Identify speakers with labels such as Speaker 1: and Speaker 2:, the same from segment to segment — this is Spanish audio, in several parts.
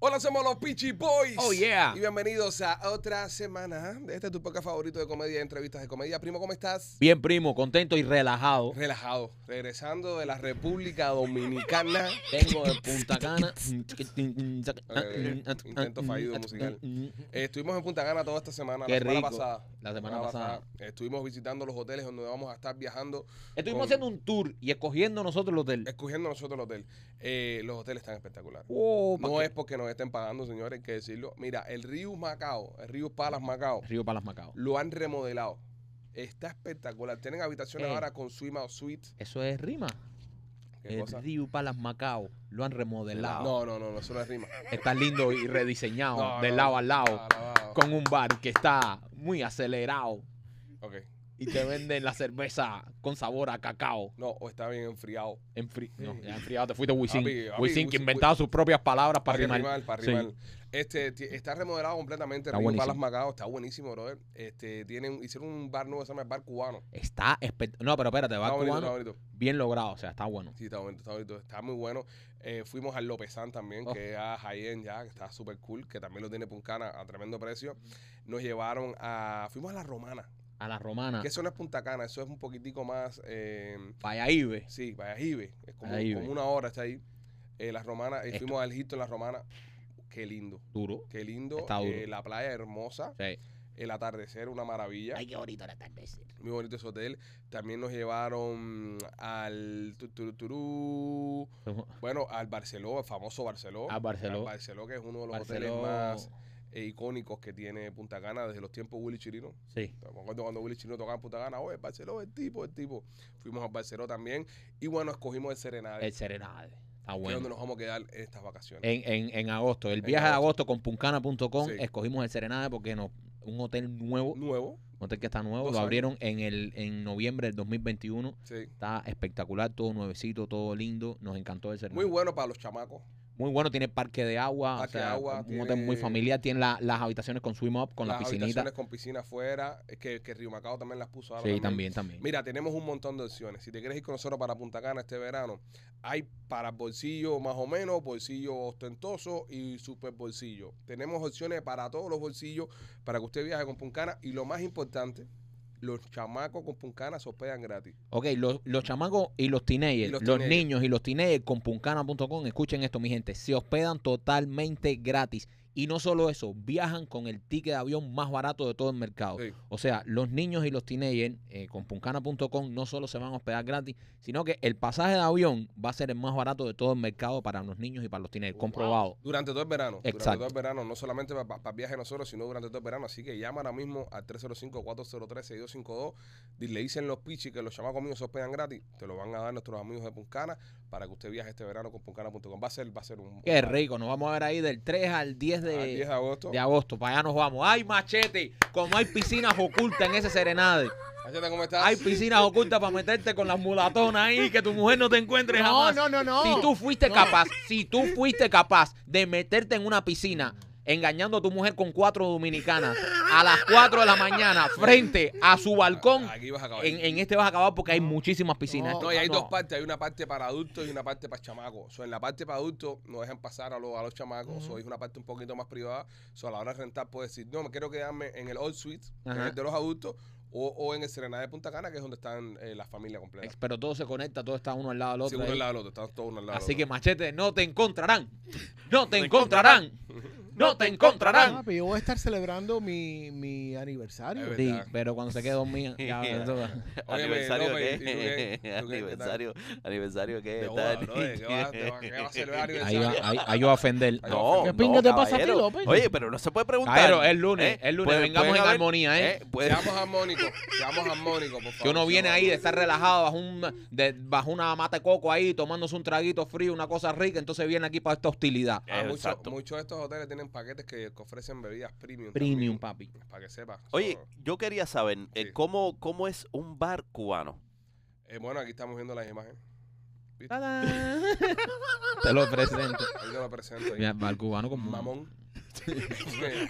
Speaker 1: Nosotros somos los Peachy Boys.
Speaker 2: Oh, yeah.
Speaker 1: Y bienvenidos a otra semana de este tu podcast favorito de comedia, entrevistas de comedia. Primo, ¿cómo estás?
Speaker 2: Bien, primo, contento y relajado.
Speaker 1: Relajado. Regresando de la República Dominicana.
Speaker 2: Tengo de Punta Cana.
Speaker 1: Eh, intento fallido musical. Eh, estuvimos en Punta Gana toda esta semana,
Speaker 2: Qué
Speaker 1: la semana
Speaker 2: rico.
Speaker 1: pasada.
Speaker 2: La semana pasada.
Speaker 1: Estuvimos visitando los hoteles donde vamos a estar viajando.
Speaker 2: Estuvimos
Speaker 1: con-
Speaker 2: haciendo un tour y escogiendo nosotros los del.
Speaker 1: Escogiendo nosotros el hotel. Eh, los hoteles están espectaculares.
Speaker 2: Oh, pa'
Speaker 1: No
Speaker 2: que-
Speaker 1: es porque nos estén pagando, señores, hay que decirlo. Mira, el Río Macao, el Río Palas Macao,
Speaker 2: Río Palas Macao.
Speaker 1: lo han remodelado. Está espectacular. Tienen habitaciones
Speaker 2: Eh.
Speaker 1: ahora con suite o suite.
Speaker 2: Eso es rima.
Speaker 1: ¿Qué
Speaker 2: El
Speaker 1: cosa?
Speaker 2: Río Palas Macao. Lo han remodelado.
Speaker 1: Eh, No, no, no, no, eso no es rima.
Speaker 2: Está lindo y rediseñado.
Speaker 1: No,
Speaker 2: de
Speaker 1: no,
Speaker 2: lado a lado.
Speaker 1: Ah, lavado.
Speaker 2: Con un bar que está muy acelerado.
Speaker 1: Ok.
Speaker 2: Y te venden la cerveza con sabor a cacao.
Speaker 1: No, o está bien enfriado.
Speaker 2: Enfri no, ya enfriado te fuiste a Wisin.
Speaker 1: Papi, papi,
Speaker 2: Wisin que
Speaker 1: Wisin-
Speaker 2: inventaba sus propias palabras para
Speaker 1: Para
Speaker 2: rimar.
Speaker 1: rimar, para
Speaker 2: Sí.
Speaker 1: rimar. Este, ti- está remodelado completamente.
Speaker 2: Está
Speaker 1: Río Palas
Speaker 2: buenísimo.
Speaker 1: Macao está buenísimo, brother. Este, tienen, hicieron un bar nuevo, se llama el Bar Cubano.
Speaker 2: Está espect- No, pero espérate, va
Speaker 1: está bonito,
Speaker 2: cubano,
Speaker 1: está bonito.
Speaker 2: bien logrado, o sea, está bueno.
Speaker 1: Sí, está bonito, está bonito. Está muy bueno. Eh, fuimos al Lopezán también,
Speaker 2: Oh.
Speaker 1: que es a High ya, que está súper cool, que también lo tiene Puncana a tremendo precio. Nos llevaron a. Fuimos a La Romana,
Speaker 2: A la romana,
Speaker 1: que eso no es Punta Cana, eso es un poquitico más. Eh,
Speaker 2: Payaíbe.
Speaker 1: sí, Valladolid, es como,
Speaker 2: Valladolid.
Speaker 1: como una hora está ahí. Eh, la Romana, eh,
Speaker 2: Esto-
Speaker 1: fuimos al Egipto en La Romana. Qué lindo,
Speaker 2: duro.
Speaker 1: qué lindo.
Speaker 2: Está duro.
Speaker 1: Eh, la playa hermosa,
Speaker 2: Sí.
Speaker 1: el atardecer, una maravilla.
Speaker 2: qué bonito el atardecer.
Speaker 1: Muy bonito ese hotel. También nos llevaron al. tu, tu, turú, Bueno, al Barceló, al famoso Barceló.
Speaker 2: Al Ah, Barceló.
Speaker 1: Al Oh, Barceló, que es uno de los
Speaker 2: Barceló.
Speaker 1: hoteles más eh, icónicos que tiene Punta Cana desde los tiempos de Willy Chirino.
Speaker 2: Sí.
Speaker 1: Me acuerdo cuando Willy Chirino tocaba en Punta Cana, oye, Barceló, el tipo, el tipo. Fuimos al Barceló también. Y bueno, escogimos el Serenade,
Speaker 2: El Serenade. Está
Speaker 1: que es donde
Speaker 2: bueno. Eh,
Speaker 1: nos vamos a quedar en estas vacaciones.
Speaker 2: En, en, en agosto, el
Speaker 1: En
Speaker 2: viaje de agosto con puncana.com,
Speaker 1: Sí.
Speaker 2: escogimos el Serenade porque no, un hotel nuevo, un
Speaker 1: Nuevo,
Speaker 2: hotel que está nuevo,
Speaker 1: Dos
Speaker 2: lo
Speaker 1: años.
Speaker 2: abrieron en el en noviembre del 2021.
Speaker 1: sí.
Speaker 2: Está espectacular, todo nuevecito, todo lindo. Nos encantó el Serenade.
Speaker 1: Muy bueno para los chamacos.
Speaker 2: Muy bueno, tiene parque de agua, o
Speaker 1: Parque de
Speaker 2: sea,
Speaker 1: agua,
Speaker 2: un hotel muy
Speaker 1: tiene-
Speaker 2: familiar, tiene la- las habitaciones con swim up, con
Speaker 1: las
Speaker 2: la piscinita.
Speaker 1: habitaciones con piscina afuera, eh, que, que Río Macao también las puso ahora.
Speaker 2: Sí, también, también.
Speaker 1: Mira, tenemos un montón de opciones. Si te quieres ir con nosotros para Punta Cana este verano, hay para bolsillo más o menos, bolsillo ostentoso y super bolsillo. Tenemos opciones para todos los bolsillos para que usted viaje con Puncana. Y lo más importante, los chamacos con Puncana se hospedan gratis.
Speaker 2: Ok, los, los chamacos y los teenagers,
Speaker 1: Y los
Speaker 2: los,
Speaker 1: teenagers.
Speaker 2: niños y los teenagers con puncana.com, escuchen esto, mi gente, se hospedan totalmente gratis. Y no solo eso, viajan con el ticket de avión más barato de todo el mercado.
Speaker 1: Sí.
Speaker 2: O sea, los niños y los teenagers eh, con puncana.com no solo se van a hospedar gratis, sino que el pasaje de avión va a ser el más barato de todo el mercado para los niños y para los teenagers, comprobado.
Speaker 1: Durante todo el verano. Durante
Speaker 2: Exacto.
Speaker 1: todo el verano, no solamente para, para viaje nosotros, sino durante todo el verano. Así que llama ahora mismo al 305-403-6252. di- Le dicen los pichis que los chamacos míos se hospedan gratis. Te lo van a dar nuestros amigos de Puncana para que usted viaje este verano con puncana.com. Va a ser, va a ser un.
Speaker 2: Qué rico, nos vamos a ver ahí del 3 al 10
Speaker 1: Al
Speaker 2: de,
Speaker 1: 10 de agosto.
Speaker 2: de agosto, para allá nos vamos. ¡Ay, machete! Como hay piscinas ocultas en ese serenade.
Speaker 1: Machete, ¿cómo estás?
Speaker 2: Hay piscinas ocultas para meterte con las mulatonas ahí que tu mujer no te encuentre
Speaker 3: No,
Speaker 2: jamás.
Speaker 3: no, no, no.
Speaker 2: Si tú fuiste capaz, si tú fuiste capaz de meterte en una piscina engañando a tu mujer con cuatro dominicanas a las 4 de la mañana frente a su balcón,
Speaker 1: Aquí vas a acabar.
Speaker 2: en, en este vas a acabar porque hay muchísimas piscinas.
Speaker 3: No,
Speaker 2: Esto-
Speaker 1: no, y hay
Speaker 2: no.
Speaker 1: dos partes, hay una parte para adultos y una parte para chamacos. O sea, en la parte para adultos no dejan pasar a los, a los chamacos, o sea, es una parte un poquito más privada. O sea, a la hora de rentar puedes decir, no, me quiero quedarme en el Old Suite, que es
Speaker 2: Ajá.
Speaker 1: el de los adultos, o, o en el Serenade de Punta Cana, que es donde están eh, las familias completas.
Speaker 2: Pero todo se conecta, todo está uno al lado del otro.
Speaker 1: Seguro
Speaker 2: ahí.
Speaker 1: al lado del otro, están todos uno al lado
Speaker 2: Así
Speaker 1: del
Speaker 2: que
Speaker 1: otro.
Speaker 2: machete, no te encontrarán. No te encontrarán. No te encontrarán.
Speaker 3: Papi, yo voy a estar celebrando mi, mi aniversario.
Speaker 1: Es
Speaker 2: Sí,
Speaker 1: verdad.
Speaker 2: pero cuando se quede dormida, ya,
Speaker 4: Ya.
Speaker 2: eso-
Speaker 1: Óyeme,
Speaker 4: aniversario
Speaker 1: López, ¿y tú qué? ¿Tú qué?
Speaker 4: qué?
Speaker 1: ¿Qué tal?
Speaker 4: aniversario, aniversario qué?
Speaker 1: De
Speaker 4: Está-
Speaker 1: boda, brother, ¿qué va- te va- qué va a celebrar
Speaker 2: ahí, va,
Speaker 1: aniversario?
Speaker 2: ahí, ahí yo a ofender.
Speaker 1: Ahí va.
Speaker 4: No,
Speaker 3: ¿Qué
Speaker 4: no,
Speaker 3: pinga te pasa a ti,
Speaker 4: caballero.
Speaker 3: López?
Speaker 4: Oye, pero no se puede preguntar.
Speaker 2: Caballero, es lunes, es lunes,
Speaker 4: pueden-
Speaker 2: vengamos
Speaker 4: pueden
Speaker 2: en
Speaker 4: haber- Pues,
Speaker 2: armonía, ¿eh?
Speaker 4: puede-
Speaker 1: Seamos armónicos, seamos armónicos, por favor.
Speaker 2: Que uno viene
Speaker 1: seamos
Speaker 2: ahí de
Speaker 1: armónicos.
Speaker 2: estar relajado bajo, un, de- bajo una mata de coco ahí, tomándose un traguito frío, una cosa rica, entonces viene aquí para esta hostilidad.
Speaker 1: Ah, mucho-
Speaker 4: Exacto.
Speaker 1: Muchos de estos hoteles tienen paquetes que que ofrecen bebidas premium.
Speaker 2: Premium, papi.
Speaker 1: Para que sepas.
Speaker 4: Oye, yo quería saber, eh,
Speaker 1: Sí.
Speaker 4: ¿cómo, ¿cómo es un bar cubano?
Speaker 1: Eh, bueno, aquí estamos viendo las imágenes.
Speaker 2: ¡Tadán! Te lo presento.
Speaker 1: Ahí te lo presento. ahí.
Speaker 2: Mira, va el cubano con
Speaker 1: Mamón.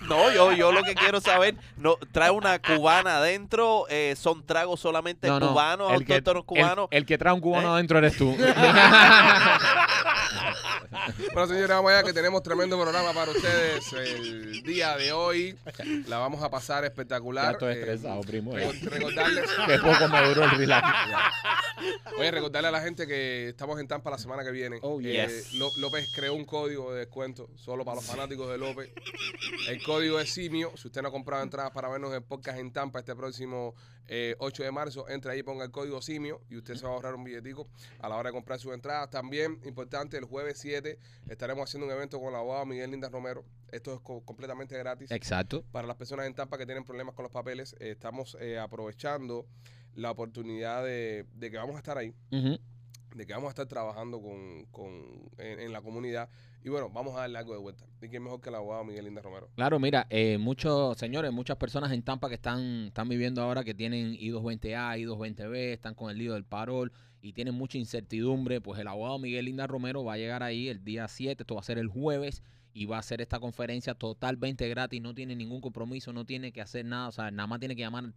Speaker 4: No, yo, yo lo que quiero saber, no, trae una cubana adentro, eh, son tragos
Speaker 2: Este
Speaker 4: solamente cubanos, autóctonos
Speaker 2: el-
Speaker 4: cubanos.
Speaker 2: ¿Eh? El, que trae un cubano
Speaker 4: ¿Eh?
Speaker 2: adentro eres tú.
Speaker 1: Bueno, señores, vamos allá que tenemos tremendo programa para ustedes el día de hoy. La vamos a pasar espectacular.
Speaker 2: Ya estoy
Speaker 1: Eh,
Speaker 2: estresado, primo. eh.
Speaker 1: recor- recordarles,
Speaker 2: Qué poco me duró el relax.
Speaker 1: oye, recordarle a la gente que estamos en Tampa la semana que viene.
Speaker 2: Oh,
Speaker 1: Eh,
Speaker 4: yes.
Speaker 1: Ló- López creó un código de descuento solo para los fanáticos de López. El código es simio. Si usted no ha comprado entradas para vernos en podcast en Tampa este próximo eh, 8 de marzo, entre ahí y ponga el código simio y usted se va a ahorrar un billetico a la hora de comprar sus entradas. También, importante, el jueves 7 estaremos haciendo un evento con el abogado Miguel Linda Romero. Esto es co- completamente gratis.
Speaker 2: Exacto.
Speaker 1: Para las personas en Tampa que tienen problemas con los papeles, eh, estamos eh, aprovechando la oportunidad de, de que vamos a estar ahí,
Speaker 2: Ujú.
Speaker 1: de que vamos a estar trabajando con, con- en, en la comunidad. Y bueno, vamos a darle algo de vuelta. Y que mejor que el abogado Miguel Linda Romero.
Speaker 2: Claro, mira, eh, muchos señores, muchas personas en Tampa que están, están viviendo ahora que tienen I220A, I220B, están con el lío del parol y tienen mucha incertidumbre, pues el abogado Miguel Linda Romero va a llegar ahí el día 7, esto va a ser el jueves y va a hacer esta conferencia totalmente gratis, no tiene ningún compromiso, no tiene que hacer nada, o sea, nada más tiene que llamar al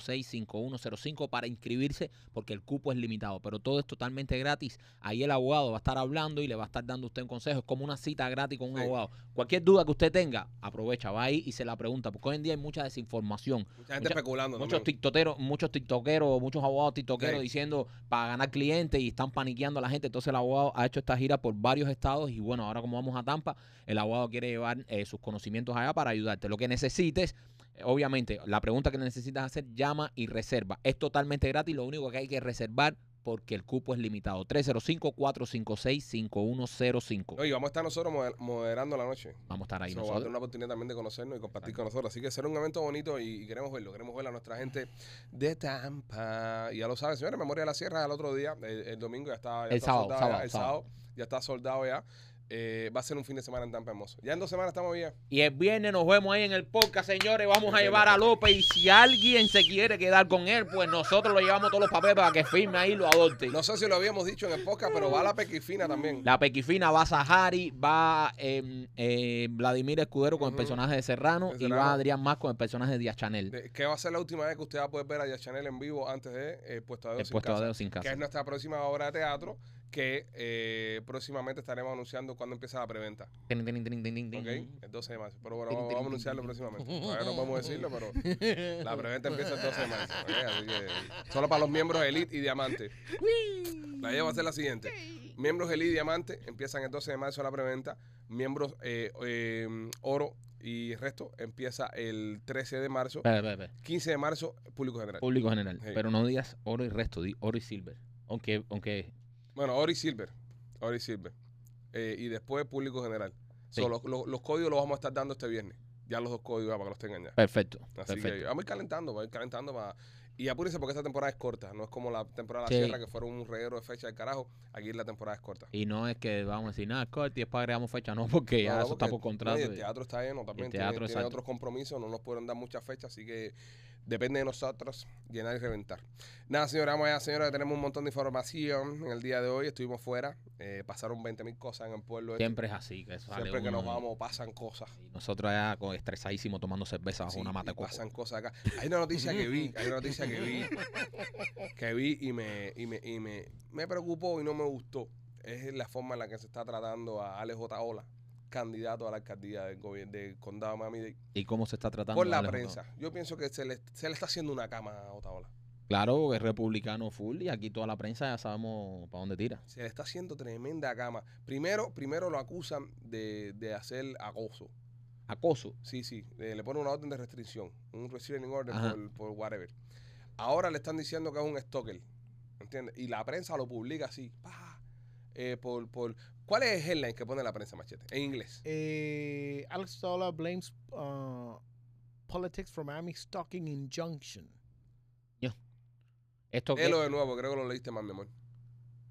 Speaker 2: 305-456-5105 para inscribirse porque el cupo es limitado, pero todo es totalmente gratis. Ahí el abogado va a estar hablando y le va a estar dando a usted un consejo, es como una cita gratis con un
Speaker 1: Sí.
Speaker 2: abogado. Cualquier duda que usted tenga, aprovecha, va ahí y se la pregunta, porque hoy en día hay mucha desinformación.
Speaker 1: Mucha gente
Speaker 2: Mucha-
Speaker 1: especulando.
Speaker 2: Muchos
Speaker 1: también.
Speaker 2: tiktokeros, muchos tiktokeros, muchos abogados tiktokeros
Speaker 1: Sí.
Speaker 2: diciendo para ganar clientes y están paniqueando a la gente. Entonces el abogado ha hecho esta gira por varios estados y bueno, ahora como vamos a Tampa, el abogado quiere llevar eh, sus conocimientos allá para ayudarte. Lo que necesites, eh, obviamente, la pregunta que necesitas hacer, llama y reserva. Es totalmente gratis, lo único que hay que reservar porque el cupo es limitado. 305-456-5105.
Speaker 1: Oye, vamos a estar nosotros moder- moderando la noche.
Speaker 2: Vamos a estar ahí
Speaker 1: So, va a tener
Speaker 2: nosotros.
Speaker 1: una oportunidad también de conocernos y compartir con nosotros. Así que será un evento bonito y, y queremos verlo. Queremos ver a nuestra gente de Tampa. Y ya lo saben, señores, Memoria de la Sierra el otro día, el, el domingo ya está, ya
Speaker 2: El
Speaker 1: está
Speaker 2: sábado,
Speaker 1: soldado.
Speaker 2: sábado,
Speaker 1: ya, el
Speaker 2: sábado.
Speaker 1: sábado ya está soldado ya. Eh, va a ser un fin de semana en Tampa hermoso. Ya en dos semanas estamos bien.
Speaker 2: Y el viernes nos vemos ahí en el podcast, señores. Vamos a
Speaker 1: Qué
Speaker 2: llevar a
Speaker 1: pena.
Speaker 2: López. Y si alguien se quiere quedar con él, pues nosotros le llevamos todos los papeles para que firme ahí y lo adopte.
Speaker 1: No sé si lo habíamos dicho en el podcast, pero va la pequifina también.
Speaker 2: La Pequifina va Sahari, va eh, eh, Vladimir Escudero con el
Speaker 1: Ujú.
Speaker 2: personaje de Serrano,
Speaker 1: De
Speaker 2: y
Speaker 1: Serrano.
Speaker 2: va Adrián Más con el personaje de Díaz Chanel.
Speaker 1: De- que va a ser la última vez que usted va a poder ver a Yachanel en vivo antes de eh, Puesto a
Speaker 2: el
Speaker 1: Dios
Speaker 2: puesto de dedo sin
Speaker 1: que
Speaker 2: casa.
Speaker 1: es nuestra próxima obra de teatro que eh, próximamente estaremos anunciando cuando empieza la preventa.
Speaker 2: Tin, tin, tin, tin, tin, tin.
Speaker 1: ¿Ok? El 12 de marzo. Pero bueno,
Speaker 2: Tin,
Speaker 1: vamos,
Speaker 2: tin,
Speaker 1: vamos a
Speaker 2: tin,
Speaker 1: anunciarlo próximamente. Todavía no podemos decirlo, pero la preventa empieza el 12 de marzo. ¿ok? Así que solo para los miembros Elite y Diamante. La idea va a ser la siguiente. Miembros Elite y Diamante empiezan el 12 de marzo la preventa. Miembros eh, eh, Oro y resto empieza el 13 de marzo.
Speaker 2: Espera, espera, espera.
Speaker 1: 15 de marzo, público general.
Speaker 2: Público general.
Speaker 1: Sí.
Speaker 2: Pero no digas oro y resto, di oro y silver. Aunque, aunque
Speaker 1: Bueno, Ori Silver. Ori Silver. Eh, y después público general. So,
Speaker 2: Sí.
Speaker 1: los, los- los códigos los vamos a estar dando este viernes. Ya los dos códigos para que los tengan ya.
Speaker 2: perfecto.
Speaker 1: Así que
Speaker 2: perfecto.
Speaker 1: vamos a ir calentando, vamos a ir calentando para. Y apúrense porque esta temporada es corta, no es como la temporada de
Speaker 2: Sí.
Speaker 1: la sierra que fueron un reguero de fecha de carajo. Aquí la temporada es corta.
Speaker 2: Y no es que vamos a decir, nada, corte y después agregamos fecha, no, porque ya
Speaker 1: No, no,
Speaker 2: eso está
Speaker 1: porque-
Speaker 2: por contrato.
Speaker 1: no, y el teatro está lleno también. tiene-
Speaker 2: teatro,
Speaker 1: tiene,
Speaker 2: exacto.
Speaker 1: otros compromisos, no nos pueden dar muchas fechas, así que depende de nosotros llenar y reventar. Nada, señora, vamos allá, señora, que tenemos un montón de información en el día de hoy. Estuvimos fuera, eh, pasaron 20 mil cosas en el pueblo. este.
Speaker 2: Siempre es así, que eso sale
Speaker 1: Siempre que
Speaker 2: uno
Speaker 1: nos
Speaker 2: y-
Speaker 1: vamos pasan cosas.
Speaker 2: y nosotros allá con estresadísimo tomando cerveza bajo
Speaker 1: Sí,
Speaker 2: una
Speaker 1: y
Speaker 2: mata de coco.
Speaker 1: pasan cosas acá. Hay una noticia que vi, hay una noticia que vi, que vi y me, y me, y me, me preocupó y no me gustó. Es la forma en la que se está tratando a Alex Otaola, candidato a la alcaldía del, gobier- del condado de Miami-Dade,
Speaker 2: ¿Y cómo se está tratando?
Speaker 1: por la
Speaker 2: Alex Otero?
Speaker 1: prensa. Yo pienso que se le, se le está haciendo una cama a Otaola.
Speaker 2: Claro, es republicano full y aquí toda la prensa ya sabemos para dónde tira.
Speaker 1: Se le está haciendo tremenda cama. Primero, primero lo acusan de, de hacer acoso.
Speaker 2: Acoso.
Speaker 1: Sí, sí, eh, le ponen una orden de restricción, un restraining order
Speaker 2: Ajá.
Speaker 1: por, por whatever. Ahora le están diciendo que es un stalker, ¿entiendes? Y la prensa lo publica así, pa, eh, por, por... ¿Cuál es el headline que pone la prensa, Machete? En inglés.
Speaker 3: Eh, Alex Dollar blames uh, politics for Miami stalking injunction.
Speaker 2: Esto que
Speaker 1: Léelo de nuevo, creo que lo leíste más, mi amor.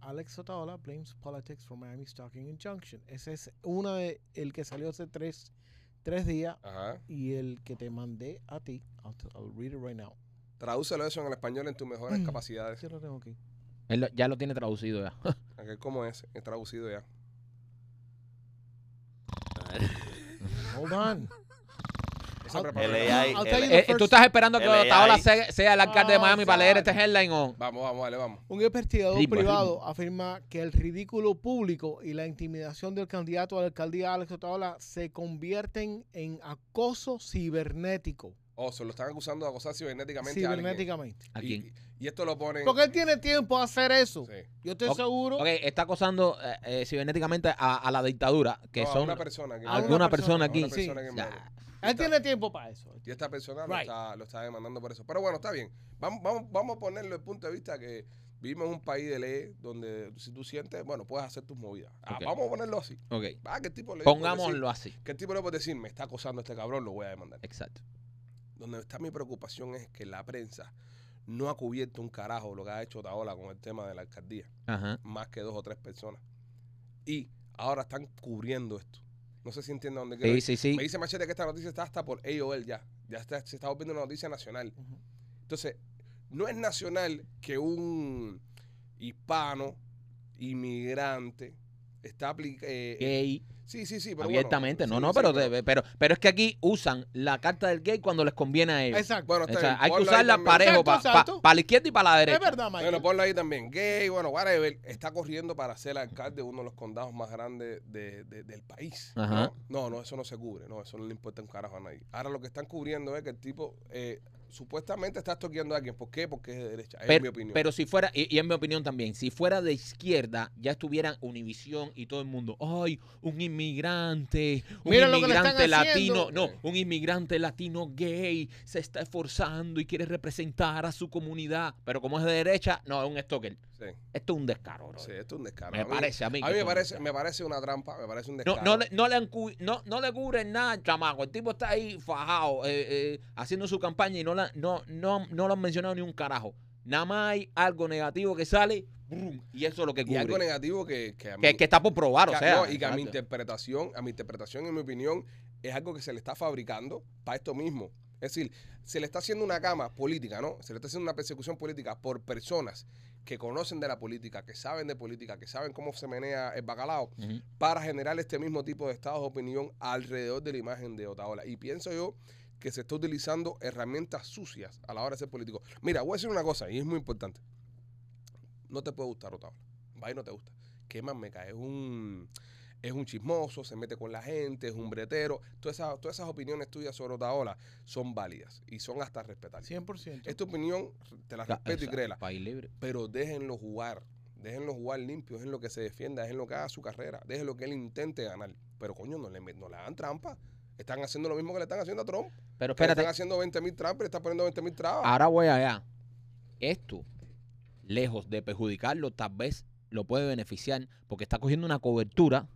Speaker 3: Alex Otaola blames politics for Miami stalking injunction. Ese es uno de el que salió hace tres, tres días
Speaker 1: Ajá.
Speaker 3: y el que te mandé a ti. I'll, t- I'll read it right now.
Speaker 1: Tradúcelo eso en el español en tus mejores
Speaker 3: Mm.
Speaker 1: capacidades.
Speaker 3: Yo lo tengo aquí.
Speaker 2: él lo- ya lo tiene traducido ya.
Speaker 1: Aquel como es, es traducido ya.
Speaker 3: Hold on.
Speaker 1: que se
Speaker 3: I'll-
Speaker 1: prepare.
Speaker 4: El AI.
Speaker 3: I'll tell you
Speaker 4: el-
Speaker 3: the
Speaker 5: Eh, ¿Tú
Speaker 3: first-
Speaker 5: estás esperando que
Speaker 4: El AI.
Speaker 5: Otaola sea, sea el alcalde de
Speaker 1: Ah,
Speaker 3: Oh,
Speaker 5: Miami para leer
Speaker 3: God.
Speaker 5: este headline o...?
Speaker 1: Vamos, vamos, dale, vamos.
Speaker 3: Un investigador
Speaker 2: Ritmo,
Speaker 3: privado afirma que el ridículo público y la intimidación del candidato a la alcaldía Alex Otaola se convierten en acoso cibernético.
Speaker 1: Oh, se lo están acusando de acosar cibernéticamente a alguien.
Speaker 3: Cibernéticamente.
Speaker 2: ¿A
Speaker 1: Y-
Speaker 2: quién?
Speaker 1: Y, esto lo ponen.
Speaker 3: Porque él tiene tiempo a hacer eso.
Speaker 1: Sí.
Speaker 3: Yo estoy
Speaker 2: Ok,
Speaker 3: seguro.
Speaker 2: Ok, está acosando eh, eh, cibernéticamente a, a la dictadura, que
Speaker 1: No, a
Speaker 2: son
Speaker 1: una persona. que-
Speaker 3: a
Speaker 2: alguna
Speaker 3: una
Speaker 2: persona,
Speaker 3: persona,
Speaker 1: a
Speaker 2: aquí.
Speaker 1: una persona
Speaker 3: sí.
Speaker 1: que
Speaker 2: O
Speaker 1: en
Speaker 2: sea,
Speaker 1: Miami.
Speaker 3: Él tiene tiempo para eso.
Speaker 1: Y esta persona lo,
Speaker 3: Right.
Speaker 1: está, lo está demandando por eso. Pero bueno, está bien. Vamos, vamos, vamos a ponerlo desde el punto de vista que vivimos en un país de ley donde si tú sientes, bueno, puedes hacer tus movidas. Ah,
Speaker 2: Ok.
Speaker 1: Vamos a ponerlo así.
Speaker 2: ok,
Speaker 1: Ah, ¿qué tipo le dio por decir-
Speaker 2: pongámoslo así.
Speaker 1: ¿Qué tipo le puede decir? Me está acosando este cabrón, lo voy a demandar.
Speaker 2: Exacto.
Speaker 1: Donde está mi preocupación es que la prensa no ha cubierto un carajo lo que ha hecho Taola con el tema de la alcaldía.
Speaker 2: Ajá.
Speaker 1: Más que dos o tres personas. Y ahora están cubriendo esto. No sé si entienden dónde quiero
Speaker 2: Sí,
Speaker 1: ir.
Speaker 2: sí, sí.
Speaker 1: Me dice Machete que esta noticia está hasta por AOL ya. Ya está, se está volviendo una noticia nacional.
Speaker 3: Ujú.
Speaker 1: Entonces, no es nacional que un hispano, inmigrante, está aplicando.
Speaker 2: Gay,
Speaker 1: sí, sí, sí. Pero bueno,
Speaker 2: abiertamente.
Speaker 1: sí,
Speaker 2: no, no,
Speaker 1: sí,
Speaker 2: pero, debe- pero, pero es que aquí usan la carta del gay cuando les conviene a ellos.
Speaker 3: Exacto.
Speaker 1: Bueno,
Speaker 2: O
Speaker 1: está
Speaker 2: sea,
Speaker 1: bien,
Speaker 2: hay que
Speaker 1: ponlo ahí
Speaker 2: usarla
Speaker 1: también.
Speaker 2: parejo, para
Speaker 3: Exacto, exacto.
Speaker 2: la izquierda y para la derecha.
Speaker 3: es verdad, Mike.
Speaker 1: Bueno, ponlo ahí también. Gay, bueno, whatever. Está corriendo para ser alcalde de uno de los condados más grandes de- de- del país. ¿no?
Speaker 2: Ajá.
Speaker 1: ¿no? no, eso no se cubre. No, eso no le importa un carajo a nadie. Ahora lo que están cubriendo es que el tipo eh, supuestamente está toqueando a alguien. ¿Por qué? Porque es de derecha. Es
Speaker 2: Pero,
Speaker 1: mi opinión.
Speaker 2: pero si fuera, y, y en mi opinión también, si fuera de izquierda, ya estuvieran Univisión y todo el mundo. ¡Ay, un inmigrante! Un
Speaker 3: Mira lo que le están
Speaker 2: inmigrante latino.
Speaker 3: haciendo".
Speaker 2: No, un inmigrante latino gay se está esforzando y quiere representar a su comunidad. Pero como es de derecha, no, es un stalker.
Speaker 1: sí,
Speaker 2: Esto es un descaro, bro.
Speaker 1: sí, esto es un descaro.
Speaker 2: me
Speaker 1: mí-
Speaker 2: parece a mí.
Speaker 1: A
Speaker 2: que
Speaker 1: mí me
Speaker 2: esto es un
Speaker 1: parece,
Speaker 2: descaro.
Speaker 1: me parece una trampa, me parece un
Speaker 2: No,
Speaker 1: descaro.
Speaker 2: no, le, no, le han cu- no, no le cubren nada, al chamaco. El tipo está ahí fajado, eh, eh, haciendo su campaña y no, la, no, no, no lo han mencionado ni un carajo. Nada más hay algo negativo que sale brum, y eso es lo que
Speaker 1: y
Speaker 2: cubre.
Speaker 1: algo negativo que, que a mí...
Speaker 2: que, que está por probar, o
Speaker 1: que-
Speaker 2: sea.
Speaker 1: no, y que a mi
Speaker 2: exacto.
Speaker 1: interpretación, a mi interpretación, en mi opinión, es algo que se le está fabricando para esto mismo. Es decir, se le está haciendo una cama política, ¿no? Se le está haciendo una persecución política por personas que conocen de la política, que saben de política, que saben cómo se menea el bacalao,
Speaker 2: Ujú.
Speaker 1: para generar este mismo tipo de estados de opinión alrededor de la imagen de Otaola. Y pienso yo que se está utilizando herramientas sucias a la hora de ser político. Mira, voy a decir una cosa, y es muy importante. No te puede gustar Otaola. Va y no te gusta. ¿Qué más me cae? Es un, es un chismoso, se mete con la gente, es un bretero. Todas esas, todas esas opiniones tuyas sobre Otaola son válidas y son hasta respetables.
Speaker 3: 100%.
Speaker 1: Esta opinión te la
Speaker 2: Ca-
Speaker 1: respeto y
Speaker 2: exacto,
Speaker 1: créela
Speaker 2: País libre.
Speaker 1: pero déjenlo jugar. Déjenlo jugar limpio, déjenlo que se defienda, déjenlo que haga su carrera, déjenlo que él intente ganar. Pero coño, no le, met- no le hagan trampa. Están haciendo lo mismo que le están haciendo a Trump.
Speaker 2: Pero
Speaker 1: Que le están
Speaker 2: espérate, Ah.
Speaker 1: haciendo 20 mil trampas y le están poniendo 20 mil trabas.
Speaker 2: ahora voy allá. Esto, lejos de perjudicarlo, tal vez lo puede beneficiar porque está cogiendo una cobertura.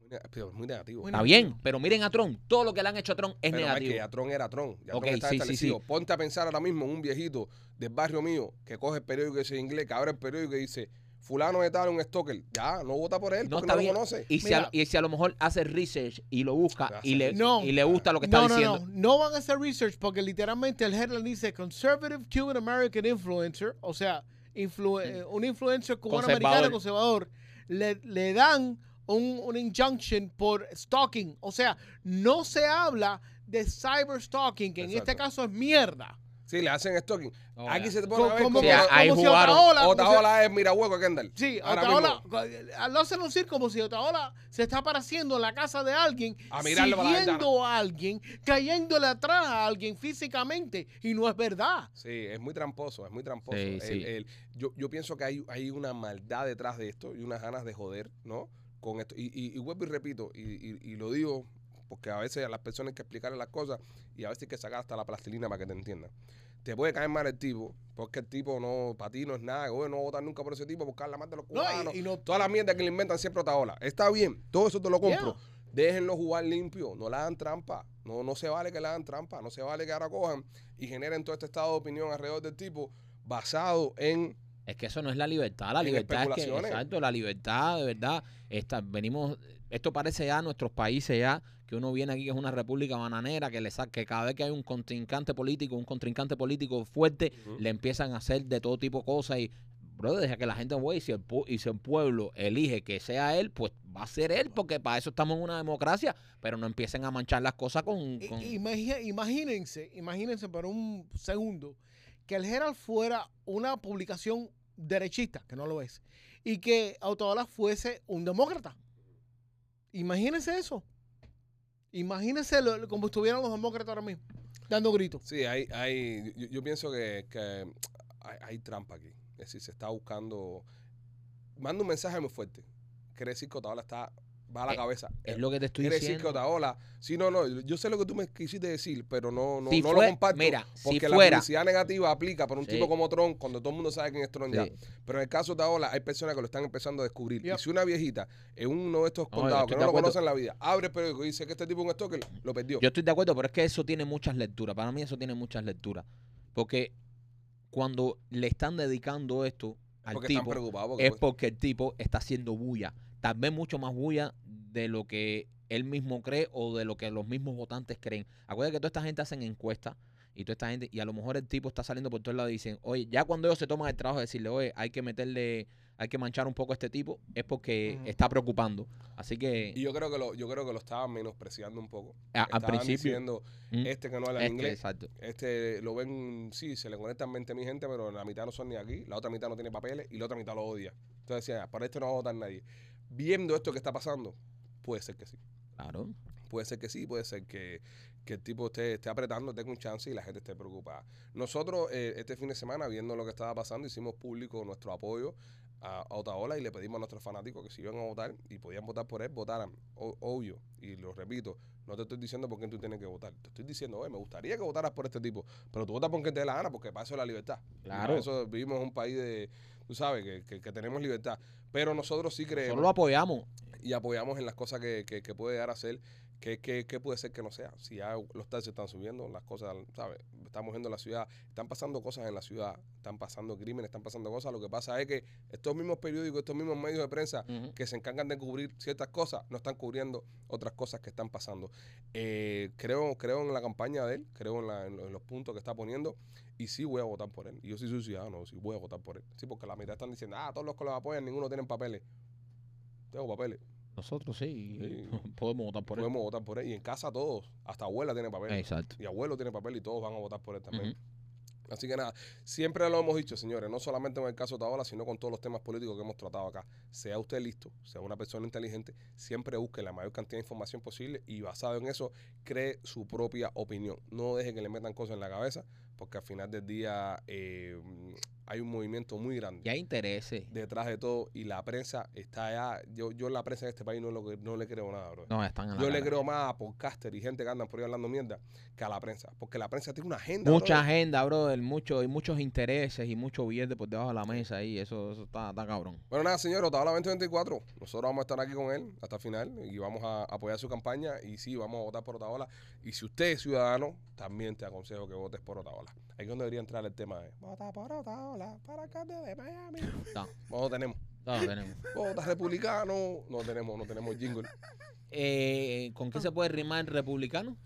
Speaker 1: Muy ne- Pero es muy negativo.
Speaker 3: Muy
Speaker 2: Está bien, pero miren a Trump. Todo lo que le han hecho a Trump es
Speaker 1: Pero no,
Speaker 2: negativo.
Speaker 1: que ya Trump era Trump. Ya
Speaker 2: Ok,
Speaker 1: Trump está
Speaker 2: sí, sí,
Speaker 1: establecido. Ponte a pensar ahora mismo en un viejito del barrio mío que coge el periódico y dice en inglés, que abre el periódico y dice, fulano de tal, un stalker. Ya, no vota por él
Speaker 2: No,
Speaker 1: porque
Speaker 2: está
Speaker 1: no lo
Speaker 2: bien.
Speaker 1: conoce.
Speaker 2: Y si,
Speaker 3: Mira.
Speaker 2: a, y si a lo mejor hace research y lo busca
Speaker 1: Hace
Speaker 2: y le,
Speaker 3: No.
Speaker 2: y le gusta lo que está
Speaker 3: No, no,
Speaker 2: diciendo.
Speaker 3: no. No van a hacer research porque literalmente el headline dice Conservative Cuban American Influencer, o sea, influ- eh,
Speaker 2: Mm.
Speaker 3: un influencer cubano americano conservador, le, le dan un, un injunction por stalking. O sea, no se habla de cyber stalking, que en
Speaker 1: Exacto.
Speaker 3: este caso es mierda.
Speaker 1: Sí, le hacen stalking.
Speaker 2: Oh,
Speaker 1: Aquí
Speaker 2: ya.
Speaker 1: se te
Speaker 3: Co-
Speaker 1: pone a ver
Speaker 3: como-
Speaker 1: como-
Speaker 2: Sí, ahí
Speaker 3: como si
Speaker 2: jugaron.
Speaker 3: Otaola- como si-
Speaker 2: ah,
Speaker 1: Otaola es Mirahueco Kendall.
Speaker 3: Sí,
Speaker 1: Ahora
Speaker 3: Otaola,
Speaker 1: mismo.
Speaker 3: co- eh, lo hacen lucir como si Otaola se está apareciendo en la casa de alguien,
Speaker 1: A mirarlo para la
Speaker 3: siguiendo a alguien, cayéndole atrás a alguien físicamente, y no es verdad.
Speaker 1: Sí, es muy tramposo, es muy tramposo.
Speaker 2: Ah. Sí,
Speaker 1: El-
Speaker 2: sí.
Speaker 1: el- yo, yo pienso que hay, hay una maldad detrás de esto y unas ganas de joder, ¿no? Con esto. Y, y- y vuelvo y repito, y, y- y lo digo porque a veces a las personas hay que explicarle las cosas y a veces hay que sacar hasta la plastilina para que te entiendan. Te puede caer mal el tipo, porque el tipo no, para ti no es nada, güey, no voy a votar nunca por ese tipo, buscar la más de los
Speaker 3: No, y-
Speaker 1: cubanos.
Speaker 3: y no
Speaker 1: Toda la mierda que le inventan siempre a Otaola. Está bien, todo eso te lo compro.
Speaker 3: Yeah.
Speaker 1: Déjenlo jugar limpio, no le hagan trampa. No, no se vale que le hagan trampa, no se vale que ahora cojan y generen todo este estado de opinión alrededor del tipo basado en...
Speaker 2: Es que eso no es la libertad. La
Speaker 1: En
Speaker 2: libertad es que,
Speaker 1: especulaciones.
Speaker 2: exacto, la libertad, de verdad. Esta, venimos, esto parece ya nuestros países ya, que uno viene aquí que es una república bananera, que le sa- que cada vez que hay un contrincante político, un contrincante político fuerte, le empiezan a hacer de todo tipo de cosas y Brother, deja que la gente vote y si, el pu- y si el pueblo elige que sea él, pues va a ser él, porque para eso estamos en una democracia, pero no empiecen a manchar las cosas con...
Speaker 3: I-
Speaker 2: con-
Speaker 3: imagi- imagínense, imagínense por un segundo que el Herald fuera una publicación derechista, que no lo es, y que Autodala fuese un demócrata. Imagínense eso. Imagínense lo- lo- como estuvieran los demócratas ahora mismo, dando gritos.
Speaker 1: Sí, hay, hay, yo, yo pienso que, que hay, hay trampa aquí. Es decir, se está buscando. Manda un mensaje muy fuerte. Quiere decir que Otaola está. Va a la
Speaker 2: Eh,
Speaker 1: cabeza.
Speaker 2: es lo que te estoy
Speaker 1: Quiere decir que
Speaker 2: diciendo.
Speaker 1: Otaola. Sí, no, no. Yo sé lo que tú me quisiste decir, pero no, no,
Speaker 2: Si
Speaker 1: no
Speaker 2: fue-
Speaker 1: lo comparto.
Speaker 2: mira, si
Speaker 1: porque
Speaker 2: fuera-
Speaker 1: la publicidad negativa aplica para un
Speaker 2: Sí.
Speaker 1: tipo como Tron cuando todo el mundo sabe quién es Tron ya.
Speaker 2: Sí.
Speaker 1: Pero en el caso de Otaola, hay personas que lo están empezando a descubrir.
Speaker 3: Yep.
Speaker 1: Y si una viejita en uno de estos
Speaker 2: No, yo
Speaker 1: condados
Speaker 2: estoy
Speaker 1: que
Speaker 2: de
Speaker 1: no lo
Speaker 2: acuerdo.
Speaker 1: conocen en la vida abre el periódico y dice que este tipo es un stalker, lo perdió.
Speaker 2: Yo estoy de acuerdo, pero es que eso tiene muchas lecturas. Para mí eso tiene muchas lecturas. Porque cuando le están dedicando esto al
Speaker 1: porque están
Speaker 2: tipo,
Speaker 1: preocupados. porque
Speaker 2: es
Speaker 1: pues-
Speaker 2: porque el tipo está haciendo bulla. Tal vez mucho más bulla de lo que él mismo cree o de lo que los mismos votantes creen. Acuérdate que toda esta gente hacen encuestas y toda esta gente, y a lo mejor el tipo está saliendo por todos lados y dicen, oye, ya cuando ellos se toman el trabajo de decirle, oye, hay que meterle, hay que manchar un poco a este tipo, es porque
Speaker 3: Ujú.
Speaker 2: está preocupando. Así que
Speaker 1: Y yo creo que lo, yo creo que lo estaban menospreciando un poco.
Speaker 2: a- al
Speaker 1: Estaban
Speaker 2: principio.
Speaker 1: diciendo,
Speaker 2: mm,
Speaker 1: este que no habla
Speaker 2: es que,
Speaker 1: inglés,
Speaker 2: exacto.
Speaker 1: este lo ven, sí, se le conectan 20 mil gente, pero la mitad no son ni aquí, la otra mitad no tiene papeles y la otra mitad lo odia. Entonces decía, para este no va a votar nadie. Viendo esto que está pasando, puede ser que sí.
Speaker 2: Claro.
Speaker 1: Puede ser que sí, puede ser que, que el tipo esté, esté apretando, tenga un chance y la gente esté preocupada. Nosotros eh, este fin de semana, viendo lo que estaba pasando, hicimos público nuestro apoyo a, a Otaola y le pedimos a nuestros fanáticos que si iban a votar y podían votar por él, votaran. O- obvio, y lo repito, no te estoy diciendo por qué tú tienes que votar. Te estoy diciendo, oye, me gustaría que votaras por este tipo, pero tú votas porque te dé la gana, porque para eso es la libertad. Y
Speaker 2: Claro.
Speaker 1: Para eso vivimos en un país de, tú sabes, que, que- que tenemos libertad. Pero nosotros sí creemos
Speaker 2: Solo lo apoyamos.
Speaker 1: y apoyamos en las cosas que, que, que puede dar a hacer, que, que, que puede ser que no sea. Si ya los taxis están subiendo, las cosas, ¿sabes? Estamos viendo la ciudad, están pasando cosas en la ciudad, están pasando crímenes, están pasando cosas. Lo que pasa es que estos mismos periódicos, estos mismos medios de prensa
Speaker 2: Ujú.
Speaker 1: que se encargan de cubrir ciertas cosas, no están cubriendo otras cosas que están pasando. Eh, creo, creo en la campaña de él, creo en, la- en lo- en los puntos que está poniendo, y sí voy a votar por él. Y yo sí soy ciudadano, sí voy a votar por él. Sí, porque la mitad están diciendo, ah, todos los que lo apoyan, ninguno tienen papeles. Tengo papeles.
Speaker 2: Nosotros sí,
Speaker 1: Sí.
Speaker 2: podemos votar por él.
Speaker 1: Pues podemos votar por él. Y en casa todos, hasta abuela tiene papel.
Speaker 2: Exacto.
Speaker 1: Y abuelo tiene papel y todos van a votar por él también.
Speaker 2: Ujú.
Speaker 1: Así que nada, siempre lo hemos dicho, señores, no solamente en el caso de Taola, sino con todos los temas políticos que hemos tratado acá. Sea usted listo, sea una persona inteligente, siempre busque la mayor cantidad de información posible y basado en eso, cree su propia opinión. No deje que le metan cosas en la cabeza, porque al final del día eh, hay un movimiento muy grande
Speaker 2: Y hay intereses.
Speaker 1: detrás de todo y la prensa está allá. Yo, yo la prensa en este país no, lo, no le creo nada, bro.
Speaker 2: No, están en la
Speaker 1: Yo le
Speaker 2: cara.
Speaker 1: creo más a podcaster y gente que andan por ahí hablando mierda que a la prensa. Porque la prensa tiene una agenda.
Speaker 2: Mucha
Speaker 1: brother.
Speaker 2: agenda, brother. Mucho, y muchos intereses y mucho billete por debajo de la mesa ahí. Eso, eso está, está cabrón.
Speaker 1: Bueno, nada, señor, Otavala 2024. Nosotros vamos a estar aquí con él hasta el final y vamos a apoyar su campaña. Y sí, vamos a votar por Otavala. Y si usted es ciudadano, también te aconsejo que votes por Otavala. Ahí es donde debería entrar el tema eh. de vota por Otavala para acá de Miami.
Speaker 2: No.
Speaker 1: No, no tenemos.
Speaker 2: No, tenemos.
Speaker 1: Vota republicano. No tenemos, no tenemos jingle.
Speaker 2: Eh, ¿Con qué se puede rimar republicano?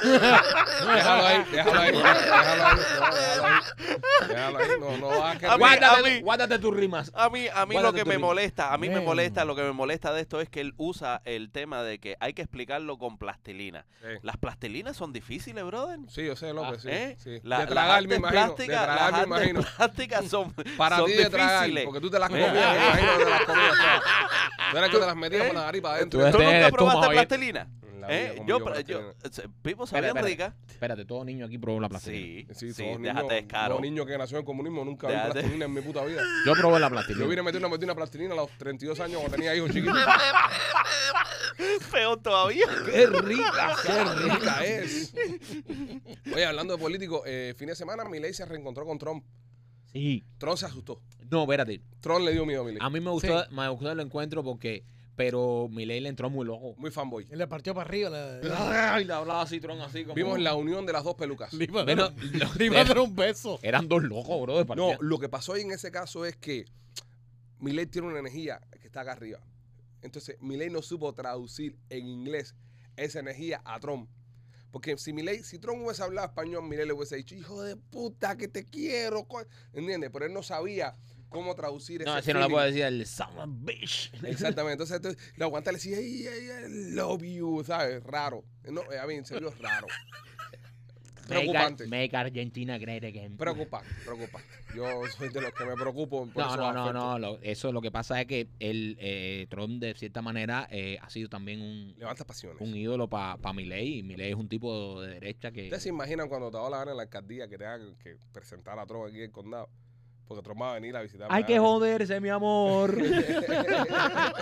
Speaker 1: Déjalo ahí, déjalo ahí. Déjalo ahí. No, déjalo ahí. Déjalo ahí. No, no ah, va a
Speaker 4: A mí-
Speaker 1: quedar.
Speaker 2: Guárdate,
Speaker 4: mí-
Speaker 2: guárdate tus rimas.
Speaker 4: A mí, a mí lo
Speaker 2: Guárdate
Speaker 4: que
Speaker 2: tu
Speaker 4: me
Speaker 2: ritmo.
Speaker 4: molesta, a mí me
Speaker 2: Bueno.
Speaker 4: molesta, lo que me molesta de esto es que él usa el tema de que hay que explicarlo con plastilina.
Speaker 1: Sí.
Speaker 4: Las plastilinas son difíciles, brother.
Speaker 1: Sí, yo sé, López, sí.
Speaker 4: ¿Eh?
Speaker 1: sí.
Speaker 4: La-
Speaker 1: de tragar,
Speaker 4: las
Speaker 1: me
Speaker 4: artes
Speaker 1: imagino. De
Speaker 4: plásticas-
Speaker 1: tragar,
Speaker 4: las
Speaker 1: me
Speaker 4: artes
Speaker 1: imagino.
Speaker 4: plásticas son,
Speaker 1: Para
Speaker 4: son
Speaker 1: ti de tragar,
Speaker 4: difíciles.
Speaker 1: porque tú te las
Speaker 4: Mira.
Speaker 1: comías, me imagino que te las comías. todas. Tú eras que te las metías con la nariz para adentro.
Speaker 2: Tú eres-
Speaker 4: ¿Tú
Speaker 2: Este es
Speaker 4: nunca
Speaker 2: el estómago
Speaker 4: probaste
Speaker 2: abierto.
Speaker 4: plastilina?
Speaker 1: En la vida
Speaker 4: ¿Eh?
Speaker 1: comí
Speaker 4: Yo,
Speaker 1: yo
Speaker 4: pro- yo,
Speaker 1: plastilina.
Speaker 4: eh, Pipo sabían
Speaker 2: espera.
Speaker 4: rica.
Speaker 2: Espérate, todo niño aquí probó la plastilina.
Speaker 4: Sí, sí,
Speaker 1: Sí, todos niños,
Speaker 4: déjate descaro.
Speaker 1: Los niños que nacieron en comunismo nunca vi
Speaker 4: Déjate.
Speaker 1: plastilina en mi puta vida.
Speaker 2: Yo probé la
Speaker 1: Yo vine
Speaker 2: plastilina.
Speaker 1: a meter una, metí una plastilina a los 32 años cuando tenía hijos chiquitos.
Speaker 4: Peor todavía.
Speaker 2: ¡Qué rica!
Speaker 1: ¡Qué rica es! Oye, hablando de políticos, eh, fin de semana Milei se reencontró con Trump.
Speaker 2: Sí.
Speaker 1: Trump se asustó.
Speaker 2: No, espérate.
Speaker 1: Trump le dio miedo a
Speaker 4: Ah.
Speaker 1: Milei.
Speaker 2: A mí me gustó, me gustó el encuentro porque... Pero Milei le entró muy loco.
Speaker 1: Muy fanboy.
Speaker 3: Él le partió para arriba. Le,
Speaker 1: Ah.
Speaker 2: Ay, le hablaba así, tron, así como...
Speaker 1: Vimos la unión de las dos pelucas.
Speaker 3: le iba a dar
Speaker 2: Menos-
Speaker 3: un-
Speaker 2: los-
Speaker 3: le iba a dar un beso.
Speaker 2: Eran dos locos, bro. de partida.
Speaker 1: No, lo que pasó ahí en ese caso es que Milei tiene una energía que está acá arriba. Entonces, Milei no supo traducir en inglés esa energía a Trump. Porque si Milei, si Trump hubiese hablado español, Milei le hubiese dicho, hijo de puta, que te quiero. co-". ¿Entiendes? Pero él no sabía cómo traducir
Speaker 2: No,
Speaker 1: ese
Speaker 2: si no le
Speaker 1: feeling.
Speaker 2: puedo decir el son of a bitch.
Speaker 1: Exactamente. Entonces, entonces, lo aguanta y le decía, "Ay, ay, I love you, ¿sabes? Raro. No, eh, a mí, en serio, es raro.
Speaker 2: Make, Ar-
Speaker 1: Preocupante.
Speaker 2: make Argentina great again.
Speaker 1: Preocupante, preocupante. Yo soy de los que me preocupo. Por
Speaker 2: No,
Speaker 1: esos
Speaker 2: no, no,
Speaker 1: aspectos.
Speaker 2: no. lo- eso lo que pasa es que el eh, Trump, de cierta manera, eh, ha sido también un,
Speaker 1: Levanta pasiones.
Speaker 2: un ídolo para pa Milei. Y Milei es un tipo de derecha que.
Speaker 1: ¿Ustedes se imaginan cuando te da la gana en la alcaldía que tengan que presentar a Trump aquí en el condado? Porque Trump va a venir a visitar.
Speaker 2: Hay que joderse, mi amor.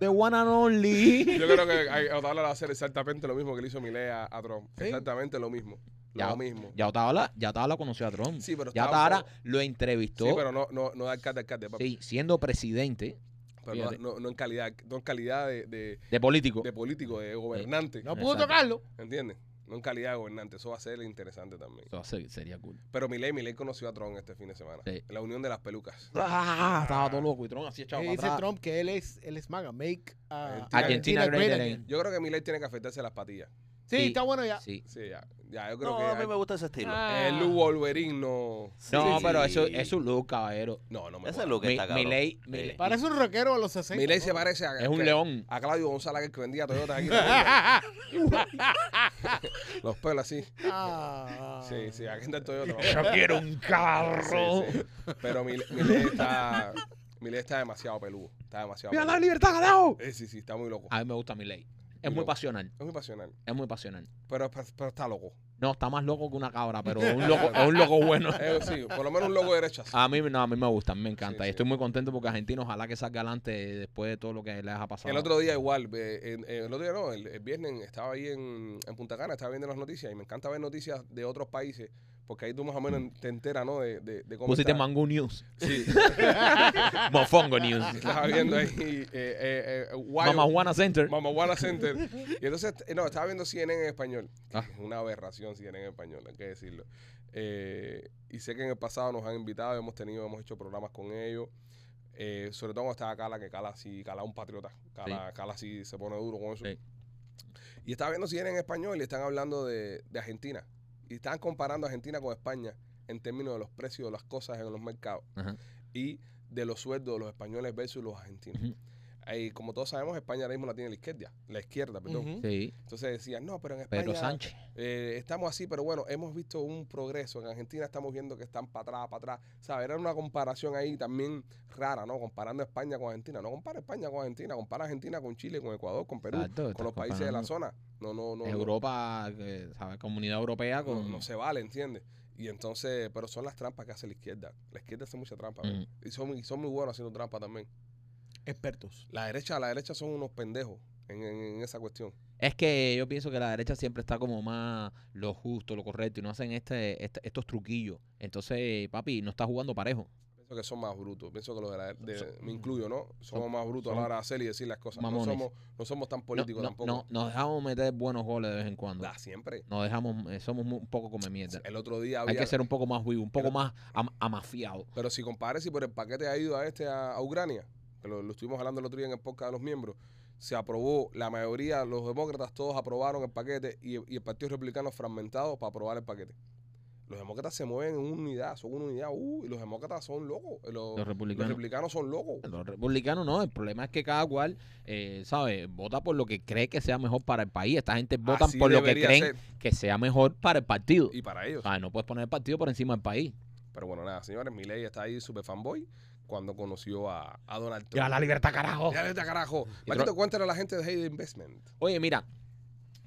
Speaker 2: The one and only.
Speaker 1: Yo creo que hay- Otaola le va a hacer exactamente lo mismo que le hizo Milei a, a Trump.
Speaker 3: Sí.
Speaker 1: Exactamente lo mismo. Lo
Speaker 2: Ya.
Speaker 1: mismo.
Speaker 2: Ya Otaola, ya Otaola conoció a Trump.
Speaker 1: Sí, pero
Speaker 2: ya
Speaker 1: estaba un
Speaker 2: Otaola
Speaker 1: poco-
Speaker 2: lo entrevistó.
Speaker 1: Sí, pero no, no, no de alcalde, alcalde, papi.
Speaker 2: Sí, siendo presidente
Speaker 1: Pero no-
Speaker 2: fíjate.
Speaker 1: no, no en calidad, no en calidad de, de-
Speaker 2: de político.
Speaker 1: de político, de gobernante.
Speaker 3: No pudo
Speaker 2: Exacto.
Speaker 3: tocarlo.
Speaker 1: ¿Entiendes? No en calidad de gobernante. Eso va a ser interesante también.
Speaker 2: Eso se- sería cool.
Speaker 1: Pero Milei, Milei conoció a Trump este fin de semana.
Speaker 2: Sí.
Speaker 1: La unión de las pelucas.
Speaker 2: Ah, estaba todo loco y Trump así echado
Speaker 3: Y
Speaker 2: para
Speaker 3: dice
Speaker 2: atrás.
Speaker 3: Trump que él es, él es MAGA. Make uh,
Speaker 1: Argentina
Speaker 2: Argentina great again.
Speaker 1: Yo creo que Milei tiene que afectarse las patillas.
Speaker 3: Sí,
Speaker 2: Sí.
Speaker 3: está bueno ya.
Speaker 2: Sí.
Speaker 1: Sí, ya. Ya, yo creo
Speaker 4: No,
Speaker 1: que.
Speaker 4: a mí
Speaker 1: hay-
Speaker 4: me gusta ese estilo.
Speaker 3: Ah.
Speaker 1: El Hugo Wolverine no.
Speaker 2: No,
Speaker 4: Sí.
Speaker 2: pero eso es su look, caballero.
Speaker 1: No, no me
Speaker 4: Ese
Speaker 1: gusta.
Speaker 4: es lo que
Speaker 2: Mi-
Speaker 4: está cabrón.
Speaker 2: Milei-
Speaker 4: Sí.
Speaker 2: Milei.
Speaker 3: Parece un rockero a los 60.
Speaker 1: Milei se parece a.
Speaker 2: Es un
Speaker 1: que-
Speaker 2: león.
Speaker 1: A Claudio González, que el que vendía Toyota aquí. en la Florida. Los pelos así.
Speaker 3: Ah.
Speaker 1: Sí, sí, aquí está el Toyota.
Speaker 2: Yo quiero un carro.
Speaker 1: Sí, sí. Pero Mil- Milei está. Milei está demasiado peludo. Está demasiado
Speaker 2: Mira la
Speaker 1: peludo.
Speaker 2: libertad, carajo.
Speaker 1: Eh, sí, sí, está muy loco.
Speaker 2: A mí me gusta Milei. Es
Speaker 1: Muy
Speaker 2: muy
Speaker 1: loco.
Speaker 2: pasional,
Speaker 1: Es muy pasional.
Speaker 2: es muy pasional.
Speaker 1: Pero, pero está loco.
Speaker 2: No, está más loco que una cabra, pero un loco, es un loco bueno.
Speaker 1: Eh, sí, por lo menos un loco de derecha.
Speaker 2: A mí, no, a mí me gusta, a mí me
Speaker 1: Sí,
Speaker 2: encanta. y
Speaker 1: sí.
Speaker 2: estoy muy contento porque Argentina ojalá que salga adelante después de todo lo que les ha pasado.
Speaker 1: El otro día igual, eh, en- en- el otro día no, el, el viernes estaba ahí en, en Punta Cana, estaba viendo las noticias y me encanta ver noticias de otros países porque ahí tú más o menos te enteras, ¿no? De, de, de cómo
Speaker 2: Pusiste
Speaker 1: está.
Speaker 2: Mango News,
Speaker 1: Sí,
Speaker 2: Mofongo News,
Speaker 1: estaba viendo ahí eh, eh, eh, Guayo-
Speaker 2: Mamajuana Center.
Speaker 1: Mamahuana Center. Y entonces, eh, no, estaba viendo CNN en español. que
Speaker 2: Ah.
Speaker 1: es Una aberración CNN en español, hay que decirlo. Eh, y sé que en el pasado nos han invitado, hemos tenido, hemos hecho programas con ellos. Eh, sobre todo cuando estaba Cala, que Cala sí, Cala es un patriota. Cala, Cala sí se pone duro con eso.
Speaker 2: Sí.
Speaker 1: Y estaba viendo CNN en español y están hablando de, de Argentina. Y están comparando Argentina con España en términos de los precios de las cosas en los mercados
Speaker 2: Ajá.
Speaker 1: y de los sueldos de los españoles versus los argentinos.
Speaker 2: Ujú.
Speaker 1: Eh, como todos sabemos, España ahora mismo la tiene la izquierda, la izquierda, perdón.
Speaker 3: Ujú.
Speaker 2: Sí,
Speaker 1: Entonces decían, no, pero en España
Speaker 2: Pedro Sánchez.
Speaker 1: eh, estamos así, pero bueno, hemos visto un progreso. En Argentina estamos viendo que están para atrás, para atrás. ¿Sabes? Era una comparación ahí también rara, ¿no? Comparando España con Argentina. No compara España con Argentina, compara Argentina con Chile, con Ecuador, con Perú,
Speaker 2: Exacto, estás
Speaker 1: con los países de la
Speaker 2: comparando
Speaker 1: zona. No, no, no. no.
Speaker 2: Europa, eh, ¿sabes? Comunidad Europea
Speaker 1: No,
Speaker 2: con...
Speaker 1: no se vale, ¿entiendes? Y entonces, pero son las trampas que hace la izquierda. La izquierda hace mucha trampa.
Speaker 2: Mm.
Speaker 1: ¿ves? Y, son, y son muy buenos haciendo trampa también.
Speaker 3: Expertos.
Speaker 1: La derecha, la derecha son unos pendejos en, en- en esa cuestión.
Speaker 2: Es que yo pienso que la derecha siempre está como más lo justo, lo correcto, y no hacen este, este- estos truquillos. Entonces, papi, no está jugando parejo.
Speaker 1: Pienso que son más brutos. Pienso que los de la de-
Speaker 2: Son-
Speaker 1: me incluyo, ¿no? Somos
Speaker 2: son-
Speaker 1: más brutos a
Speaker 2: son
Speaker 1: la hora de hacer y decir las cosas. No
Speaker 2: mamones.
Speaker 1: somos, no somos tan
Speaker 2: No,
Speaker 1: políticos
Speaker 2: no,
Speaker 1: tampoco.
Speaker 2: no, nos dejamos meter buenos goles de vez en cuando.
Speaker 1: Da, siempre.
Speaker 2: Nos dejamos, eh, somos mu- un poco come mierda.
Speaker 1: El otro día
Speaker 2: Hay
Speaker 1: había.
Speaker 2: que ser un poco más vivo, un poco
Speaker 1: Pero-
Speaker 2: más am- amafiado.
Speaker 1: Pero si compares, si por el paquete ha ido a este a, a Ucrania, que lo, lo estuvimos hablando el otro día en el podcast de los miembros, se aprobó, la mayoría, los demócratas todos aprobaron el paquete y, y el Partido Republicano fragmentado para aprobar el paquete. Los demócratas se mueven en una unidad, son una unidad, uh, y los demócratas son locos. Eh, Los,
Speaker 2: Los republicanos.
Speaker 1: los republicanos son locos.
Speaker 2: Los republicanos no, el problema es que cada cual, eh, ¿sabes? Vota por lo que cree que sea mejor para el país. Esta gente votan
Speaker 1: Así
Speaker 2: por lo que
Speaker 1: debería
Speaker 2: creen
Speaker 1: ser.
Speaker 2: que sea mejor para el partido.
Speaker 1: Y para ellos.
Speaker 2: ¿Sabes? No puedes poner el partido por encima del país.
Speaker 1: Pero bueno, nada, señores, Milei está ahí super fanboy cuando conoció a, a Donald Trump.
Speaker 2: ¡Ya la libertad, carajo!
Speaker 1: Ya le está carajo.
Speaker 2: Y
Speaker 1: Marquito,
Speaker 2: Trump-
Speaker 1: cuéntale a la gente de Hate Investment.
Speaker 2: Oye, mira,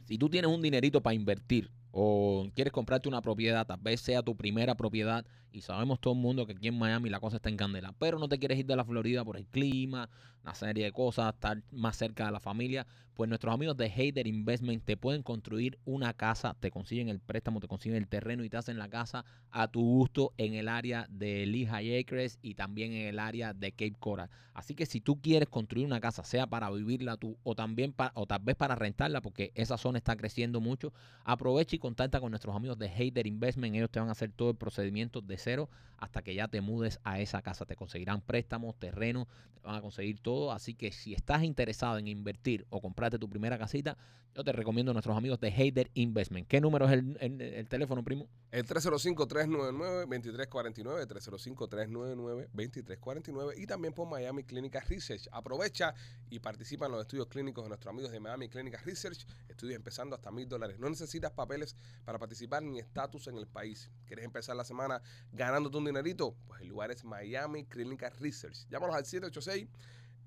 Speaker 2: si tú tienes un dinerito para invertir o quieres comprarte una propiedad, tal vez sea tu primera propiedad, y sabemos todo el mundo que aquí en Miami la cosa está en candela, pero no te quieres ir de la Florida por el clima, una serie de cosas, estar más cerca de la familia, pues nuestros amigos de Hater Investment te pueden construir una casa, te consiguen el préstamo, te consiguen el terreno y te hacen la casa a tu gusto en el área de Lehigh Acres y también en el área de Cape Coral. Así que si tú quieres construir una casa, sea para vivirla tú o también para, o tal vez para rentarla, porque esa zona está creciendo mucho, aprovecha y contacta con nuestros amigos de Hater Investment. Ellos te van a hacer todo el procedimiento de cero hasta que ya te mudes a esa casa. Te conseguirán préstamos, terreno, te van a conseguir todo todo. Así que si estás interesado en invertir o comprarte tu primera casita, yo te recomiendo a nuestros amigos de Hader Investment. ¿Qué número es el, el- el teléfono, primo?
Speaker 1: El 305-399-2349, 305-399-2349 y también por Miami Clinical Research. Aprovecha y participa en los estudios clínicos de nuestros amigos de Miami Clinical Research, estudios empezando hasta mil dólares. No necesitas papeles para participar ni estatus en el país. ¿Quieres empezar la semana ganándote un dinerito? Pues el lugar es Miami Clinical Research. Llámanos al 786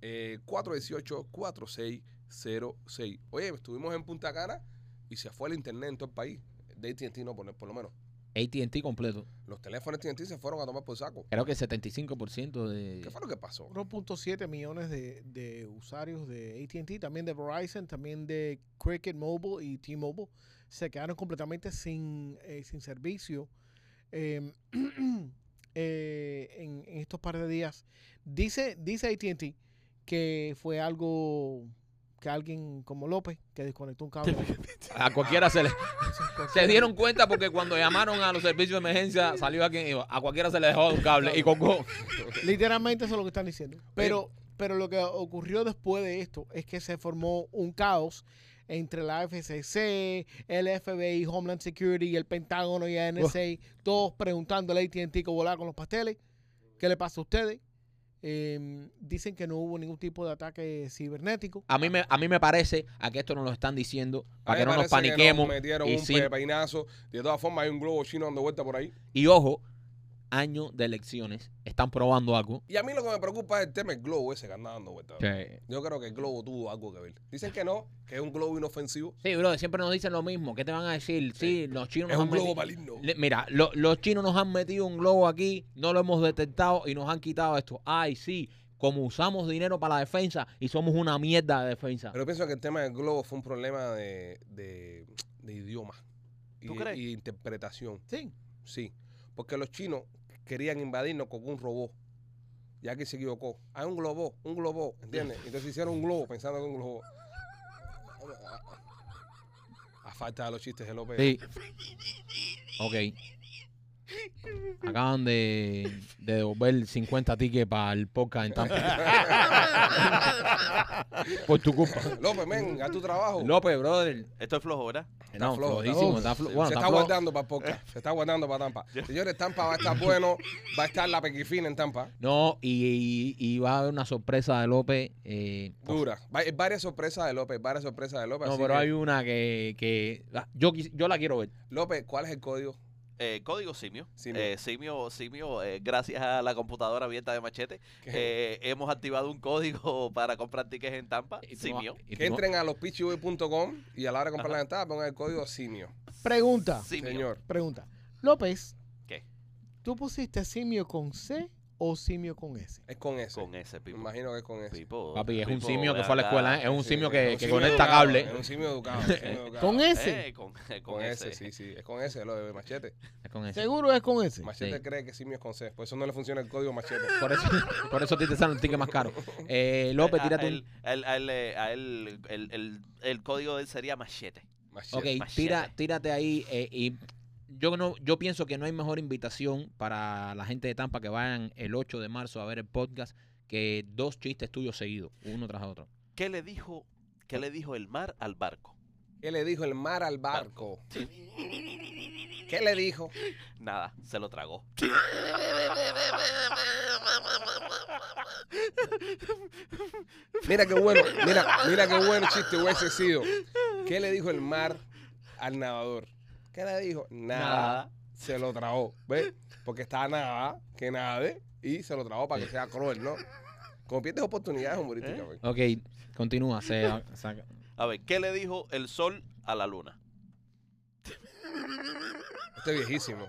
Speaker 1: eh, 418-4606. Oye, estuvimos en Punta Cana y se fue el internet en todo el país. De AT&T no, por, por lo menos.
Speaker 2: ATT completo.
Speaker 1: Los teléfonos TNT se fueron a tomar por saco.
Speaker 2: Creo que 75% de...
Speaker 1: ¿Qué fue lo que pasó?
Speaker 3: 1.7 millones de, de usuarios de ATT, también de Verizon, también de Cricket Mobile y T-Mobile, se quedaron completamente sin, eh, sin servicio eh, eh, en, en estos par de días. Dice, dice ATT que fue algo que alguien como López, que desconectó un cable.
Speaker 2: A cualquiera se le... Se dieron cuenta porque cuando llamaron a los servicios de emergencia salió alguien y dijo, a cualquiera se le dejó un cable y colgó.
Speaker 3: Literalmente eso es lo que están diciendo. Pero, pero lo que ocurrió después de esto es que se formó un caos entre la FCC, el FBI, Homeland Security y el Pentágono y la NSA, todos preguntando al ATT que volaba con los pasteles, ¿qué le pasa a ustedes? Eh, dicen que no hubo ningún tipo de ataque cibernético.
Speaker 2: A mí me, a mí me parece a que esto nos lo están diciendo
Speaker 1: A
Speaker 2: para que
Speaker 1: mí
Speaker 2: no
Speaker 1: me
Speaker 2: nos
Speaker 1: parece que
Speaker 2: paniquemos.
Speaker 1: metieron
Speaker 2: y
Speaker 1: un
Speaker 2: sí.
Speaker 1: pepeinazo. De todas formas, hay un globo chino dando vuelta por ahí.
Speaker 2: Y ojo, año de elecciones, están probando algo.
Speaker 1: Y a mí lo que me preocupa es el tema del globo ese que anda dando vuelta. Yo creo que el globo tuvo algo que ver. Dicen que no, que es un globo inofensivo.
Speaker 2: Sí, bro, siempre nos dicen lo mismo. ¿Qué te van a decir? Sí, los chinos
Speaker 1: Es
Speaker 2: nos
Speaker 1: un
Speaker 2: han
Speaker 1: globo
Speaker 2: metido.
Speaker 1: maligno.
Speaker 2: Le- Mira, lo- los chinos nos han metido un globo aquí, no lo hemos detectado y nos han quitado esto. Ay, sí, como usamos dinero para la defensa y somos una mierda de defensa.
Speaker 1: Pero pienso que el tema del globo fue un problema de, de, de idioma y,
Speaker 4: ¿Tú
Speaker 1: de-
Speaker 4: crees?
Speaker 1: y de interpretación.
Speaker 3: Sí.
Speaker 1: Sí, porque los chinos querían invadirnos con un robot. Y aquí se equivocó. Hay un globo, un globo, ¿entiendes? Entonces hicieron un globo pensando que un globo. A falta de los chistes de López.
Speaker 2: Sí. Ok. Acaban de, de devolver 50 tickets para el podcast en Tampa. Por tu culpa.
Speaker 1: López, ven, a tu trabajo.
Speaker 2: López, brother.
Speaker 4: Esto es flojo, ¿verdad?
Speaker 2: no,
Speaker 1: flojo, está
Speaker 2: flojísimo,
Speaker 1: flojo.
Speaker 2: está flo-
Speaker 1: Se-
Speaker 2: bueno,
Speaker 1: se
Speaker 2: está
Speaker 1: está
Speaker 2: flojo.
Speaker 1: guardando para Poca. Se está guardando para Tampa. Señores, Tampa va a estar bueno. Va a estar la pequifina en Tampa.
Speaker 2: No, y, y- y va a haber una sorpresa de López. eh,
Speaker 1: Dura. Va- varias sorpresas de López, varias sorpresas de López.
Speaker 2: no,
Speaker 1: Pues así
Speaker 2: pero
Speaker 1: que-
Speaker 2: hay una que, que la- yo, quis- yo la quiero ver.
Speaker 1: López, ¿cuál es el código?
Speaker 4: Eh, código simio.
Speaker 1: Simio.
Speaker 4: Eh, simio, simio eh, gracias a la computadora abierta de Machete, eh, hemos activado un código para comprar tickets en Tampa.
Speaker 2: Y tú no-
Speaker 4: Simio.
Speaker 2: y tú
Speaker 1: Que
Speaker 2: no-
Speaker 1: entren a lospitchyboy.com y a la hora de comprar la entrada pongan el código simio.
Speaker 3: Pregunta,
Speaker 4: Simio.
Speaker 1: Señor.
Speaker 3: pregunta. López.
Speaker 4: ¿Qué?
Speaker 3: ¿Tú pusiste simio con C o simio con S?
Speaker 1: Es con eso.
Speaker 4: Con ese
Speaker 1: Me
Speaker 4: Pipo.
Speaker 1: imagino que es con eso.
Speaker 4: Pipo,
Speaker 2: Papi, es un
Speaker 4: Pipo,
Speaker 2: simio que
Speaker 4: ven
Speaker 2: fue a la
Speaker 4: acá.
Speaker 2: escuela, ¿eh? es un
Speaker 1: Sí,
Speaker 2: simio
Speaker 1: sí,
Speaker 2: que,
Speaker 1: es un
Speaker 2: que
Speaker 1: simio
Speaker 2: conecta
Speaker 1: educado,
Speaker 2: cable.
Speaker 1: Es un simio educado. un simio educado.
Speaker 3: ¿Con S?
Speaker 4: Eh, con, eh, con
Speaker 1: Con
Speaker 4: ese.
Speaker 1: ese, sí, sí. Es con ese, lo de machete.
Speaker 2: Es con ese.
Speaker 3: Seguro es con S.
Speaker 1: Machete
Speaker 2: Sí.
Speaker 1: cree que simio es con C. Por eso no le funciona el código machete.
Speaker 2: Por eso, por eso a ti te sale un ticket más caro. Eh, López,
Speaker 4: A-
Speaker 2: tírate
Speaker 4: a
Speaker 2: un,
Speaker 4: él- a él- a él, eh, a él, el, el- el código de él sería machete.
Speaker 1: Machete.
Speaker 2: Ok,
Speaker 4: Machete.
Speaker 2: tira, tírate ahí eh, y yo no, yo pienso que no hay mejor invitación para la gente de Tampa que vayan el 8 de marzo a ver el podcast que dos chistes tuyos seguidos, uno tras otro.
Speaker 4: ¿Qué le dijo, qué le dijo el mar al barco?
Speaker 1: ¿Qué le dijo el mar al barco? ¿Qué le dijo?
Speaker 4: Nada, se lo tragó.
Speaker 1: Mira qué bueno, mira, mira qué buen chiste hubiese sido. ¿Qué le dijo el mar al nadador? ¿Qué le dijo? Nada.
Speaker 4: Nada.
Speaker 1: Se lo tragó, ¿ves? Porque está nada, que nade, y se lo tragó para que sea cruel, ¿no? Como pierdes oportunidades
Speaker 2: ¿Eh?
Speaker 1: humorísticas, ¿ves?
Speaker 2: Ok, continúa. se- saca.
Speaker 4: A ver, ¿qué le dijo el sol a la luna?
Speaker 1: Este es viejísimo.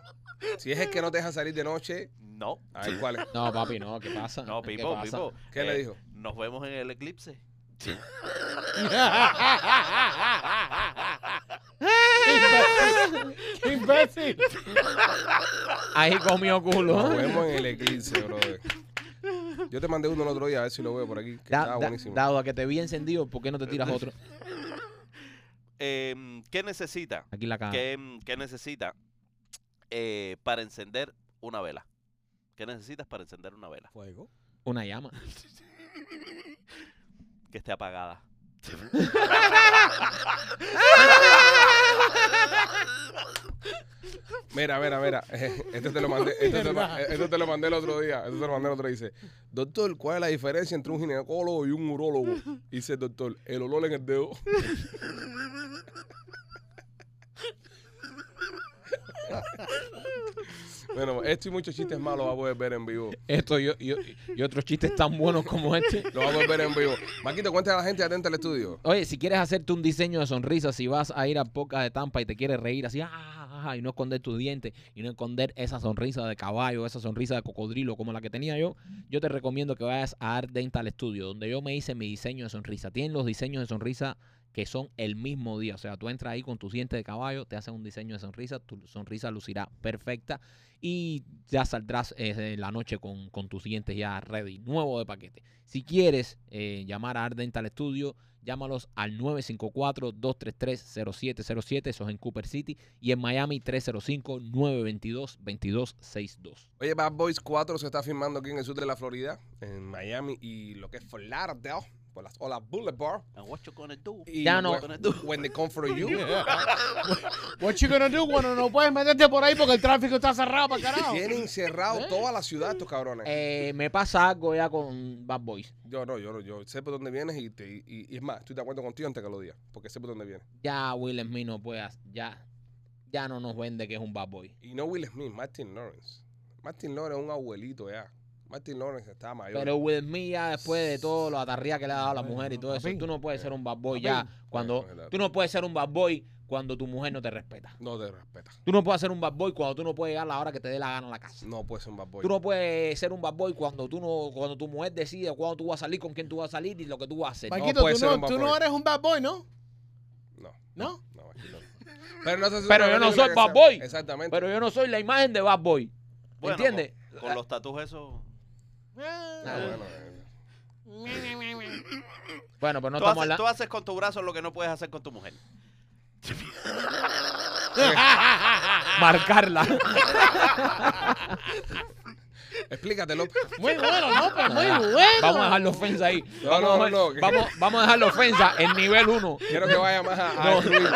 Speaker 1: Si es el que no te deja salir de noche,
Speaker 4: No.
Speaker 1: a ver cuál es.
Speaker 2: No, papi, no, ¿qué pasa?
Speaker 4: No,
Speaker 2: Ah, ¿Qué
Speaker 4: Pipo,
Speaker 2: pasa?
Speaker 4: Pipo.
Speaker 1: ¿Qué le
Speaker 4: eh,
Speaker 1: dijo?
Speaker 4: Nos vemos en el eclipse.
Speaker 3: ¡Qué imbécil!
Speaker 2: Ahí comió
Speaker 1: Nos
Speaker 2: culo.
Speaker 1: vemos en el eclipse, brother. Yo te mandé uno el otro día, a ver si lo veo por aquí. Que
Speaker 2: Da-
Speaker 1: estaba
Speaker 2: da-
Speaker 1: buenísimo.
Speaker 2: dado a que te vi encendido, ¿por qué no te tiras otro?
Speaker 4: Em, ¿Qué necesita?
Speaker 2: Aquí la cara.
Speaker 4: ¿Qué, em, qué necesita eh, para encender una vela? ¿Qué necesitas para encender una vela?
Speaker 1: Fuego.
Speaker 2: Una llama.
Speaker 4: que esté apagada.
Speaker 1: Mira, mira, mira. Esto te lo mandé, esto te lo, esto te lo mandé el otro día. Esto te lo mandé el otro día. Dice, doctor, ¿cuál es la diferencia entre un ginecólogo y un urólogo? Dice el doctor, el olor en el dedo. Bueno, esto y muchos chistes malos va a poder ver en vivo.
Speaker 2: Esto y, y- y otros chistes tan buenos como este.
Speaker 1: Lo vamos a ver en vivo. Maquito, cuéntale a la gente atenta al estudio.
Speaker 2: Oye, si quieres hacerte un diseño de sonrisa, si vas a ir a Poca de Tampa y te quieres reír así, ah, ah, ah, y no esconder tus dientes, y no esconder esa sonrisa de caballo, esa sonrisa de cocodrilo como la que tenía yo, yo te recomiendo que vayas a Art Dental Studio, donde yo me hice mi diseño de sonrisa. Tienen los diseños de sonrisa que son el mismo día. O sea, tú entras ahí con tus dientes de caballo, te hacen un diseño de sonrisa, tu sonrisa lucirá perfecta y ya saldrás eh, de la noche con, con tus dientes ya ready, nuevo de paquete. Si quieres eh, llamar a Art Dental Studio, llámalos al 954-233-0707, eso es en Cooper City, y en Miami 305-922-2262.
Speaker 1: Oye, Bad Boys 4 se está filmando aquí en el sur de la Florida, en Miami y lo que es Fort Lauderdale, por las olas Boulevard.
Speaker 4: And what you gonna do?
Speaker 1: Y
Speaker 2: Ya no.
Speaker 1: When, when they come for you.
Speaker 3: What you gonna do cuando no puedes meterte por ahí porque el tráfico está cerrado para carajo?
Speaker 1: Tienen cerrado toda la ciudad estos cabrones.
Speaker 2: Eh, me pasa algo ya con Bad Boys.
Speaker 1: Yo no, yo no, yo sé por dónde vienes y, te, y, y es más, estoy de acuerdo contigo antes que lo digas, porque sé por dónde vienes.
Speaker 2: Ya Will Smith no puede, hac- ya, ya no nos vende que es un Bad Boy.
Speaker 1: Y no Will Smith, Martin Lawrence. Martin Lawrence es un abuelito ya. Martin Lawrence está mayor.
Speaker 2: Pero Will Smith ya después de todo lo atarría que le ha dado a la mujer y todo eso, tú no puedes ser un Bad Boy ya cuando tú no puedes ser un Bad Boy cuando tu mujer no te respeta.
Speaker 1: no te respeta.
Speaker 2: Tú no puedes ser un Bad Boy cuando tú no puedes llegar a la hora que te dé la gana a la casa.
Speaker 1: No puede ser un bad boy.
Speaker 2: Tú no puedes ser un bad boy cuando tú no, cuando tu mujer decide cuándo tú vas a salir, con quién tú vas a salir y lo que tú vas a hacer.
Speaker 1: Mike-
Speaker 3: Maquito,
Speaker 1: puede
Speaker 3: tú,
Speaker 1: ser
Speaker 3: no,
Speaker 1: un bad
Speaker 3: tú
Speaker 1: boy.
Speaker 3: no eres un bad boy, ¿no?
Speaker 1: No.
Speaker 3: ¿No?
Speaker 1: No, aquí no. Pero, no sé si
Speaker 2: Pero
Speaker 1: una
Speaker 2: yo no
Speaker 1: película
Speaker 2: soy
Speaker 1: que
Speaker 2: bad
Speaker 1: sea-
Speaker 2: boy.
Speaker 1: Exactamente.
Speaker 2: Pero yo no soy la imagen de bad boy.
Speaker 4: Bueno, pues,
Speaker 2: ¿Entiendes?
Speaker 4: Con, con los tatuajes esos.
Speaker 1: Ah,
Speaker 2: Ah.
Speaker 1: bueno, eh,
Speaker 2: Bueno, pero no estamos
Speaker 4: tú, haces, tú
Speaker 2: hablando.
Speaker 4: haces con tu brazo lo que no puedes hacer con tu mujer. Ah.
Speaker 2: Marcarla.
Speaker 1: Explícatelo.
Speaker 3: Muy bueno, no,
Speaker 4: Pues,
Speaker 3: pero muy bueno.
Speaker 2: Ah. Vamos a dejar la ofensa ahí.
Speaker 1: No,
Speaker 2: vamos,
Speaker 1: no,
Speaker 2: a dejar-
Speaker 1: no, que-
Speaker 2: vamos, vamos a dejar la ofensa en nivel 1.
Speaker 1: Quiero que vaya más a. a
Speaker 2: No,
Speaker 1: destruir.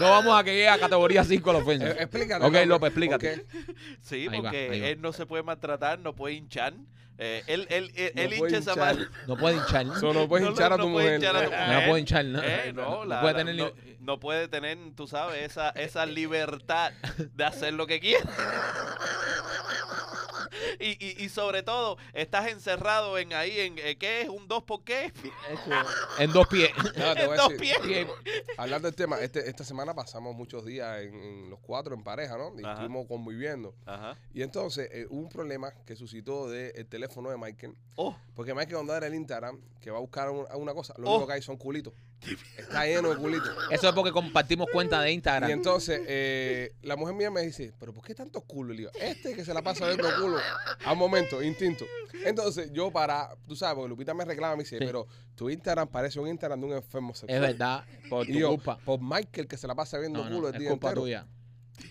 Speaker 2: no vamos a que llegue a categoría 5 la
Speaker 1: Eh,
Speaker 2: ofensa.
Speaker 1: Explícate.
Speaker 2: Ok,
Speaker 1: López,
Speaker 2: López, explícate.
Speaker 1: ¿por qué?
Speaker 4: Sí,
Speaker 2: Ahí va,
Speaker 4: porque
Speaker 2: ahí va.
Speaker 4: él no se puede maltratar, no puede hinchar. Eh, él él, él,
Speaker 1: No
Speaker 4: él
Speaker 1: puede
Speaker 4: hincha esa
Speaker 1: hinchar.
Speaker 4: mano.
Speaker 2: No puede hinchar. No
Speaker 1: Solo no puedes
Speaker 4: No, no,
Speaker 1: hinchar a
Speaker 4: no
Speaker 1: tu
Speaker 4: puedes
Speaker 1: mujer.
Speaker 4: hinchar a tu mujer.
Speaker 2: la puede hinchar. No,
Speaker 4: Eh, no, la-
Speaker 2: puede
Speaker 4: la-
Speaker 2: tener ni-
Speaker 4: no- no puede tener, tú sabes, esa, esa libertad de hacer lo que quiera. Y, y, y sobre todo, estás encerrado en ahí, en eh, ¿qué es? ¿Un dos por qué?
Speaker 2: en dos pies.
Speaker 1: No, te
Speaker 4: En
Speaker 1: voy a
Speaker 4: dos
Speaker 1: decir.
Speaker 4: pies.
Speaker 1: Hablando del tema, este, esta semana pasamos muchos días en, en los cuatro en pareja, ¿no? Y
Speaker 4: Ajá.
Speaker 1: estuvimos conviviendo.
Speaker 4: Ajá.
Speaker 1: Y entonces eh, hubo un problema que suscitó del teléfono de Michael.
Speaker 4: Oh,
Speaker 1: Porque Michael cuando abre el Instagram, que va a buscar un- una cosa, lo
Speaker 4: Oh.
Speaker 1: único que hay son culitos. Está lleno de culitos.
Speaker 2: Eso es porque compartimos cuenta de
Speaker 1: Y
Speaker 2: Instagram.
Speaker 1: entonces, eh, la mujer mía me dice, pero ¿por qué tantos culos? Y le digo, este que se la pasa viendo culo. A un momento, instinto. Entonces, yo para, tú sabes, porque Lupita me reclama, me dice,
Speaker 2: Sí.
Speaker 1: pero tu Instagram parece un Instagram de un enfermo sexual.
Speaker 2: Es verdad, por
Speaker 1: Y
Speaker 2: tu
Speaker 1: yo,
Speaker 2: culpa.
Speaker 1: por Michael que se la pasa viendo
Speaker 2: No, no,
Speaker 1: culo el
Speaker 2: es
Speaker 1: día
Speaker 2: culpa
Speaker 1: entero.
Speaker 2: tuya.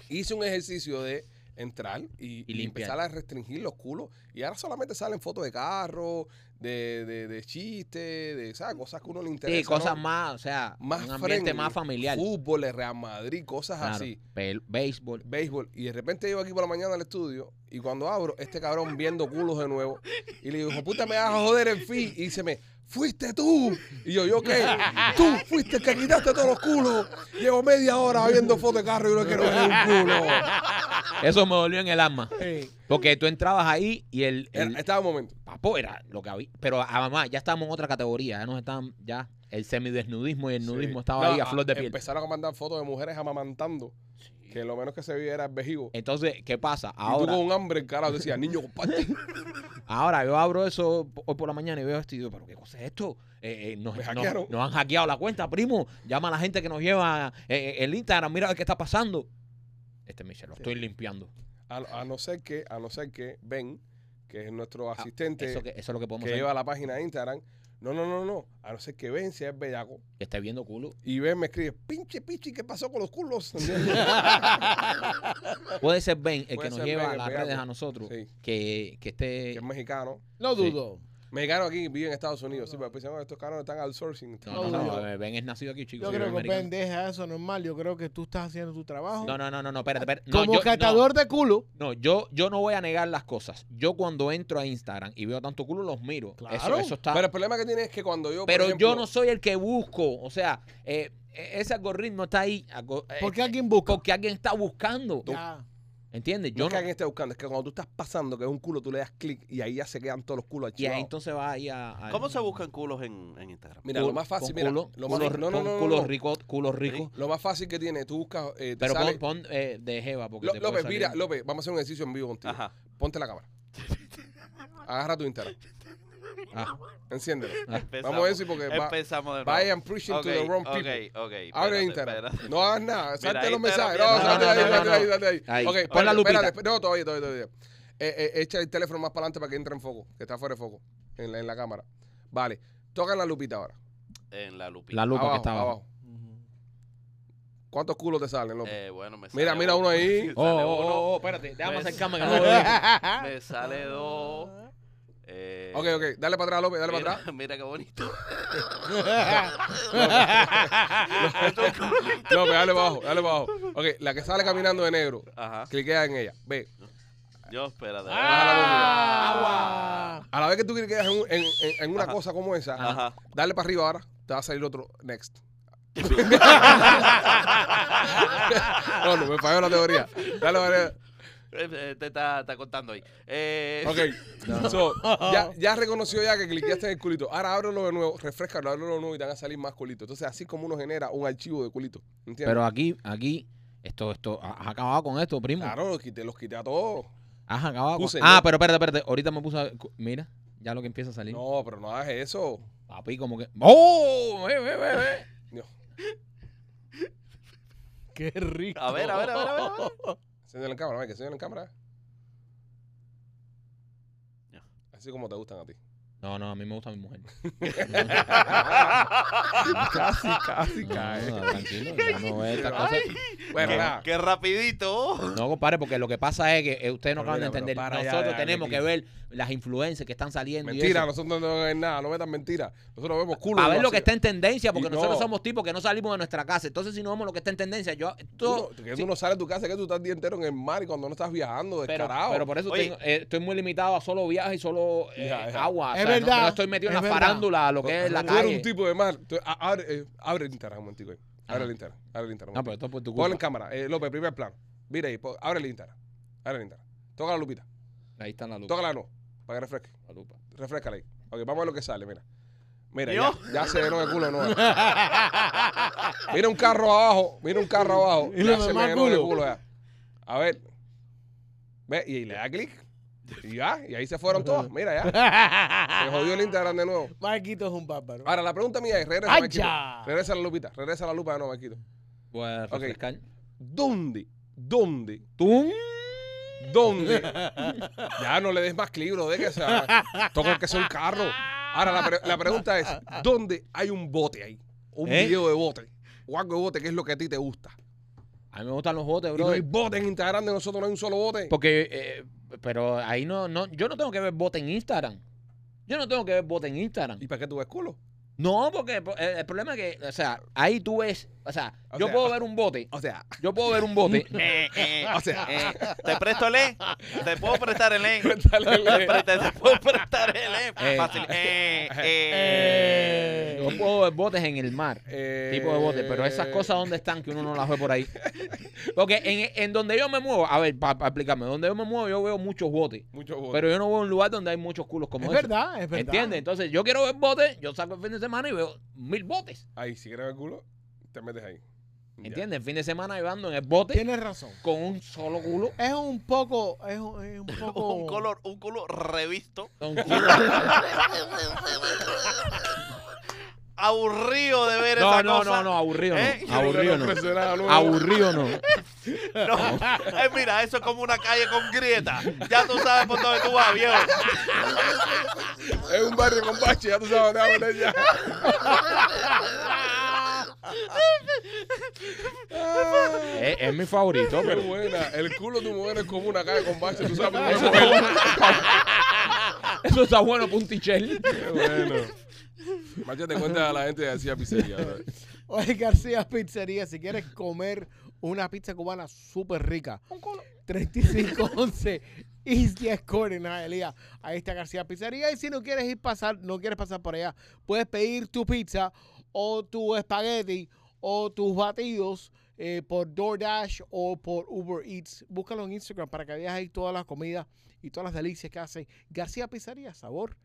Speaker 1: Hice un ejercicio de entrar y,
Speaker 2: Y
Speaker 1: y
Speaker 2: limpiar.
Speaker 1: empezar a restringir los culos. Y ahora solamente salen fotos de carro, de, de, de chistes, de ¿sabes? cosas que a uno le interesa.
Speaker 2: Sí, cosas
Speaker 1: ¿no?
Speaker 2: más, o sea,
Speaker 1: Más
Speaker 2: un ambiente
Speaker 1: friendly,
Speaker 2: más familiar.
Speaker 1: Fútbol, el Real Madrid, cosas
Speaker 2: Claro,
Speaker 1: así.
Speaker 2: pel- béisbol.
Speaker 1: Béisbol. Y de repente llego aquí por la mañana al estudio y cuando abro, este cabrón viendo culos de nuevo. Y le digo, "Hijo puta, me vas a joder el fin. Y dice, me, fuiste tú. Y yo, ¿yo qué? Tú fuiste el que quitaste todos los culos. Llevo media hora viendo fotos de carro y no quiero ver un culo. Ah.
Speaker 2: Eso me dolió en el alma.
Speaker 3: Sí.
Speaker 2: Porque tú entrabas ahí y el, el
Speaker 1: Era- Er, eh, Estaba un momento.
Speaker 2: papo era lo que había. Pero además, ya estábamos en otra categoría. Ya nos estaban, ya el semidesnudismo y el nudismo
Speaker 1: Sí.
Speaker 2: estaba
Speaker 1: No, ah,
Speaker 2: ahí a flor de piel.
Speaker 1: Empezaron a mandar fotos de mujeres amamantando. Que lo menos que se veía era el vejigo.
Speaker 2: Entonces, ¿qué pasa?
Speaker 1: y tú
Speaker 2: Ahora,
Speaker 1: con un hambre, el carajo, decía, niño, comparte.
Speaker 2: ahora yo abro eso po- hoy por la mañana y veo esto y digo, pero ¿qué cosa es esto? Eh, eh, nos,
Speaker 1: Me
Speaker 2: nos-
Speaker 1: hackearon.
Speaker 2: nos han hackeado la cuenta, primo. Llama a la gente que nos lleva eh, eh, el Instagram, mira a ver qué está pasando. Este me dice, lo estoy limpiando.
Speaker 1: A, a no ser que, a no ser que Ben, que es nuestro
Speaker 2: Ah,
Speaker 1: asistente
Speaker 2: Eso, que- eso es lo que podemos
Speaker 1: que
Speaker 2: hacer.
Speaker 1: lleva la página de Instagram. No, no, no, no. A no ser que Ben sea el bellaco.
Speaker 2: Que esté viendo culo.
Speaker 1: Y Ben me escribe, pinche pichi, ¿qué pasó con los culos?
Speaker 2: Puede ser Ben el
Speaker 1: Puede
Speaker 2: que nos
Speaker 1: ser
Speaker 2: lleva
Speaker 1: Ben,
Speaker 2: a
Speaker 1: el
Speaker 2: las
Speaker 1: bellaco.
Speaker 2: redes a nosotros.
Speaker 1: Sí.
Speaker 2: Que, que esté.
Speaker 1: que es mexicano.
Speaker 3: No
Speaker 2: Sí.
Speaker 3: dudo.
Speaker 1: Mexicanos aquí viven en Estados Unidos. Sí, pero pues, estos caros están outsourcing.
Speaker 2: No, no, no,
Speaker 3: No,
Speaker 2: no, Ben es nacido aquí, chico.
Speaker 3: Yo
Speaker 2: soy
Speaker 3: creo que
Speaker 2: americano.
Speaker 3: Ben deja eso normal. Yo creo que tú estás haciendo tu trabajo.
Speaker 2: No, no, no, no, no, espérate, espérate. No,
Speaker 3: Ah, Como
Speaker 2: yo- no.
Speaker 3: catador de culo.
Speaker 2: No, yo, yo no voy a negar las cosas. Yo cuando entro a Instagram y veo tanto culo, los miro.
Speaker 3: Claro.
Speaker 2: Eso, eso
Speaker 1: Pero
Speaker 2: está. Pero,
Speaker 1: el problema que tiene es que cuando yo. por
Speaker 2: yo
Speaker 1: ejemplo,
Speaker 2: no soy el que busco. O sea, eh, e- ese algoritmo está ahí. algo- eh,
Speaker 3: ¿Por qué alguien busca?
Speaker 2: Porque alguien está buscando.
Speaker 3: Ya. Ah,
Speaker 2: ¿Entiendes?
Speaker 1: No
Speaker 2: Yo
Speaker 1: es que
Speaker 2: no.
Speaker 1: alguien esté buscando, es que cuando tú estás pasando, que es un culo, tú le das clic y ahí ya se quedan todos los culos
Speaker 2: Y ahí
Speaker 1: archivados.
Speaker 2: entonces va ahí a. a-
Speaker 4: ¿Cómo se buscan culos en, en Instagram?
Speaker 1: Mira, lo más fácil,
Speaker 2: con
Speaker 1: mira.
Speaker 2: culo-
Speaker 1: lo más,
Speaker 2: culo-
Speaker 1: no, no,
Speaker 2: con
Speaker 1: no, no,
Speaker 2: culo
Speaker 1: no.
Speaker 2: rico, culo rico.
Speaker 1: Lo más fácil que tiene, tú buscas. eh, te
Speaker 2: Pero
Speaker 1: sale-
Speaker 2: pon, pon, eh, de Jeva. Porque
Speaker 1: Lo-
Speaker 2: te puede
Speaker 1: López,
Speaker 2: salir.
Speaker 1: mira, López, vamos a hacer un ejercicio en vivo contigo.
Speaker 4: Ajá.
Speaker 1: Ponte la cámara. Agarra tu Instagram.
Speaker 2: Ah,
Speaker 1: Enciéndelo.
Speaker 4: Empezamos.
Speaker 1: Vamos a decir porque va-
Speaker 4: Empezamos de nuevo.
Speaker 1: Vaya and preaching
Speaker 4: Ok,
Speaker 1: to the wrong
Speaker 4: ok,
Speaker 1: people.
Speaker 4: ok,
Speaker 1: Abre
Speaker 4: espérate,
Speaker 1: Instagram.
Speaker 4: espérate.
Speaker 1: No hagas nada. Salte
Speaker 4: ahí
Speaker 1: los
Speaker 4: está
Speaker 1: mensajes.
Speaker 4: la
Speaker 1: No,
Speaker 4: mierda.
Speaker 1: salte
Speaker 2: No,
Speaker 1: ahí,
Speaker 2: no, no,
Speaker 1: salte
Speaker 2: no,
Speaker 1: ahí,
Speaker 2: no.
Speaker 1: salte ahí.
Speaker 2: Ahí.
Speaker 1: Ok,
Speaker 2: Pon
Speaker 1: espérate,
Speaker 2: la lupita.
Speaker 1: espérate. No, todavía, todavía, todavía. Eh, eh, echa el teléfono más para adelante para que entre en foco, que está fuera de foco, en la, en la cámara. Vale, toca la lupita ahora.
Speaker 4: En la lupita.
Speaker 2: la lupa
Speaker 1: abajo,
Speaker 2: que está abajo.
Speaker 1: abajo. ¿Cuántos culos te salen, López?
Speaker 4: Eh, bueno, me
Speaker 1: Mira,
Speaker 4: sale
Speaker 1: mira uno ahí.
Speaker 4: me
Speaker 2: Oh,
Speaker 4: sale
Speaker 2: oh,
Speaker 4: uno,
Speaker 2: oh, oh, espérate. Déjame
Speaker 4: Ves.
Speaker 2: acercarme que no lo veo.
Speaker 4: Me sale dos. eh,
Speaker 1: ok, ok, dale para atrás, López, dale para
Speaker 4: mira,
Speaker 1: atrás.
Speaker 4: Mira qué bonito.
Speaker 1: López, dale para abajo, dale para abajo. Ok, la que sale caminando de negro,
Speaker 4: Ajá.
Speaker 1: cliquea en ella. Ve,
Speaker 4: Yo, espérate.
Speaker 3: Ah.
Speaker 1: a la vez que tú cliqueas en, un- en- en- en una
Speaker 4: Ajá.
Speaker 1: cosa como esa,
Speaker 4: Ajá.
Speaker 1: dale para arriba ahora, te va a salir otro next. no, no, me falló la teoría. Dale para arriba.
Speaker 4: Eh, eh, Te está, está contando ahí. Eh,
Speaker 1: Ok, so, ya, ya reconoció ya que cliqueaste en el culito. Ahora ábrelo de nuevo, refrescalo, ábrelo de nuevo y te van a salir más culitos. Entonces, así como uno genera un archivo de culito. ¿Entiendes?
Speaker 2: Pero aquí, aquí, esto, esto, has acabado con esto, primo.
Speaker 1: Claro, los quité, los quité a todos.
Speaker 2: Has acabado con-
Speaker 1: Puse,
Speaker 2: Ah,
Speaker 1: ¿no?
Speaker 2: pero espérate, espérate. Ahorita me puse a... cu- Mira, ya lo que empieza a salir.
Speaker 1: No, pero no hagas eso.
Speaker 2: Papi, como que... ¡Oh! Ve, ve, ve, ve.
Speaker 1: Dios.
Speaker 3: Qué rico.
Speaker 4: A ver, a ver, a ver, a ver, a ver.
Speaker 1: Enséñale en cámara, Mike, enséñale en cámara.
Speaker 4: Ya.
Speaker 1: Así como te gustan a ti.
Speaker 2: No, no, a mí me gusta mi mujer.
Speaker 1: casi, casi,
Speaker 2: No, no, tranquilo, ya no ve estas cosas.
Speaker 1: Bueno,
Speaker 4: Qué-
Speaker 1: nada.
Speaker 4: qué rapidito.
Speaker 2: No, compadre, porque lo que pasa es que eh, ustedes no
Speaker 1: Pero
Speaker 2: acaban de
Speaker 1: mira, pero
Speaker 2: entender.
Speaker 1: para ya,
Speaker 2: Nosotros
Speaker 1: ya,
Speaker 2: tenemos
Speaker 1: metí.
Speaker 2: que ver las influencias que están saliendo. y
Speaker 1: Mentira,
Speaker 2: eso.
Speaker 1: nosotros no vemos nada, no metan mentira. Nosotros vemos culo.
Speaker 2: Para ver
Speaker 1: no
Speaker 2: lo que
Speaker 1: así.
Speaker 2: está en tendencia, porque
Speaker 1: Y no.
Speaker 2: nosotros somos tipos que no salimos de nuestra casa. Entonces, si no vemos lo que está en tendencia, yo.
Speaker 1: Tú
Speaker 2: todo-
Speaker 1: no- que tú no sales de tu casa, que tú estás el día entero en el mar y cuando no estás viajando,
Speaker 2: pero,
Speaker 1: descarado.
Speaker 2: pero por eso
Speaker 4: Oye.
Speaker 2: tengo- eh, estoy muy limitado a solo viaje y solo eh,
Speaker 1: Ya, ya.
Speaker 2: agua. O
Speaker 3: Es
Speaker 2: sea, no-
Speaker 3: verdad,
Speaker 2: No, estoy metido en
Speaker 3: es
Speaker 2: la
Speaker 3: verdad.
Speaker 2: farándula, a lo que es la
Speaker 1: tú eres
Speaker 2: calle.
Speaker 1: un tipo de mar. Tú- a- abre, eh, abre el Instagram un momentico ahí. Abre
Speaker 2: Ajá.
Speaker 1: el Instagram. Abre el Instagram. un
Speaker 2: No, pero
Speaker 1: momentico.
Speaker 2: esto es por tu
Speaker 1: Ponlo en
Speaker 2: culpa.
Speaker 1: cámara. Eh, López, primer plano. Mira ahí, po- abre el Instagram. Abre el Instagram. Toca la lupita.
Speaker 2: Ahí está la lupa.
Speaker 1: Tócala no, para que refresque.
Speaker 2: la lupa.
Speaker 1: Refrescala ahí. Ok, vamos a ver lo que sale, mira. Mira, ya,
Speaker 4: ¿Yo?
Speaker 1: ya se llenó de culo de nuevo. mira un carro abajo, mira un carro abajo. ya
Speaker 3: Y lo
Speaker 1: se me
Speaker 3: demás
Speaker 1: llenó de
Speaker 3: culo.
Speaker 1: culo ya. A ver. Ve, y le da clic. Y ya, y ahí se fueron todos. Mira ya. Se jodió el Instagram de nuevo.
Speaker 3: Marquito es un bárbaro.
Speaker 1: Ahora la pregunta mía es, regresa,
Speaker 3: ¡Ay,
Speaker 1: Marquito.
Speaker 3: ya!
Speaker 1: Regresa la lupita, regresa la lupa de nuevo, Marquito.
Speaker 2: Voy a
Speaker 1: Ok.
Speaker 2: refrescar.
Speaker 1: ¿Dónde? ¿Dónde?
Speaker 2: ¡Tum!
Speaker 1: ¿Dónde? Ya no le des más clic, bro, de que sea. Toco que sea un carro. Ahora la, pre- la pregunta es: ¿dónde hay un bote ahí? Un
Speaker 2: ¿Eh?
Speaker 1: video de bote. O algo de bote, que es lo que a ti te gusta.
Speaker 2: A mí me gustan los botes,
Speaker 1: Y
Speaker 2: bro.
Speaker 1: no hay bote en Instagram de nosotros, no hay un solo bote.
Speaker 2: Porque, eh, pero ahí no, no, yo no tengo que ver bote en Instagram. Yo no tengo que ver bote en Instagram.
Speaker 1: ¿Y para qué tú ves culo?
Speaker 2: No, porque po- el, el problema es que, o sea, ahí tú ves, o sea,
Speaker 1: O
Speaker 2: yo
Speaker 1: sea-
Speaker 2: puedo ver un bote,
Speaker 1: O sea,
Speaker 2: yo puedo ver un bote.
Speaker 4: Eh, eh,
Speaker 1: o sea.
Speaker 4: eh, te presto el E. Te puedo prestar el E.
Speaker 1: dale,
Speaker 4: Te,
Speaker 1: dale.
Speaker 4: pre- te puedo prestar el E.
Speaker 2: Eh.
Speaker 4: Fácil. Eh, eh.
Speaker 2: yo puedo ver botes en el mar,
Speaker 1: Eh,
Speaker 2: tipo de bote, pero esas cosas dónde están que uno no las ve por ahí. Porque en, en donde yo me muevo, a ver, para explicarme, donde yo me muevo yo veo muchos botes,
Speaker 1: Mucho bote.
Speaker 2: pero yo no veo un lugar donde hay muchos culos como
Speaker 3: Es
Speaker 2: ese.
Speaker 3: verdad, es verdad.
Speaker 2: ¿Entiendes? Entonces yo quiero ver botes, yo saco el fin de semana y veo mil botes.
Speaker 1: ahí, si quieres ver culo, te metes ahí. Ya.
Speaker 2: ¿Entiendes? El fin de semana llevando en el bote
Speaker 3: Tienes razón.
Speaker 2: con un solo culo.
Speaker 3: Es un poco, es un, es un poco.
Speaker 4: Un color, un culo revisto.
Speaker 2: Con un culo.
Speaker 4: Aburrido de ver
Speaker 2: No,
Speaker 4: esa
Speaker 2: no,
Speaker 4: cosa.
Speaker 2: no, no, aburrido
Speaker 4: ¿Eh?
Speaker 2: no. Aburrido
Speaker 1: No
Speaker 2: no.
Speaker 1: ofrece nada nuevo.
Speaker 2: Aburrido no.
Speaker 4: No. Eh, mira, eso es como una calle con grietas. Ya tú sabes por dónde tú vas, viejo.
Speaker 1: Es un barrio con bache, ya tú sabes, te vas a meter ya.
Speaker 2: Es, es mi favorito,
Speaker 1: Qué
Speaker 2: pero.
Speaker 1: buena. El culo de tu mujer es como una calle con bache. Tú sabes cómo es.
Speaker 2: Eso está bueno para un tichel.
Speaker 1: Qué bueno. Machete, cuenta a la gente de García Pizzería. bro.
Speaker 3: Oye, García Pizzería, si quieres comer una pizza cubana súper rica, 3511 East 10 Corner, Hialeah. Ahí está García Pizzería. Y si no quieres ir pasar, no quieres pasar por allá, puedes pedir tu pizza o tu espagueti o tus batidos eh, por DoorDash o por Uber Eats. Búscalo en Instagram para que veas ahí todas las comidas y todas las delicias que hace García Pizzería, sabor.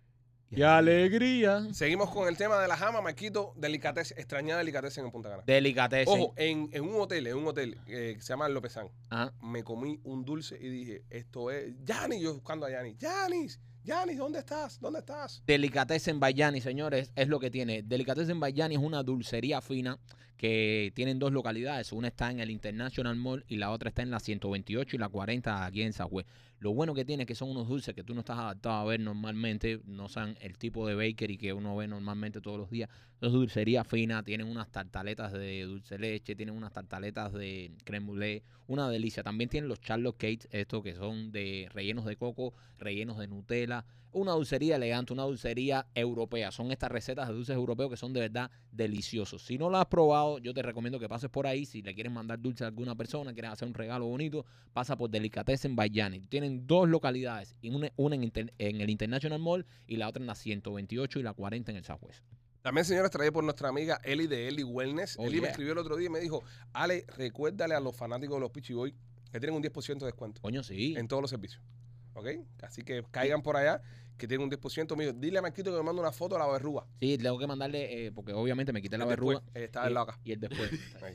Speaker 2: Y alegría.
Speaker 1: Seguimos con el tema de la jama, Marquito. Delicatez, extrañada delicatez en Punta Cana.
Speaker 2: Delicatez.
Speaker 1: Ojo, en, en un hotel, en un hotel eh, que se llama Lópezán,
Speaker 2: Ajá.
Speaker 1: me comí un dulce y dije, esto es. Yanis, yo buscando a Yanis. Yanis, Yanis, ¿dónde estás? ¿Dónde estás?
Speaker 2: Delicatez en Bayani, señores, es lo que tiene. Delicatez en Bayani es una dulcería fina que tienen dos localidades. Una está en el International Mall y la otra está en la 128 y la 40 aquí en Sahue. Lo bueno que tiene es que son unos dulces que tú no estás adaptado a ver normalmente. No son el tipo de bakery que uno ve normalmente todos los días. Es dulcería fina, tienen unas tartaletas de dulce leche, tienen unas tartaletas de creme brulee, una delicia. También tienen los charlotte cakes, estos que son de rellenos de coco, rellenos de Nutella, una dulcería elegante, una dulcería europea. Son estas recetas de dulces europeos que son de verdad deliciosos. Si no las has probado, yo te recomiendo que pases por ahí. Si le quieres mandar dulce a alguna persona, quieres hacer un regalo bonito, pasa por Delicatessen Bayani. Tienen dos localidades, y una, una en, Inter- en el International Mall y la otra en la 128 y la 40 en el Southwest.
Speaker 1: También, señores, traído por nuestra amiga Eli de Eli Wellness.
Speaker 2: Oh,
Speaker 1: Eli me
Speaker 2: yeah.
Speaker 1: escribió el otro día y me dijo, Ale, recuérdale a los fanáticos de los Pichi Boy que tienen un 10% de descuento
Speaker 2: Coño, sí.
Speaker 1: en todos los servicios. ¿Ok? Así que caigan por allá que tienen un 10%. Mío, dile a Marquito que me manda una foto de la verruga.
Speaker 2: Sí, tengo que mandarle, eh, porque obviamente me quité la
Speaker 1: El después,
Speaker 2: verruga.
Speaker 1: eh, Está del lado acá.
Speaker 2: Y, y el después.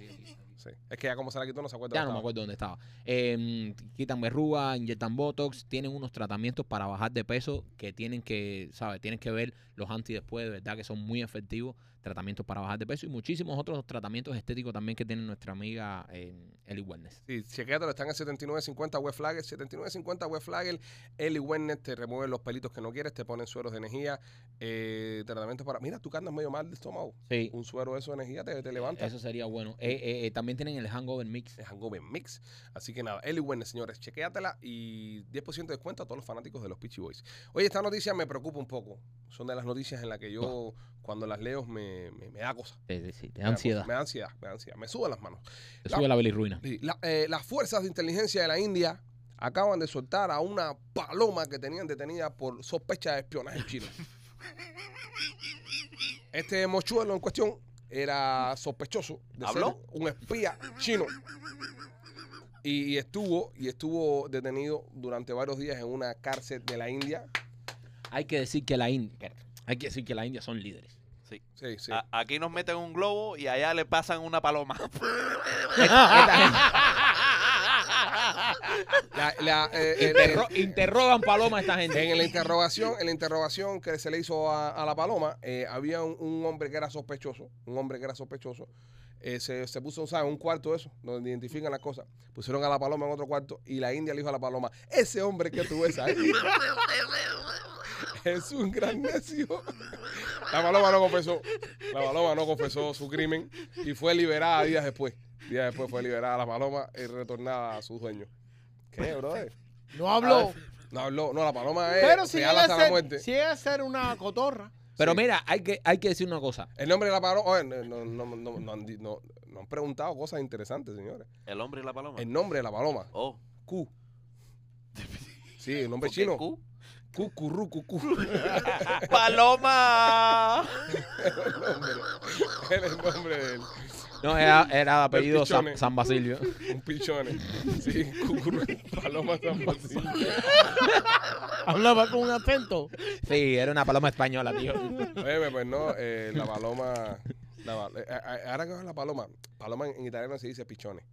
Speaker 1: Sí. Es que ya como se la quitó no se acuerda.
Speaker 2: Ya
Speaker 1: dónde
Speaker 2: no me
Speaker 1: estaba.
Speaker 2: acuerdo dónde estaba. Eh, quitan verruga, inyectan Botox, tienen unos tratamientos para bajar de peso que tienen que, ¿sabes? Tienen que ver los anti después, de verdad que son muy efectivos, tratamientos para bajar de peso y muchísimos otros tratamientos estéticos también que tiene nuestra amiga eh, Ellie Wellness.
Speaker 1: Sí, chequéatelo, están en 7950 West Flagel, 7950 West Flagel, Eli Wellness te remueve los pelitos que no quieres, te ponen sueros de energía, eh, tratamientos para... Mira, tú que andas medio mal de estómago.
Speaker 2: Sí,
Speaker 1: Un suero de eso de energía te, te levanta.
Speaker 2: eso sería bueno. Eh, eh, eh, también tienen el hangover mix.
Speaker 1: Es Hangover Mix. Así que nada, Eli Wellness, señores, chequéatela y 10% de descuento a todos los fanáticos de los Peachy Boys. Oye, esta noticia me preocupa un poco. Son de las noticias en las que yo, cuando las leo, me, me, me da cosa.
Speaker 2: Sí, sí, sí, te
Speaker 1: Me
Speaker 2: da
Speaker 1: da
Speaker 2: ansiedad.
Speaker 1: cosa, Me da ansiedad, me da ansiedad. Me sudan las manos.
Speaker 2: Te
Speaker 1: la-
Speaker 2: sube la bilirruina.
Speaker 1: Sí, la- eh, las fuerzas de inteligencia de la India acaban de soltar a una paloma que tenían detenida por sospecha de espionaje chino. Este mochuelo en cuestión era sospechoso de
Speaker 4: ¿Habló?
Speaker 1: ser un espía chino. Y estuvo, y estuvo detenido durante varios días en una cárcel de la India.
Speaker 2: Hay que decir que la India, hay que decir que la India son líderes.
Speaker 4: Sí.
Speaker 1: Sí, sí.
Speaker 4: A- aquí nos meten un globo y allá le pasan una paloma.
Speaker 1: La- la, eh, eh, eh,
Speaker 2: Ro- Interrogan paloma a esta gente.
Speaker 1: En la interrogación, en la interrogación que se le hizo a, a la paloma, eh, había un, un hombre que era sospechoso, un hombre que era sospechoso. eh, se, se puso, ¿sabes? Un cuarto de eso, donde identifican las cosas. Pusieron a la paloma en otro cuarto y la India le dijo a la paloma, ese hombre que tú ves ahí es un gran necio. La paloma no confesó, la paloma no confesó su crimen y fue liberada días después. Días después fue liberada la paloma y retornada a su dueño. ¿Qué, brother?
Speaker 3: No
Speaker 1: Ah,
Speaker 3: habló.
Speaker 1: No habló, no, la paloma es
Speaker 3: Pero si
Speaker 1: real
Speaker 3: llega,
Speaker 1: hasta eh, la
Speaker 3: a ser,
Speaker 1: muerte.
Speaker 3: si llega a ser una cotorra,
Speaker 2: Pero
Speaker 1: Sí.
Speaker 2: mira, hay que, hay que decir una cosa.
Speaker 1: El nombre de la paloma. oye, no, no, no, no, no han, di- no- no han preguntado cosas interesantes, señores.
Speaker 4: El hombre y la paloma.
Speaker 1: El nombre de la paloma.
Speaker 4: Oh.
Speaker 1: Ah. Q. Sí, el nombre
Speaker 4: ¿por qué
Speaker 1: chino. Q,
Speaker 4: Q?
Speaker 1: curru, cu, cu.
Speaker 4: ¡Paloma!
Speaker 1: El nombre. Era el nombre de él.
Speaker 2: No, era, era de apellido Sa-
Speaker 1: pichone.
Speaker 2: San Basilio.
Speaker 1: Un pichone. Sí, cucurru. Paloma San Basilio.
Speaker 3: hablaba con un acento.
Speaker 2: Sí, era una paloma española, tío.
Speaker 1: Oye, pues no, eh, la paloma. la pa- eh, a- a- ahora que vas a la paloma, paloma en, en italiano se dice pichone.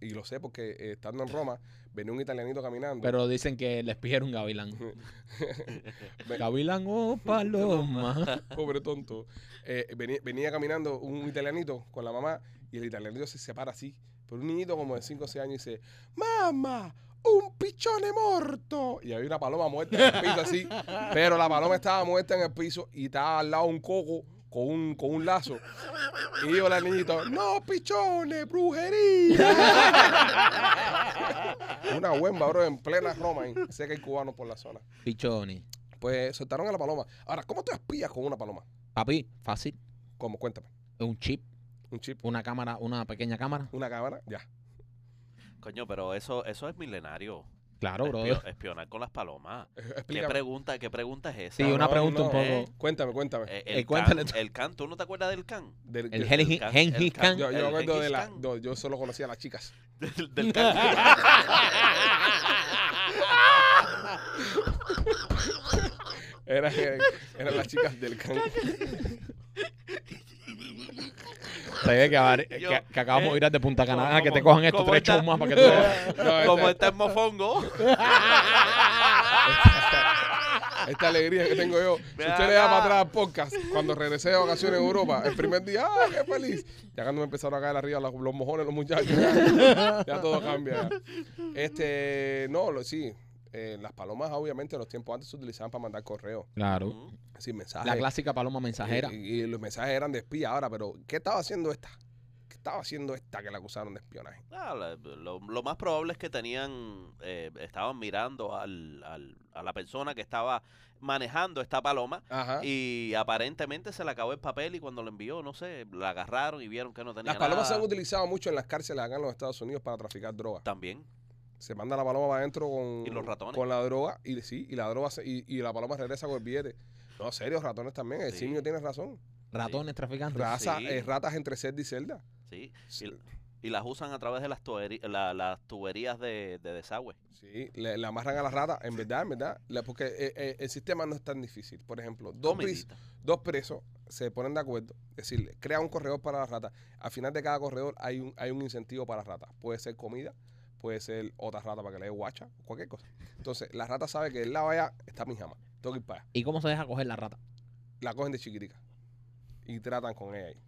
Speaker 1: Y lo sé porque eh, estando en Roma, venía un italianito caminando.
Speaker 2: Pero dicen que les pidieron un gavilán.
Speaker 1: Ve-
Speaker 2: Gavilán o paloma.
Speaker 1: Pobre tonto. Eh, venía, venía caminando un italianito con la mamá y el italianito se separa así. Por un niñito como de 5 o 6 años y dice, ¡Mamá! ¡Un pichone muerto! Y había una paloma muerta en el piso así. Pero la paloma estaba muerta en el piso y estaba al lado un coco con un, con un lazo. Y dijo la niñito, ¡No, pichones! ¡Brujería! una huemba, bro, en plena Roma. ahí. Sé que hay cubanos por la zona.
Speaker 2: Pichoni.
Speaker 1: Pues soltaron a la paloma. Ahora, ¿cómo te espías con una paloma?
Speaker 2: Papi, fácil.
Speaker 1: ¿Cómo? Cuéntame.
Speaker 2: Un chip,
Speaker 1: Un chip,
Speaker 2: una cámara, una pequeña cámara.
Speaker 1: una cámara, ya.
Speaker 4: Coño, pero eso, eso es milenario.
Speaker 2: Claro,
Speaker 4: Espio-
Speaker 2: brother.
Speaker 4: espionar con las palomas.
Speaker 1: Eh,
Speaker 4: ¿Qué
Speaker 1: Explícame.
Speaker 4: pregunta, qué pregunta es esa?
Speaker 2: Sí, una pregunta un poco.
Speaker 4: eh,
Speaker 1: Cuéntame, cuéntame.
Speaker 4: Eh,
Speaker 2: Eh,
Speaker 4: el,
Speaker 2: cuéntale
Speaker 4: can,
Speaker 2: tú.
Speaker 4: el can, ¿tú no te acuerdas del can?
Speaker 1: Del-
Speaker 2: El
Speaker 1: del-
Speaker 2: Hel- Gengis-
Speaker 4: Del can-
Speaker 2: Gengis
Speaker 4: el can-
Speaker 2: Khan.
Speaker 1: yo, yo
Speaker 4: el
Speaker 1: me acuerdo de
Speaker 4: Gengis
Speaker 1: la.
Speaker 4: Khan.
Speaker 1: no, yo solo conocía a las chicas.
Speaker 4: Del- del can.
Speaker 1: Eran, eran las chicas del can.
Speaker 2: Te ve que, abar-
Speaker 4: Yo-
Speaker 2: que- que acabamos
Speaker 4: eh,
Speaker 2: de ir de Punta Cana.
Speaker 4: ¿cómo-
Speaker 2: Ah, que te
Speaker 4: cómo-
Speaker 2: cojan estos
Speaker 4: cómo
Speaker 2: tres
Speaker 4: está?
Speaker 2: shows más para que tú veas.
Speaker 1: No,
Speaker 4: Como
Speaker 1: esta,
Speaker 4: está en mofongo.
Speaker 1: esta alegría que tengo yo. Si
Speaker 4: Mira
Speaker 1: usted le da
Speaker 4: acá.
Speaker 1: para atrás al podcast, cuando regresé de vacaciones en Europa, el primer día, ¡ah, qué feliz! Ya cuando me empezaron a caer arriba los, los mojones, los muchachos, ya, ya todo cambia. Este, no, lo, sí. eh, las palomas, obviamente, en los tiempos antes se utilizaban para mandar correos,
Speaker 2: Claro.
Speaker 4: Mm.
Speaker 1: sin mensajes.
Speaker 2: La clásica paloma mensajera.
Speaker 1: Eh, Y, y- y los mensajes eran de espía ahora, pero ¿qué estaba haciendo esta? ¿Qué estaba haciendo esta que la acusaron de espionaje?
Speaker 4: Ah, la- lo, lo más probable es que tenían, eh, estaban mirando al, al- a la persona que estaba manejando esta paloma
Speaker 1: Ajá.
Speaker 4: y aparentemente se le acabó el papel y cuando lo envió, no sé, la agarraron y vieron que no tenía
Speaker 1: Las palomas se
Speaker 4: nada.
Speaker 1: han utilizado mucho en las cárceles acá en los Estados Unidos para traficar droga.
Speaker 4: También.
Speaker 1: Se manda la paloma para adentro con,
Speaker 4: Y los ratones.
Speaker 1: con la droga y sí, y la droga se- y, y la paloma regresa con el billete. No, serio, ratones también. El
Speaker 4: Sí.
Speaker 1: simio tiene razón.
Speaker 2: Ratones traficantes.
Speaker 1: Raza,
Speaker 4: Sí.
Speaker 1: eh, ratas entre celda y celda.
Speaker 4: Sí.
Speaker 1: Sí,
Speaker 4: Y las usan a través de las, tuberí- la- las tuberías de, de desagüe.
Speaker 1: sí, le, le amarran a las ratas, en verdad, en verdad. le- porque eh, eh, el sistema no es tan difícil. Por ejemplo, dos, pris-
Speaker 4: Comidita.
Speaker 1: dos presos se ponen de acuerdo, es decir, crea un corredor para las ratas. Al final de cada corredor hay un, hay un incentivo para las ratas. Puede ser comida, puede ser otra rata para que le dé guacha, cualquier cosa. Entonces, la rata sabe que del lado de allá está mi jama. Tengo que ir para allá.
Speaker 2: ¿Y cómo se deja coger la rata?
Speaker 1: La cogen de chiquitica y tratan con ella ahí.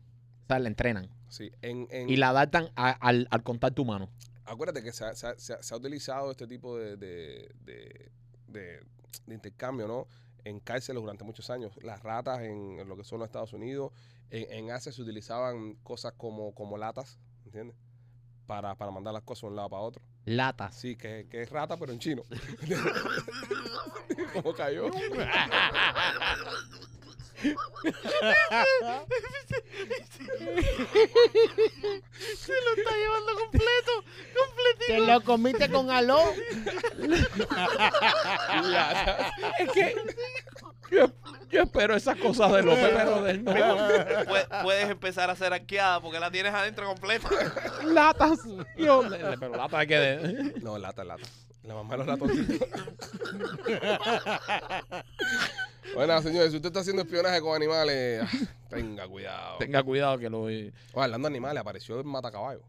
Speaker 2: O sea, la entrenan.
Speaker 1: Sí, en, en-
Speaker 2: Y la adaptan a- al, al contacto humano.
Speaker 1: Acuérdate que se ha, se ha- se ha- se ha utilizado este tipo de, de- de- de- de intercambio, ¿no? En cárceles durante muchos años. Las ratas en, en lo que son los Estados Unidos. En, en Asia se utilizaban cosas como, como latas, ¿entiendes? Para, para mandar las cosas de un lado para otro.
Speaker 2: Latas.
Speaker 1: Sí, que, que es rata, pero en chino. ¿Cómo cayó?
Speaker 3: Te lo comiste con aló.
Speaker 1: Latas.
Speaker 2: Es que yo, yo espero esas cosas de López, pero del no.
Speaker 4: Pue- puedes empezar a ser arqueada porque la tienes adentro completa.
Speaker 2: Latas. Yo, pero latas hay que... de-
Speaker 1: No, lata, lata. La mamá de los ratoncitos. bueno, señores, si usted está haciendo espionaje con animales, ah, tenga cuidado.
Speaker 2: Tenga cuidado que lo... eh,
Speaker 1: Oye, hablando de animales, apareció el matacaballo.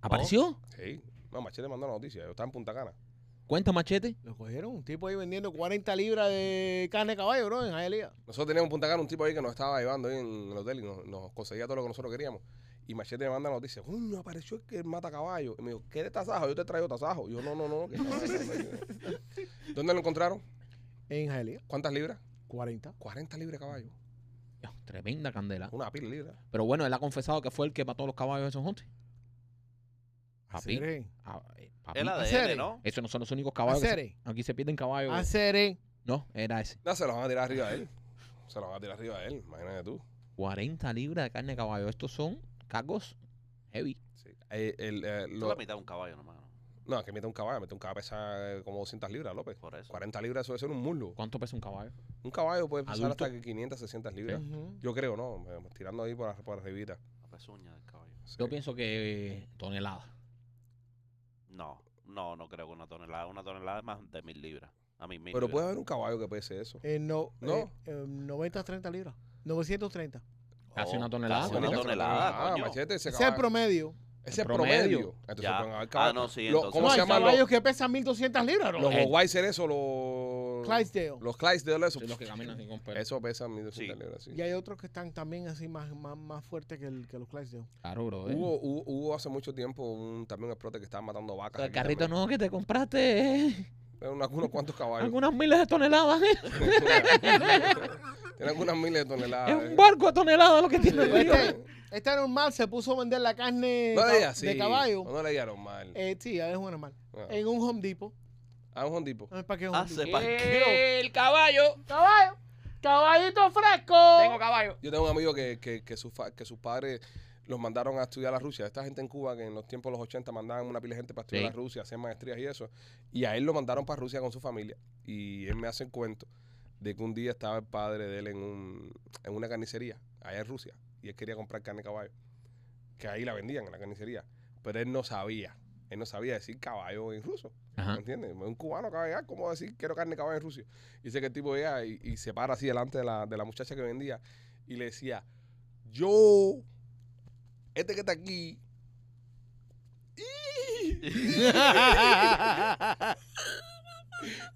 Speaker 2: ¿Apareció?
Speaker 1: Sí. No, Machete mandó la noticia. Yo estaba en Punta Cana.
Speaker 2: Cuenta, machete.
Speaker 3: Lo cogieron, un tipo ahí vendiendo 40 libras de carne de caballo, bro, en Hialeah.
Speaker 1: Nosotros teníamos en Punta Cana un tipo ahí que nos estaba llevando ahí en el hotel y nos, nos conseguía todo lo que nosotros queríamos. Y Machete me manda la noticia. Uy, apareció el, que mata caballo. Y me dijo, ¿qué de tasajo? Yo te traigo tasajo. Y yo, no, no, no. que tasajo". ¿Dónde lo encontraron?
Speaker 3: En Hialeah,
Speaker 1: ¿Cuántas libras?
Speaker 3: 40.
Speaker 1: 40 libras de caballo.
Speaker 2: Dios, Tremenda candela.
Speaker 1: Una pila de libras.
Speaker 2: Pero bueno, él ha confesado que fue el que mató a los caballos de esos Hunter. Papi.
Speaker 3: Acere.
Speaker 2: Ah, eh, papi.
Speaker 4: El ADN,
Speaker 3: serio?
Speaker 4: ¿no?
Speaker 2: Esos no son los únicos caballos. que se-
Speaker 3: Acere.
Speaker 2: aquí se pierden caballos.
Speaker 3: Ah, Acere.
Speaker 2: No, era ese.
Speaker 1: No, se los van a tirar arriba a él. Se los van a tirar arriba a él, imagínate tú.
Speaker 2: 40 libras de carne de caballo. Estos son cargos heavy.
Speaker 1: Eh, el, eh,
Speaker 4: Tú
Speaker 1: lo-
Speaker 4: la mitad de un caballo nomás. ¿no?
Speaker 1: no, es que mete un caballo, mete un caballo pesa eh, como 200 libras, López.
Speaker 4: Por eso.
Speaker 1: 40 libras, eso debe ser un muslo.
Speaker 2: ¿Cuánto pesa un caballo?
Speaker 1: Un caballo puede pesar
Speaker 2: Adulto.
Speaker 1: hasta que 500, 600 libras.
Speaker 3: Ujú.
Speaker 1: Yo creo, ¿no? Eh, Tirando ahí por, ar- por arribita.
Speaker 4: La pezuña del caballo.
Speaker 1: Sí.
Speaker 2: Yo pienso que eh, toneladas.
Speaker 4: No, no, no creo que una tonelada. Una tonelada es más de mil libras. A mí mil
Speaker 1: Pero
Speaker 4: libras.
Speaker 1: puede haber un caballo que pese eso.
Speaker 3: Eh, no,
Speaker 1: No.
Speaker 3: eh, eh, 90, 30 libras. 930.
Speaker 2: Casi una
Speaker 4: Oh,
Speaker 2: tonelada.
Speaker 4: Casi una
Speaker 1: Mónica,
Speaker 4: tonelada,
Speaker 1: ah,
Speaker 4: coño.
Speaker 1: machete, ese,
Speaker 3: Ese es el
Speaker 1: caballo-
Speaker 3: promedio.
Speaker 1: ese es
Speaker 2: El
Speaker 1: promedio.
Speaker 2: promedio.
Speaker 1: Entonces
Speaker 4: Ya.
Speaker 1: pueden haber
Speaker 4: Ah,
Speaker 1: caballos.
Speaker 4: no,
Speaker 1: Lo-
Speaker 4: sí, entonces.
Speaker 1: ¿Cómo
Speaker 3: no,
Speaker 1: se
Speaker 3: hay
Speaker 1: llaman los-
Speaker 3: caballos que pesan 1200 libras, bro.
Speaker 1: Los
Speaker 2: Eh.
Speaker 1: Weiser, eso, los.
Speaker 3: Clydesdale.
Speaker 1: Los Clydesdale, eso.
Speaker 2: Son los que
Speaker 1: pues,
Speaker 2: caminan pues. así con pelo.
Speaker 1: Eso pesa 1200
Speaker 4: Sí.
Speaker 1: libras. Sí.
Speaker 3: Y hay otros que están también así más, más, más fuertes que, el- que los Clydesdale.
Speaker 2: Claro, bro.
Speaker 1: Hubo, hubo, hubo hace mucho tiempo un, también un explote que estaba matando vacas.
Speaker 2: el
Speaker 1: aquí
Speaker 2: carrito
Speaker 1: también.
Speaker 2: nuevo que te compraste eh,
Speaker 1: Eran unos, unos cuantos caballos.
Speaker 2: algunas miles de toneladas. eh.
Speaker 1: Tiene algunas miles de
Speaker 2: Es
Speaker 1: toneladas.
Speaker 2: un barco de toneladas lo que tiene.
Speaker 1: Sí.
Speaker 3: Este, este normal se puso a vender la carne
Speaker 1: No
Speaker 3: ca-
Speaker 1: leía así.
Speaker 3: de caballo.
Speaker 1: No leía normal.
Speaker 3: Eh, sí, es un animal.
Speaker 1: Ah.
Speaker 3: En un Home Depot.
Speaker 1: a un hondipo.
Speaker 3: No es para qué
Speaker 4: Ah,
Speaker 3: Home
Speaker 4: se
Speaker 3: Depot.
Speaker 4: parqueó.
Speaker 5: El caballo.
Speaker 3: Caballo, caballito fresco.
Speaker 5: Tengo caballo.
Speaker 1: Yo tengo un amigo que, que, que, sus fa- que sus padres los mandaron a estudiar a Rusia. Esta gente en Cuba que en los tiempos de los 80 mandaban una pila de gente para estudiar
Speaker 5: Sí.
Speaker 1: a Rusia, hacer maestrías y eso. Y a él lo mandaron para Rusia con su familia. Y él me hace el cuento de que un día estaba el padre de él en, un, en una carnicería allá en Rusia y él quería comprar carne de caballo. Que ahí la vendían en la carnicería. Pero él no sabía. Él no sabía decir caballo en ruso.
Speaker 2: Ajá.
Speaker 1: ¿Me entiendes? Un cubano acaba de llegar, ¿cómo va a decir quiero carne de caballo en Rusia? Y dice que el tipo llega y, y se para así delante de la, de la muchacha que vendía y le decía, yo, este que está aquí,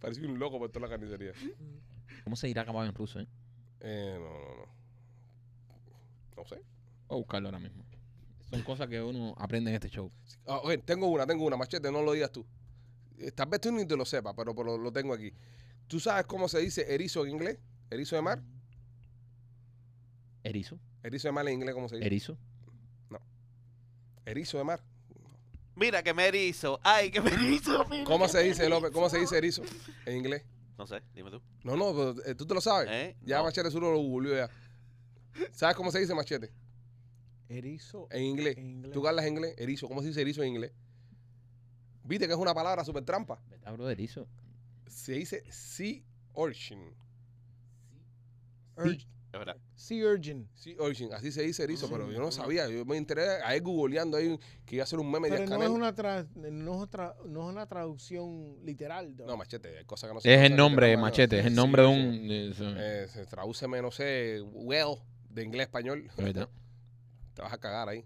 Speaker 1: parecía un loco por toda la carnicería.
Speaker 2: ¿Cómo se dirá caballo en ruso? Eh?
Speaker 1: Eh, no, no, no. No sé.
Speaker 2: Voy a buscarlo ahora mismo. Son cosas que uno aprende en este show.
Speaker 1: Ah, ok, tengo una, tengo una, machete, no lo digas tú. Eh, Tal vez tú ni te lo sepas, pero, pero lo tengo aquí. ¿Tú sabes cómo se dice erizo en inglés? ¿Erizo de mar?
Speaker 2: Erizo.
Speaker 1: ¿Erizo de mar en inglés cómo se dice?
Speaker 2: Erizo.
Speaker 1: Erizo de mar.
Speaker 4: Mira que me erizo. Ay, que me erizo. mira
Speaker 1: ¿Cómo
Speaker 4: que
Speaker 1: se
Speaker 4: me
Speaker 1: dice, López? ¿Cómo se
Speaker 4: erizo.
Speaker 1: dice erizo en inglés?
Speaker 4: No sé, dime tú.
Speaker 1: No, no, pero, eh, tú te lo sabes.
Speaker 4: ¿Eh?
Speaker 1: Ya
Speaker 4: No.
Speaker 1: Machete Zuro lo googleó ya. ¿Sabes cómo se dice machete?
Speaker 3: Erizo
Speaker 1: En inglés.
Speaker 3: en inglés.
Speaker 1: Eh, Tú hablas inglés, erizo. ¿Cómo se dice erizo en inglés? Viste que es una palabra súper trampa.
Speaker 2: ¿Verdad, bro? Erizo.
Speaker 1: Se dice sea urchin.
Speaker 3: Urg-
Speaker 4: Es verdad.
Speaker 3: Sea Urgent.
Speaker 1: Sea urchin. Así se dice erizo,
Speaker 3: Ah, Sí.
Speaker 1: pero yo no sabía. Yo me enteré ahí googleando ahí que iba a ser un meme de
Speaker 3: Pero no
Speaker 1: Canel.
Speaker 3: es, una tra- no, es otra- no es una traducción literal. ¿no?
Speaker 1: No, machete, hay cosas que no se
Speaker 2: Es
Speaker 1: no
Speaker 2: el
Speaker 1: se
Speaker 2: nombre,
Speaker 1: literal,
Speaker 2: machete.
Speaker 1: no.
Speaker 2: Es el
Speaker 1: Sí,
Speaker 2: nombre de
Speaker 1: sí.
Speaker 2: un. de- de-
Speaker 1: Eh, se traduce, no sé, well, de inglés a español.
Speaker 2: Es verdad.
Speaker 1: Te vas a cagar ahí.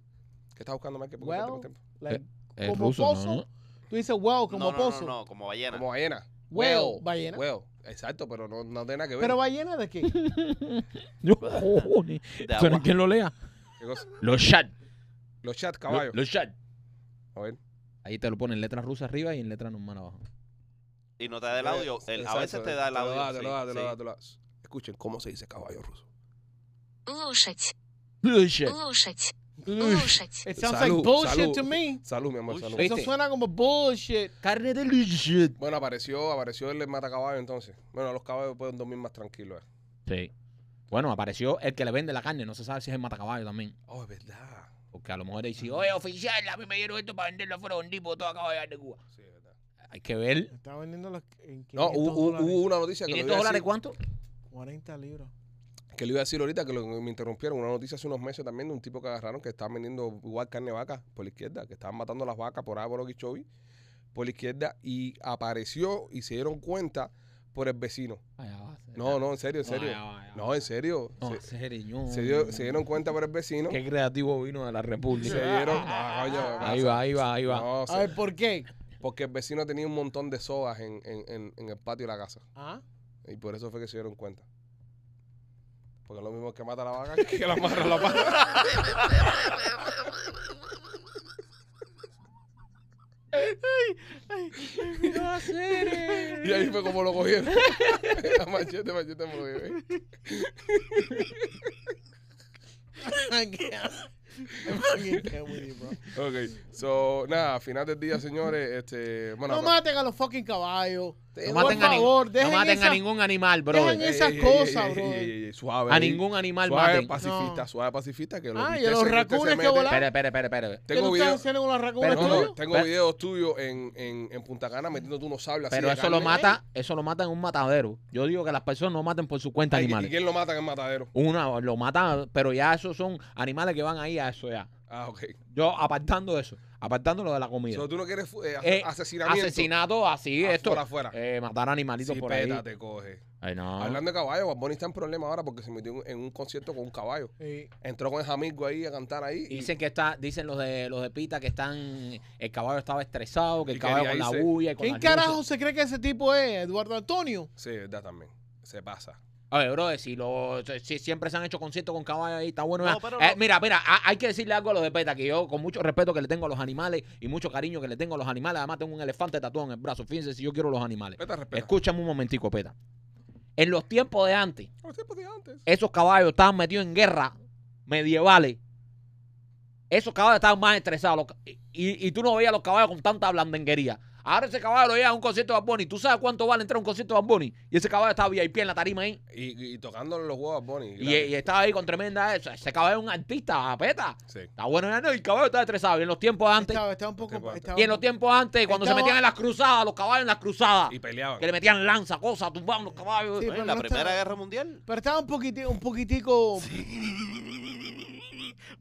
Speaker 1: ¿Qué estás buscando, Mike?
Speaker 3: Well. Like,
Speaker 2: Es
Speaker 3: como
Speaker 2: ruso,
Speaker 3: pozo,
Speaker 2: ¿no?
Speaker 3: tú dices wow
Speaker 4: No,
Speaker 3: como
Speaker 4: no, no,
Speaker 3: pozo.
Speaker 4: no, no, como ballena.
Speaker 1: Como ballena.
Speaker 3: Well, ballena.
Speaker 1: Well. Exacto, pero no, no tiene nada que ver.
Speaker 3: Pero ballena de qué?
Speaker 2: No, cojones.
Speaker 4: De
Speaker 2: Eso no
Speaker 4: agua.
Speaker 2: es quien lo lea.
Speaker 1: ¿Qué cosa?
Speaker 2: Los chat.
Speaker 1: Los chat, caballo.
Speaker 2: Los chat.
Speaker 1: A ver.
Speaker 2: Ahí te lo ponen en letras rusas arriba y en letras normal abajo.
Speaker 4: Y no te da el audio. El- a
Speaker 1: Exacto,
Speaker 4: veces te da el audio.
Speaker 1: Te lo da, te lo da, te
Speaker 4: sí,
Speaker 1: lo
Speaker 4: sí.
Speaker 1: da, te lo da. Escuchen cómo se dice caballo ruso.
Speaker 6: Лошадь,
Speaker 2: Los chat.
Speaker 6: лошадь,
Speaker 2: Ush.
Speaker 6: лошадь.
Speaker 3: It sounds
Speaker 1: Salud,
Speaker 3: like bullshit
Speaker 1: salud.
Speaker 3: to me.
Speaker 1: Salud, mi amor,
Speaker 4: Uy,
Speaker 1: salud.
Speaker 2: sí.
Speaker 3: Eso
Speaker 2: ¿Viste?
Speaker 3: suena como bullshit.
Speaker 2: Carne de los chat.
Speaker 1: Bueno, apareció, apareció el matacaballo entonces. Bueno, los caballos pueden dormir más tranquilos. eh.
Speaker 2: Sí. Bueno, apareció el que le vende la carne. No se sabe si es el matacaballo también.
Speaker 1: Oh, es verdad.
Speaker 2: Porque a lo mejor dice, oye, oficial, a mí me dieron esto para venderlo fuera de un tipo, todo acaba de llegar de Cuba.
Speaker 1: Sí, es verdad.
Speaker 2: Hay que ver.
Speaker 3: Está vendiendo las en 500
Speaker 1: No, hubo, hubo-
Speaker 3: dólares,
Speaker 1: hubo una noticia que le,
Speaker 2: ¿500
Speaker 1: iba a
Speaker 2: dólares
Speaker 1: decir,
Speaker 2: cuánto?
Speaker 3: 40 libras.
Speaker 1: que le iba a decir ahorita, que lo- me interrumpieron. Una noticia hace unos meses también de un tipo que agarraron que estaban vendiendo igual carne de vaca por la izquierda, que estaban matando las vacas por ahí por Okeechobee, por la izquierda, y apareció y se dieron cuenta por el vecino. No, no, en serio, en serio. No, en serio.
Speaker 2: No, en
Speaker 1: se,
Speaker 2: serio.
Speaker 1: se dio- se dieron cuenta por el vecino.
Speaker 2: Qué creativo vino de la
Speaker 1: Se
Speaker 2: República.
Speaker 1: dieron. Ah, coño, ¿qué
Speaker 2: Ahí
Speaker 1: pasa?
Speaker 2: va, ahí va, ahí va.
Speaker 1: No, se-
Speaker 3: A ver, ¿por qué?
Speaker 1: porque el vecino tenía un montón de sogas en, en- en- en el patio de la casa.
Speaker 3: ¿Ah?
Speaker 1: Y por eso fue que se dieron cuenta. Porque es lo mismo que mata a la vaca que la amarra a la pata. Y ahí fue como lo cogieron. A machete, machete me lo llevé. Ok, so, nada, final del día, señores. Este, bueno,
Speaker 3: No
Speaker 1: no-
Speaker 3: maten a los fucking caballos.
Speaker 2: No
Speaker 1: te-
Speaker 2: maten,
Speaker 3: Por
Speaker 2: a, nin-
Speaker 3: favor,
Speaker 2: no
Speaker 3: dejen
Speaker 2: maten a
Speaker 3: esa-
Speaker 2: ningún animal, bro.
Speaker 3: dejen
Speaker 1: Ey,
Speaker 3: esas
Speaker 1: ey, ey,
Speaker 3: cosas,
Speaker 1: ey,
Speaker 3: bro.
Speaker 1: ey, ey, ey, suave.
Speaker 2: A
Speaker 1: ahí.
Speaker 2: ningún animal
Speaker 1: Suave
Speaker 2: maten.
Speaker 1: pacifista,
Speaker 3: No.
Speaker 1: suave pacifista. Que lo
Speaker 3: Ah,
Speaker 1: que
Speaker 3: y a
Speaker 1: usted
Speaker 3: los
Speaker 1: se- que usted se
Speaker 3: racunes que
Speaker 1: mete-
Speaker 3: volaron.
Speaker 2: Espera, espera, espera, espera.
Speaker 3: ¿Qué
Speaker 1: Tengo
Speaker 3: tú estás
Speaker 1: videos.
Speaker 3: haciendo con las racunas
Speaker 2: Pero
Speaker 1: No, no,
Speaker 3: tuyas?
Speaker 1: tengo
Speaker 2: Pero-
Speaker 1: videos tuyos en, en, en Punta Cana metiendo unos sables así.
Speaker 2: Pero
Speaker 1: de ¿eh?
Speaker 2: eso lo
Speaker 1: carne.
Speaker 2: mata, eso lo mata en un matadero. Yo digo que las personas no maten por su cuenta
Speaker 1: Ay, ¿Y
Speaker 2: animales.
Speaker 1: quién lo mata en el matadero?
Speaker 2: Una lo mata, pero ya esos son animales que van ahí a eso ya.
Speaker 1: Ah, ok.
Speaker 2: Yo apartando eso, apartando lo de la comida.
Speaker 1: So, tú no quieres fu- eh, as-
Speaker 2: Eh,
Speaker 1: asesinamiento.
Speaker 2: Asesinato así,
Speaker 1: Ah,
Speaker 2: esto.
Speaker 1: Por afuera.
Speaker 2: Eh, matar animalitos
Speaker 1: Sí,
Speaker 2: por ahí. Ah.
Speaker 1: peta, te coge.
Speaker 2: Ay, no.
Speaker 1: Hablando de caballo, Bad Bunny está en problema ahora porque se metió en- en un concierto con un caballo.
Speaker 3: Sí.
Speaker 1: Entró con el amigo ahí a cantar ahí. y-
Speaker 2: Dicen que está, dicen los de los de Pita que están, el caballo estaba estresado, que el
Speaker 1: Y
Speaker 2: caballo
Speaker 1: quería
Speaker 2: con la
Speaker 1: irse.
Speaker 2: bulla y con
Speaker 3: ¿Quién
Speaker 2: las luces.
Speaker 3: carajo se cree que ese tipo es? ¿Eduardo Antonio?
Speaker 1: Sí, verdad también. Se pasa.
Speaker 2: Oye, bro, si, lo, si siempre se han hecho conciertos con caballos ahí, está bueno.
Speaker 4: No,
Speaker 2: ya.
Speaker 4: pero
Speaker 2: Eh,
Speaker 4: no-
Speaker 2: Mira, mira, ha- hay que decirle algo a los de PETA, que yo con mucho respeto que le tengo a los animales y mucho cariño que le tengo a los animales, además tengo un elefante tatuado en el brazo, fíjense si yo quiero los animales.
Speaker 1: Peta, respeta.
Speaker 2: Escúchame un momentico, PETA. En los tiempos de antes,
Speaker 1: Los tiempos de antes.
Speaker 2: esos caballos estaban metidos en guerra medievales. Esos caballos estaban más estresados. los ca- y, y tú no veías los caballos con tanta blandenguería.
Speaker 5: Ahora ese caballo lo lleva a un concierto de Bad Bunny. ¿Tú sabes cuánto vale entrar a un concierto de Bad Bunny? Y ese caballo estaba VIP en la tarima ahí.
Speaker 1: Y, y tocándole los huevos a Bonnie.
Speaker 5: Y,
Speaker 2: e-
Speaker 5: y estaba ahí con tremenda. Ese ese caballo es un artista, peta.
Speaker 1: Sí.
Speaker 5: Está bueno, ya no, el caballo está estresado. Y en los tiempos antes.
Speaker 3: Estaba, estaba un poco.
Speaker 1: Este cuate.
Speaker 5: Y
Speaker 3: estaba un
Speaker 5: en los
Speaker 3: poco-
Speaker 5: tiempos antes, cuando se
Speaker 3: Estaba-
Speaker 5: metían en las cruzadas, los caballos en las cruzadas.
Speaker 1: Y peleaban.
Speaker 5: Que le metían lanza, cosas, tumbaban los caballos.
Speaker 3: Sí,
Speaker 4: Bueno,
Speaker 3: pero
Speaker 4: en la
Speaker 3: no
Speaker 4: Primera
Speaker 3: estaba-
Speaker 4: Guerra Mundial.
Speaker 3: Pero estaba un poquitico. Un poquitico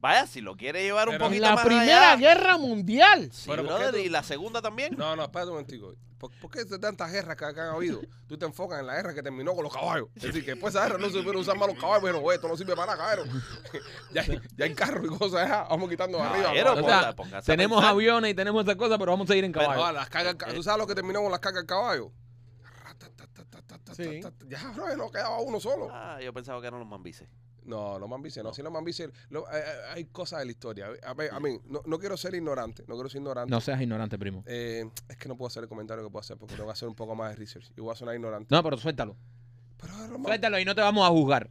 Speaker 4: Vaya, si lo quiere llevar un
Speaker 1: Pero-
Speaker 4: poquito
Speaker 3: la
Speaker 4: más
Speaker 3: Primera
Speaker 4: allá.
Speaker 3: Guerra Mundial.
Speaker 4: Sí,
Speaker 1: Pero, ¿por qué
Speaker 4: brother,
Speaker 1: tú-
Speaker 4: y la segunda también.
Speaker 1: No, no, espérate un momentico. ¿Por, por qué de tantas guerras que, que han habido? Tú te enfocas en la guerra que terminó con los caballos. Es decir, que después de esa guerra no se supieron usar más los caballos. Bueno, esto no sirve para nada, caballero. ya, hay- ya hay carros y cosas, ya. vamos quitando de arriba.
Speaker 4: Caballero,
Speaker 1: vamos.
Speaker 5: o sea,
Speaker 4: ponga- póngase a
Speaker 2: Tenemos
Speaker 4: pensar.
Speaker 2: aviones y tenemos esas cosas, pero vamos a seguir en
Speaker 1: Pero,
Speaker 2: pues, caballo.
Speaker 1: ah, las cargas, ca- ¿Tú sabes lo que terminó con las cargas de caballo? Ratatatatatatatata.
Speaker 3: Sí.
Speaker 1: Ya, bro, no quedaba uno solo.
Speaker 4: Ah, yo pensaba que eran los mambices.
Speaker 1: No, los mambices, no. Si los mambices, lo- eh, eh, hay cosas de la historia. A ver, a mí, no, no quiero ser ignorante, no quiero ser ignorante.
Speaker 2: No seas ignorante, primo.
Speaker 1: Eh, es que no puedo hacer el comentario que puedo hacer porque tengo que hacer un poco más de research y voy a sonar ignorante.
Speaker 2: No, pero suéltalo.
Speaker 1: Pero los, mam-
Speaker 2: Suéltalo y no te vamos a juzgar.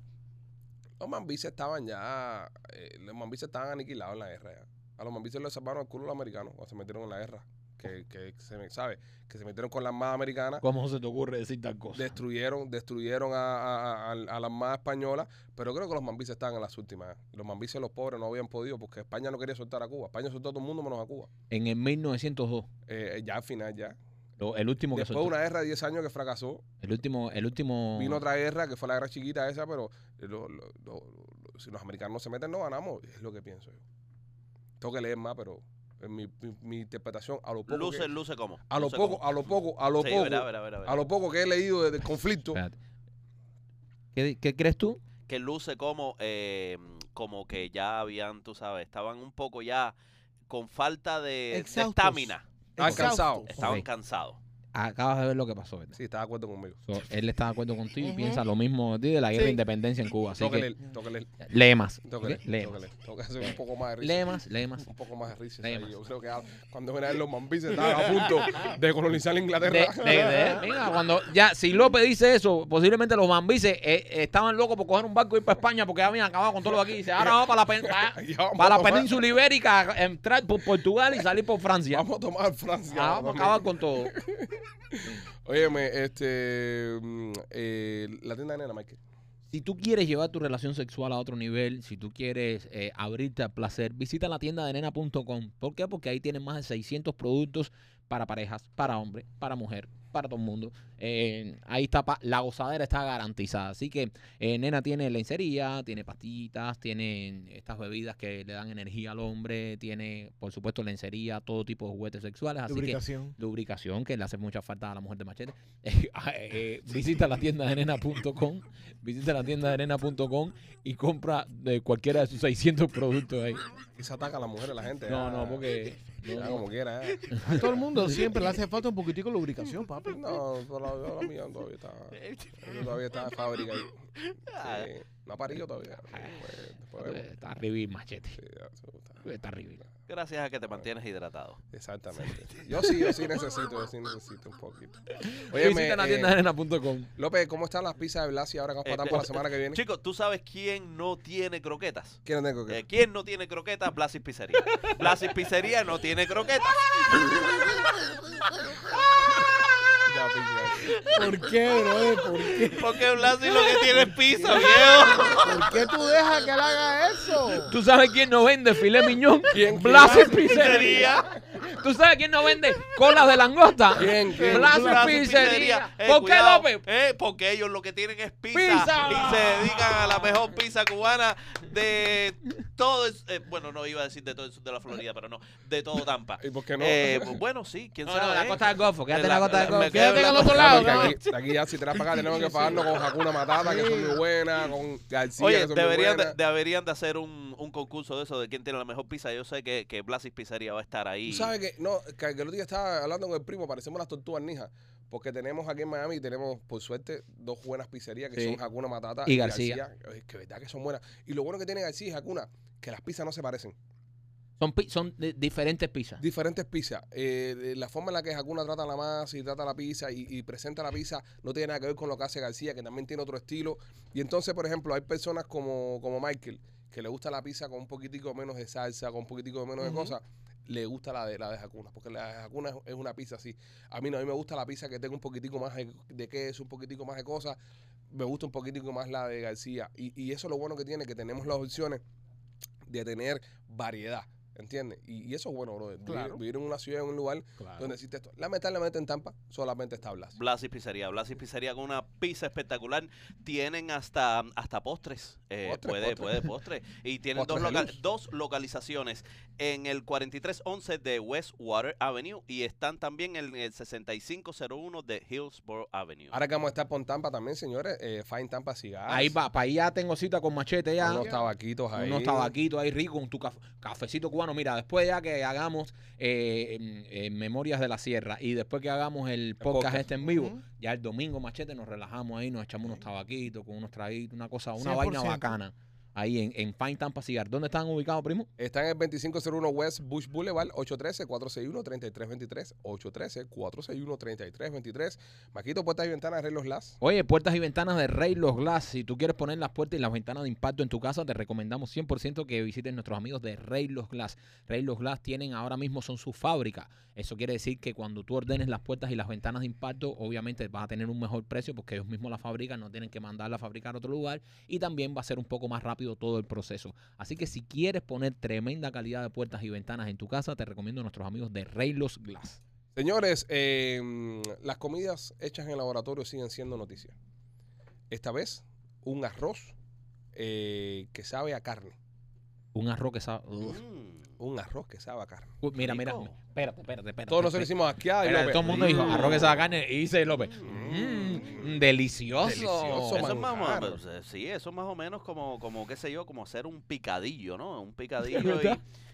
Speaker 1: los mambises estaban ya. eh, los mambises estaban aniquilados en la guerra. ya. A los mambises les salvaron el culo los americanos cuando se metieron en la guerra. Que, que se me sabe, que se metieron con la armada americana.
Speaker 2: ¿Cómo se te ocurre decir tal cosa?
Speaker 1: Destruyeron, destruyeron a, a- a- a la Armada Española, pero creo que los mambises estaban en las últimas. Los mambises, los pobres, no habían podido porque España no quería soltar a Cuba. España soltó a todo el mundo menos a Cuba.
Speaker 2: En el 1902,
Speaker 1: Eh, eh, ya al final, ya.
Speaker 2: lo- el último que
Speaker 1: Después de
Speaker 2: soltó.
Speaker 1: una guerra de 10 años que fracasó,
Speaker 2: El último, el último.
Speaker 1: Vino otra guerra que fue la guerra chiquita esa, pero eh, lo- lo- lo- lo- si los americanos no se meten, no ganamos. Es lo que pienso yo. Tengo que leer más, pero en mi, mi- mi interpretación, a lo poco.
Speaker 4: Luce,
Speaker 1: que,
Speaker 4: luce como.
Speaker 1: a lo
Speaker 4: luce
Speaker 1: poco,
Speaker 4: como.
Speaker 1: a lo poco, a lo
Speaker 4: Sí,
Speaker 1: poco.
Speaker 4: verá, verá, verá, verá.
Speaker 1: A lo poco que he leído del conflicto.
Speaker 2: Espérate. ¿Qué, qué crees tú?
Speaker 4: que luce como eh, como que ya habían, tú sabes, estaban un poco ya con falta de de
Speaker 3: Exhaustos.
Speaker 4: estamina.
Speaker 1: Estaban
Speaker 3: Exhaustos.
Speaker 1: cansados.
Speaker 4: Estaban
Speaker 2: Ok.
Speaker 4: cansados.
Speaker 2: Acabas de ver lo que pasó, ¿verdad?
Speaker 1: Sí, está de acuerdo conmigo.
Speaker 2: So, él está de acuerdo contigo y
Speaker 3: Ujú.
Speaker 2: piensa lo mismo de ti de la guerra de
Speaker 3: Sí.
Speaker 2: independencia en Cuba. Así
Speaker 1: Tengo que
Speaker 2: que
Speaker 1: leer, tengo que leer,
Speaker 2: lee más.
Speaker 1: tengo que
Speaker 2: ¿ok?
Speaker 1: leer,
Speaker 2: Lee
Speaker 1: tengo que
Speaker 2: más.
Speaker 1: leer. Tengo que hacer un poco más de
Speaker 2: Lee
Speaker 1: risa.
Speaker 2: más, lee más.
Speaker 1: Un poco más de risa.
Speaker 2: Lee
Speaker 1: ahí.
Speaker 2: más.
Speaker 1: Yo creo que ah, cuando ven a ver los mambises estaban a punto de colonizar
Speaker 2: De-
Speaker 1: Inglaterra.
Speaker 2: de- de- mira, cuando ya, si López dice eso, posiblemente los mambises eh, eh, estaban locos por coger un barco y ir para España porque ya habían acabado con todo lo de aquí. Dice, ahora vamos para la, pen- Ah, pa-
Speaker 1: Ya vamos
Speaker 2: para
Speaker 1: a
Speaker 2: la
Speaker 1: tomar-
Speaker 2: península ibérica, entrar por Portugal y salir por Francia.
Speaker 1: Vamos a tomar Francia.
Speaker 2: Ah, vamos a
Speaker 1: también.
Speaker 2: acabar con todo.
Speaker 1: Óyeme, este. mm, eh, la tienda de nena, Michael.
Speaker 2: Si tú quieres llevar tu relación sexual a otro nivel, si tú quieres eh, abrirte al placer, visita la tienda de nena.com. ¿Por qué? Porque ahí tienen más de 600 productos para parejas, para hombre, para mujer, para todo el mundo. Eh, ahí está, pa- la gozadera está garantizada. Así que eh, Nena tiene lencería, tiene pastillitas, tiene estas bebidas que le dan energía al hombre, tiene, por supuesto, lencería, todo tipo de juguetes sexuales. Así que
Speaker 3: Lubricación.
Speaker 2: lubricación que le hace mucha falta a la mujer de machete. Eh, eh, visita la tienda de nena.com, visita la tienda de nena.com y compra de cualquiera de sus 600 productos ahí.
Speaker 1: Y se ataca a la mujer, a la gente.
Speaker 2: No,
Speaker 1: ah,
Speaker 2: no, porque no,
Speaker 1: ah,
Speaker 2: no.
Speaker 1: como quiera, eh.
Speaker 3: A todo el mundo siempre le hace falta un poquitico de lubricación, papi.
Speaker 1: No, pero la, yo la mía todavía está. yo todavía está en fábrica ahí.
Speaker 4: Ah,
Speaker 1: Sí, no ha parido todavía. pues, Después, después
Speaker 2: Eh,
Speaker 1: vemos.
Speaker 2: está arriba y machete.
Speaker 1: Sí, ya, eso está.
Speaker 2: Está arriba. y-
Speaker 4: Gracias a que te mantienes hidratado.
Speaker 1: Exactamente. Yo sí, yo sí necesito, yo sí necesito un poquito. Óyeme,
Speaker 2: Visita la
Speaker 1: eh,
Speaker 2: tienda de nena.com.
Speaker 1: López, ¿cómo están las pizzas de Blasi ahora que vamos
Speaker 4: Eh,
Speaker 1: para Tampa
Speaker 4: eh,
Speaker 1: la semana que viene?
Speaker 4: Chicos, ¿tú sabes quién no tiene croquetas?
Speaker 1: ¿Quién no tengo que?
Speaker 4: Eh, ¿Quién no tiene croquetas? Blasis Pizzería. Blasis Pizzería no tiene croquetas.
Speaker 1: Ya, pizza.
Speaker 3: ¿Por qué, bro? ¿Por qué?
Speaker 4: Porque Blasis lo que tiene es pizza, viejo.
Speaker 3: ¿Por qué tú dejas que él haga eso?
Speaker 2: ¿Tú sabes quién no vende filé miñón?
Speaker 1: ¿Quién?
Speaker 2: Blasis
Speaker 1: ¿Quién?
Speaker 2: Pizzería. ¿Tú sabes quién no vende colas de langosta?
Speaker 1: ¿Quién? ¿Quién?
Speaker 2: Blasis
Speaker 4: Blasis
Speaker 2: Pizzería.
Speaker 4: Eh,
Speaker 2: ¿Por
Speaker 4: cuidado.
Speaker 2: qué, López?
Speaker 4: Eh, porque ellos lo que tienen es pizza,
Speaker 2: Pizza.
Speaker 4: y se dedican a la mejor pizza cubana de todo el- eh, bueno, no iba a decir de todo el sur de la Florida, pero no, de todo Tampa.
Speaker 1: ¿Y por qué no?
Speaker 4: Eh, pues bueno, sí, quién
Speaker 2: No,
Speaker 4: sabe.
Speaker 2: no, la
Speaker 4: eh.
Speaker 2: costa del Golfo. Quédate en
Speaker 4: La-
Speaker 2: la costa del
Speaker 4: la- me
Speaker 2: Golfo.
Speaker 4: quedo en
Speaker 3: Quédate
Speaker 4: la
Speaker 3: al otro
Speaker 4: costa.
Speaker 1: Ah,
Speaker 3: lado.
Speaker 1: porque
Speaker 3: ¿no?
Speaker 1: aquí, aquí ya si te vas para acá tenemos que pagarnos con Hakuna Matata, que son muy buenas, con García, que
Speaker 4: Oye,
Speaker 1: son
Speaker 4: deberían
Speaker 1: muy
Speaker 4: de,
Speaker 1: buenas.
Speaker 4: deberían de hacer un, un concurso de eso, de quién tiene la mejor pizza. Yo sé que, que Blasis Pizzería va a estar ahí.
Speaker 1: Tú sabes que, no, que el otro día estaba hablando con el primo, parecemos las tortugas ninjas, porque tenemos aquí en Miami, tenemos por suerte dos buenas pizzerías que
Speaker 2: Sí.
Speaker 1: son Hakuna Matata
Speaker 2: Y García.
Speaker 1: Oye, que verdad que son buenas. Y lo bueno que tiene García y Hakuna, que las pizzas no se parecen.
Speaker 2: Son, pi- son de- diferentes pizzas.
Speaker 1: Diferentes pizzas. Eh, de la forma en la que Hakuna trata la masa y trata la pizza y, y presenta la pizza no tiene nada que ver con lo que hace García, que también tiene otro estilo. Y entonces, por ejemplo, hay personas como, como Michael, que le gusta la pizza con un poquitico menos de salsa, con un poquitico menos de
Speaker 3: Ujú.
Speaker 1: cosas. le gusta la de la de Hakuna, porque la de Hakuna es- es una pizza así. A mí no, a mí me gusta la pizza que tenga un poquitico más de, de queso, un poquitico más de cosas. Me gusta un poquitico más la de García. Y, y eso es lo bueno que tiene, que tenemos las opciones de tener variedad. ¿Entiendes? Y, y eso es bueno, bro.
Speaker 3: Claro.
Speaker 1: Vivir en una ciudad, en un lugar
Speaker 2: Claro.
Speaker 1: donde existe esto. Lamentablemente en Tampa solamente está Blas.
Speaker 4: Blasis Pizzería. Blasis Pizzería con una pizza espectacular. Tienen hasta, hasta postres. Eh,
Speaker 1: Postres,
Speaker 4: puede,
Speaker 1: postres.
Speaker 4: puede, postres. Y tienen dos,
Speaker 1: Postres de
Speaker 4: local-
Speaker 1: luz.
Speaker 4: dos localizaciones en el 4311 de Westwater Avenue y están también en el 6501 de Hillsborough Avenue.
Speaker 1: Ahora que vamos a estar con Tampa también, señores, eh, Fine Tampa Cigars.
Speaker 2: Ahí va, para ahí ya tengo cita con machete ya.
Speaker 1: Con Unos tabaquitos ahí.
Speaker 2: Unos tabaquitos ahí ricos, con tu caf- cafecito cubano. Mira, después ya que hagamos eh, em, eh, Memorias de la Sierra y después que hagamos el podcast,
Speaker 1: podcast.
Speaker 2: este en vivo,
Speaker 3: Ujú.
Speaker 2: ya el domingo machete nos relajamos ahí, nos echamos unos tabaquitos con unos traguitos, una cosa, una
Speaker 3: 100%.
Speaker 2: vaina bacana. Ahí en, en Fine Tampa Cigar. ¿Dónde están ubicados, primo?
Speaker 1: Está en el 2501 West Bush Boulevard, 813-461-3323, 813-461-3323. Maquito, puertas y ventanas, arreglos las.
Speaker 2: Oye, puertas y ventanas de Rey Los Glass. Si tú quieres poner las puertas y las ventanas de impacto en tu casa, te recomendamos 100% que visites nuestros amigos de Rey Los Glass. Rey Los Glass tienen ahora mismo, son su fábrica. Eso quiere decir que cuando tú ordenes las puertas y las ventanas de impacto, obviamente vas a tener un mejor precio porque ellos mismos la fabrican, no tienen que mandarla a fabricar a otro lugar y también va a ser un poco más rápido todo el proceso. Así que si quieres poner tremenda calidad de puertas y ventanas en tu casa, te recomiendo a nuestros amigos de Rey Los Glass.
Speaker 1: Señores, eh, las comidas hechas en el laboratorio siguen siendo noticias. Esta vez, un arroz eh, que sabe a carne.
Speaker 2: Un arroz que sabe...
Speaker 4: Mm.
Speaker 1: Un arroz que sabe a carne.
Speaker 2: Uy, mira, mira,
Speaker 4: Rico.
Speaker 2: espérate, espérate, espérate.
Speaker 1: Todos nosotros
Speaker 2: espérate.
Speaker 1: hicimos aquí. ay,
Speaker 2: Era de
Speaker 1: López.
Speaker 2: todo el mundo dijo, arroz que sabe carne, y dice López,
Speaker 1: Mm.
Speaker 2: "Mm, delicioso.
Speaker 1: Delicioso,
Speaker 4: Eso es más o
Speaker 1: manjar.
Speaker 4: menos, eh, sí, eso es más o menos como, como, qué sé yo, como hacer un picadillo, ¿no? Un picadillo y... y-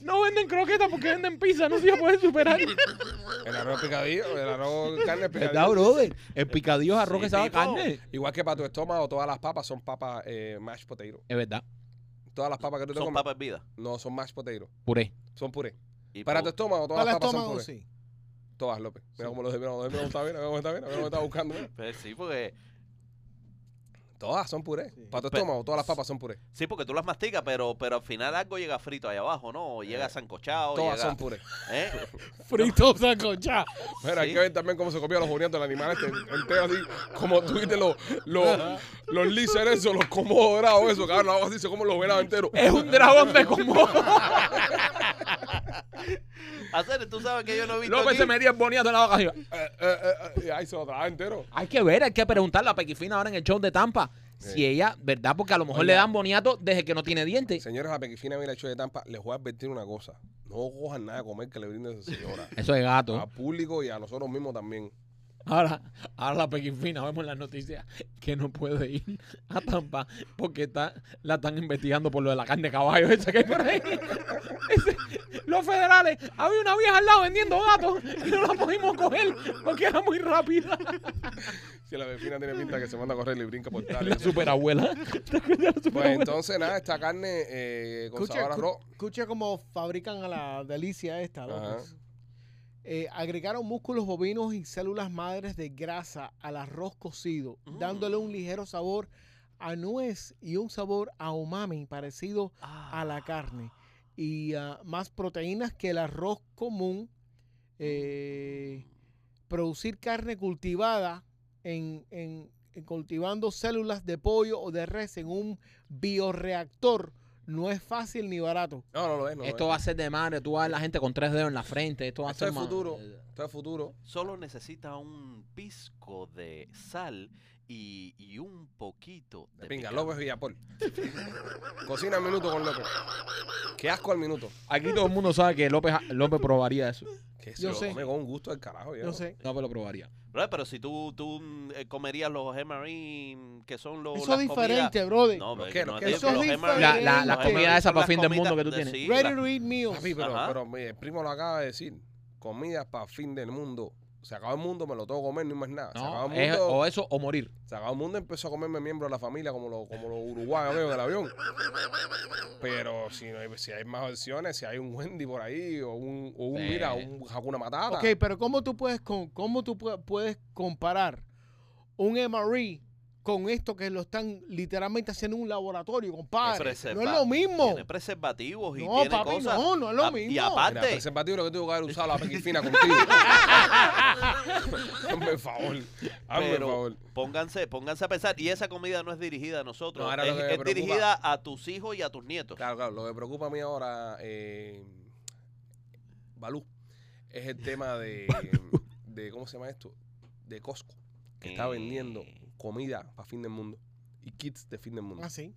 Speaker 2: No venden croquetas porque venden pizza, no se iba a poder superar.
Speaker 1: El arroz picadillo, el arroz carne
Speaker 2: ¿Verdad,
Speaker 1: picadillo.
Speaker 2: brother? El picadillo es arroz
Speaker 4: Sí,
Speaker 2: que sabe a
Speaker 4: tipo.
Speaker 2: carne.
Speaker 1: Igual que para tu estómago, todas las papas son papas eh, mashed potato.
Speaker 2: Es verdad,
Speaker 1: Todas las papas que tú te
Speaker 4: Son
Speaker 1: comes
Speaker 4: papas vidas.
Speaker 1: no son mashed potato,
Speaker 2: puré.
Speaker 1: son puré.
Speaker 4: Y
Speaker 1: Para tu
Speaker 4: po-
Speaker 1: estómago, todas
Speaker 3: Para el
Speaker 1: las papas son
Speaker 3: estómago,
Speaker 1: puré.
Speaker 3: sí.
Speaker 1: Todas, López. Mira
Speaker 3: Sí.
Speaker 1: cómo lo mira cómo lo- mira cómo está bien, mira cómo está bien, mira cómo está buscando. mira.
Speaker 4: pues sí, porque,
Speaker 1: Todas son puré.
Speaker 3: Sí.
Speaker 1: Para tu
Speaker 4: Pero-
Speaker 1: estómago, todas las papas son puré.
Speaker 4: sí, porque tú las masticas, pero, pero al final algo llega frito ahí abajo, ¿no? O llega
Speaker 1: Eh,
Speaker 4: sancochado,
Speaker 1: Todas
Speaker 4: llega-
Speaker 1: son puré.
Speaker 4: ¿eh?
Speaker 3: Frito sacocha.
Speaker 1: Mira, hay
Speaker 4: Sí.
Speaker 1: que ver también cómo se comían los boniatos del animal este entero así. Como tú viste los, los, los lizards esos, los comodos dorados esos, cabrón. Algo así se comen los venados enteros.
Speaker 4: Eh.
Speaker 2: Es un dragón de como.
Speaker 4: Hacer, tú sabes que yo no he visto
Speaker 2: López
Speaker 4: aquí.
Speaker 2: se metía el boniato en la boca. así.
Speaker 1: Eh, eh, eh, eh, ahí se lo tragan entero.
Speaker 2: Hay que ver, hay que preguntarle a Pequifina ahora en el show de Tampa.
Speaker 1: Sí. Pues
Speaker 2: Si ella, ¿verdad? Porque a lo mejor
Speaker 1: Oiga.
Speaker 2: le dan boniato desde que no tiene dientes.
Speaker 1: Señores, la pequifina mira hecho de Tampa, les voy a advertir una cosa. No cojan nada de comer que le brinde esa señora.
Speaker 2: Eso es
Speaker 1: a
Speaker 2: gato.
Speaker 1: público y a nosotros mismos también.
Speaker 2: Ahora, ahora la Pequifina, vemos en las noticias que no puede ir a Tampa porque está, la están investigando por lo de la carne de caballo esa que hay por ahí. Ese- los federales, había una vieja al lado vendiendo gatos y no la pudimos coger porque era muy rápida.
Speaker 1: Si la pequifina tiene pinta que se manda a correr y brinca por tal.
Speaker 2: La superabuela. ¿Te acuerdas de la
Speaker 1: Pues
Speaker 2: superabuela?
Speaker 1: entonces, nada, esta carne eh, con
Speaker 3: Escucha,
Speaker 1: sabor a
Speaker 3: escu-
Speaker 1: arroz.
Speaker 3: escucha cómo fabrican a la delicia esta,
Speaker 1: Ajá.
Speaker 3: López. Eh, agregaron músculos bovinos y células madres de grasa al arroz cocido,
Speaker 4: Mm.
Speaker 3: dándole un ligero sabor a nuez y un sabor a umami parecido
Speaker 4: Ah,
Speaker 3: a la carne. Y ah, más proteínas que el arroz común. Eh, producir carne cultivada en, en- en cultivando células de pollo o de res en un bioreactor no es fácil ni barato.
Speaker 1: No, no lo es, no lo
Speaker 2: Esto
Speaker 1: es.
Speaker 2: va a ser de madre, tú vas a ver la gente con tres dedos en la frente, esto va a
Speaker 1: Esto
Speaker 2: ser
Speaker 1: es
Speaker 2: más-
Speaker 1: futuro. Esto es futuro.
Speaker 4: Solo necesita un pisco de sal y, y un poquito de
Speaker 1: Venga,
Speaker 4: picante.
Speaker 1: López Villapol. Cocina al minuto con López. Qué asco al minuto.
Speaker 2: Aquí todo el mundo sabe que López, López probaría eso.
Speaker 1: Que se
Speaker 3: Yo
Speaker 1: lo
Speaker 3: sé.
Speaker 1: come con un gusto del carajo. ya,
Speaker 3: No
Speaker 1: ¿no?
Speaker 3: sé.
Speaker 2: López lo probaría.
Speaker 4: Bro, pero si tú, tú mm, eh, comerías los M&M que son los
Speaker 3: Eso es
Speaker 4: las comidas-
Speaker 3: diferente, brother.
Speaker 4: No, pero
Speaker 1: ¿Qué,
Speaker 4: que no
Speaker 1: lo
Speaker 4: te
Speaker 1: que?
Speaker 4: digo
Speaker 1: Eso
Speaker 4: que
Speaker 1: es
Speaker 4: los M&M
Speaker 3: diferente. La- la-
Speaker 4: son
Speaker 3: la
Speaker 4: las
Speaker 2: comida esa pa' fin del
Speaker 4: comidas
Speaker 2: mundo que tú
Speaker 4: de-
Speaker 2: tienes.
Speaker 4: sí,
Speaker 3: Ready
Speaker 4: la-
Speaker 3: to eat meals.
Speaker 1: Papi, pero,
Speaker 4: Ajá.
Speaker 1: pero mi primo lo acaba de decir. Comida para fin del mundo. se acaba el mundo, me lo tengo que comer, no hay más nada. Ah, se acaba
Speaker 2: No,
Speaker 1: el
Speaker 2: es-
Speaker 1: mundo,
Speaker 2: o eso o morir.
Speaker 1: se acaba el mundo, empezó a comerme miembros de la familia como los como los uruguayos veo, del avión. Pero si, no hay, si hay más opciones, si hay un Wendy por ahí o un, o un
Speaker 2: Sí.
Speaker 1: mira, un Hakuna Matata.
Speaker 3: Ok, pero ¿cómo tú puedes, con, cómo tú pu- puedes comparar un MRE con esto que lo están literalmente haciendo en un laboratorio, compadre?
Speaker 4: preserva-
Speaker 3: No es lo mismo.
Speaker 4: Tiene preservativos y
Speaker 3: No,
Speaker 4: tiene
Speaker 3: papi,
Speaker 4: cosas.
Speaker 3: no, no es lo
Speaker 4: Ah,
Speaker 3: mismo.
Speaker 4: Y
Speaker 1: Mira, el
Speaker 4: aparte,
Speaker 1: preservativo lo que tengo que haber usado la pequifina contigo. Hazme el favor. Hazme el
Speaker 4: Pero-
Speaker 1: favor.
Speaker 4: pónganse, pónganse a pensar. Y esa comida no es dirigida a nosotros.
Speaker 1: No, ahora
Speaker 4: es
Speaker 1: lo que me
Speaker 4: es
Speaker 1: preocupa-
Speaker 4: dirigida a tus hijos y a tus nietos.
Speaker 1: Claro, claro. Lo que preocupa a mí ahora, eh, Balú, es el tema de, de. ¿Cómo se llama esto? De Costco, que
Speaker 2: Eh.
Speaker 4: Eh,
Speaker 1: está vendiendo comida para fin del mundo y kits de fin del mundo.
Speaker 3: Ah, sí.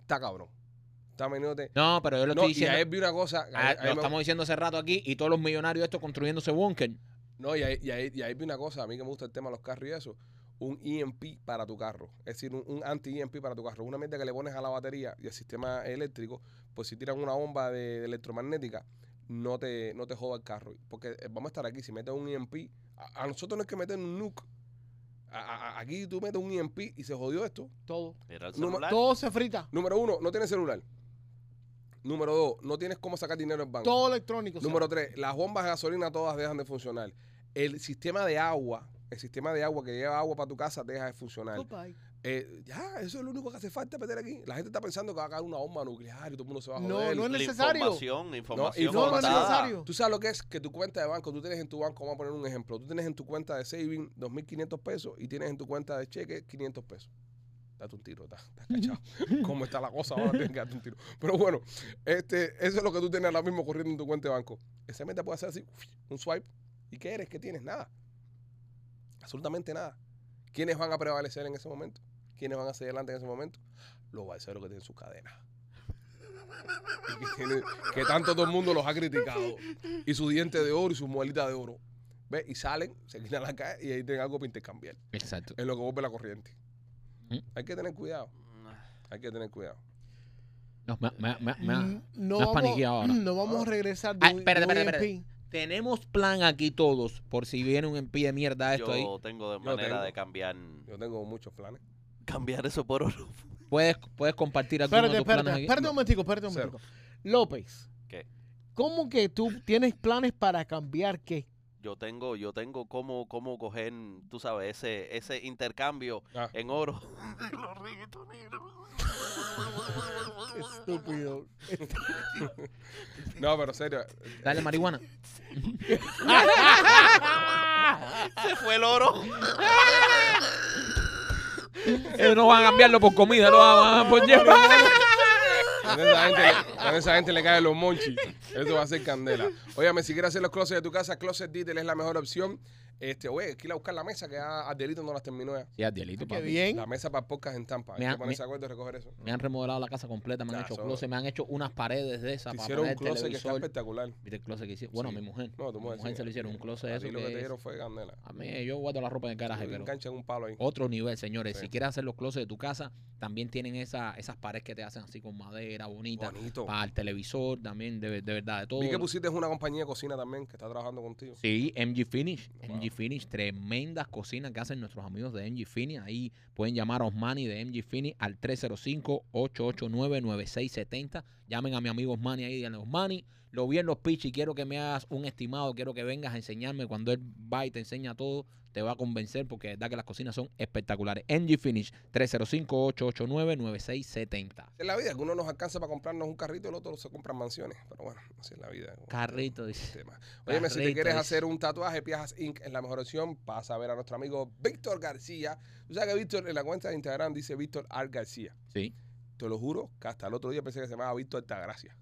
Speaker 1: Está cabrón. Está vendiéndote.
Speaker 2: No, pero yo lo
Speaker 1: No,
Speaker 2: estoy
Speaker 1: y
Speaker 2: diciendo.
Speaker 1: ayer vi una cosa.
Speaker 2: ah,
Speaker 1: ayer-
Speaker 2: lo
Speaker 1: ayer me-
Speaker 2: estamos diciendo hace rato aquí y todos los millonarios estos construyéndose búnker.
Speaker 1: No, y ahí, y, ahí, y ahí vi una cosa, a mí que me gusta el tema de los carros y eso, un EMP para tu carro, es decir, un, anti-EMP para tu carro, una mierda que le pones a la batería y al sistema eléctrico, pues si tiran una bomba de, de electromagnética, no te, no te joda el carro, porque eh, vamos a estar aquí, si metes un EMP, a, a nosotros no es que meter un nuke, A- a- a- aquí tú metes un EMP y se jodió esto.
Speaker 3: Todo.
Speaker 4: Mira el
Speaker 1: No,
Speaker 4: celular.
Speaker 3: Todo se frita.
Speaker 1: Número uno, no tienes celular. Número dos, no tienes cómo sacar dinero del banco.
Speaker 3: Todo electrónico. se-
Speaker 1: Número tres, las bombas de gasolina todas dejan de funcionar. El sistema de agua, el sistema de agua que lleva agua para tu casa deja de funcionar.
Speaker 3: Goodbye.
Speaker 1: Eh, ya, eso es lo único que hace falta meter aquí. La gente está pensando que va a caer una bomba nuclear y todo el mundo se va a
Speaker 3: No,
Speaker 1: joder.
Speaker 3: no es
Speaker 4: La
Speaker 3: necesario.
Speaker 4: Información,
Speaker 1: información.
Speaker 4: información.
Speaker 1: No, no es
Speaker 4: contada.
Speaker 3: necesario.
Speaker 1: Tú sabes lo que es que tu cuenta de banco, tú tienes en tu banco, vamos a poner un ejemplo, tú tienes en tu cuenta de saving 2.500 pesos y tienes en tu cuenta de cheque 500 pesos. Date un tiro, estás estás cachado. ¿Cómo está la cosa? Ahora tienes que darte un tiro. Pero bueno, este, eso es lo que tú tienes ahora mismo corriendo en tu cuenta de banco. Esa meta puede hacer así, uf, un swipe. ¿Y qué eres? ¿Qué tienes? Nada. Absolutamente nada. ¿Quiénes van a prevalecer en ese momento? ¿Quiénes van a seguir adelante en ese momento? Los balseros que tienen sus cadenas. Y que, tienen- que tanto todo el mundo los ha criticado. Y su diente de oro y su muelita de oro. ¿Ves? Y salen, se quitan la calle y ahí tienen algo para intercambiar.
Speaker 2: Exacto.
Speaker 1: Es lo que vuelve la corriente.
Speaker 2: ¿Mm?
Speaker 1: Hay que tener cuidado. Hay que tener cuidado.
Speaker 2: No, me- me- me- me-
Speaker 3: Mm, No
Speaker 2: me has paniqueado ahora.
Speaker 3: No vamos a regresar de
Speaker 2: Ay,
Speaker 3: un- E
Speaker 2: espérate,
Speaker 3: de un
Speaker 2: espérate,
Speaker 3: EMP.
Speaker 2: Tenemos plan aquí todos por si viene un empie de mierda esto ahí.
Speaker 4: Yo tengo de manera
Speaker 1: tengo.
Speaker 4: de cambiar
Speaker 1: Yo tengo muchos planes.
Speaker 4: cambiar eso por oro.
Speaker 2: Puedes, puedes compartir algunos
Speaker 3: Espérate,
Speaker 2: de tus planes
Speaker 3: espérate,
Speaker 2: aquí.
Speaker 3: espérate un momentico, espérate un
Speaker 1: Cero.
Speaker 3: momentico. López.
Speaker 4: ¿Qué?
Speaker 3: ¿Cómo que tú tienes planes para cambiar qué?
Speaker 4: Yo tengo, yo tengo cómo, cómo coger, tú sabes, ese, ese intercambio
Speaker 1: Ah.
Speaker 4: en oro.
Speaker 3: Estúpido.
Speaker 1: No, pero serio.
Speaker 2: Dale marihuana.
Speaker 4: Se fue el oro.
Speaker 2: Ellos no van a cambiarlo por comida, ah, pues lo van a por hierba.
Speaker 1: A esa gente, a esa gente le caen los monchis. Eso va a ser candela. Óyame, si quieres hacer los closets de tu casa, Closet Detail es la mejor opción. Este, oye, aquí a buscar la mesa que ya Adelito no las terminó ya.
Speaker 2: Sí, Adielito,
Speaker 3: Qué
Speaker 2: papi.
Speaker 3: bien.
Speaker 1: La mesa para podcast en Tampa. Hay
Speaker 2: Me
Speaker 1: que
Speaker 2: ha-
Speaker 1: ponerse
Speaker 2: me-
Speaker 1: de acuerdo y recoger eso.
Speaker 2: Me han remodelado la casa completa, me han
Speaker 1: Ah,
Speaker 2: hecho
Speaker 1: eso-
Speaker 2: closet, me han hecho unas paredes de esas
Speaker 1: Te
Speaker 2: para
Speaker 1: hicieron
Speaker 2: poner
Speaker 1: un
Speaker 2: el
Speaker 1: closet que está
Speaker 2: televisor.
Speaker 1: espectacular.
Speaker 2: ¿Viste el closet que hicieron? Bueno,
Speaker 1: Sí.
Speaker 2: mi mujer.
Speaker 1: No, tu
Speaker 2: mi
Speaker 1: mujer,
Speaker 2: mujer
Speaker 1: sí.
Speaker 2: se lo hicieron un closet
Speaker 1: A
Speaker 2: eso
Speaker 1: ti lo que
Speaker 2: que
Speaker 1: te
Speaker 2: es-
Speaker 1: dieron fue candela.
Speaker 2: A mí yo guardo la ropa en el garaje, pero
Speaker 1: Enganchan un palo ahí.
Speaker 2: otro nivel, señores.
Speaker 1: Sí.
Speaker 2: Si quieres hacer los closets de tu casa, también tienen esa, esas paredes que te hacen así con madera bonita.
Speaker 1: Bonito.
Speaker 2: Para el televisor también, de, de verdad, de todo.
Speaker 1: Vi que pusiste una compañía de cocina también que está trabajando contigo.
Speaker 2: Sí, MG Finish.
Speaker 1: Wow.
Speaker 2: MG Finish, tremendas cocinas que hacen nuestros amigos de MG Finish. Ahí pueden llamar a Osmani de MG Finish al 305-889-9670. Llamen a mi amigo Osmani ahí, díganle, Osmani, lo vi en los pitch y quiero que me hagas un estimado, quiero que vengas a enseñarme. Cuando él va y te enseña todo, te va a convencer porque de verdad que las cocinas son espectaculares. MG Finish, 305-889-9670.
Speaker 1: Es la vida, que uno nos alcanza para comprarnos un carrito y el otro se compran mansiones. Pero bueno, así es la vida.
Speaker 2: Carrito, dice.
Speaker 1: tema. Óyeme, si te
Speaker 2: Carritos.
Speaker 1: quieres hacer un tatuaje, Piajas Inc. es la mejor opción. Vas a ver a nuestro amigo Víctor García. Tú sabes que Víctor en la cuenta de Instagram dice Víctor Art García.
Speaker 2: Sí,
Speaker 1: Te lo juro que hasta el otro día pensé que se llamaba Víctor Altagracia.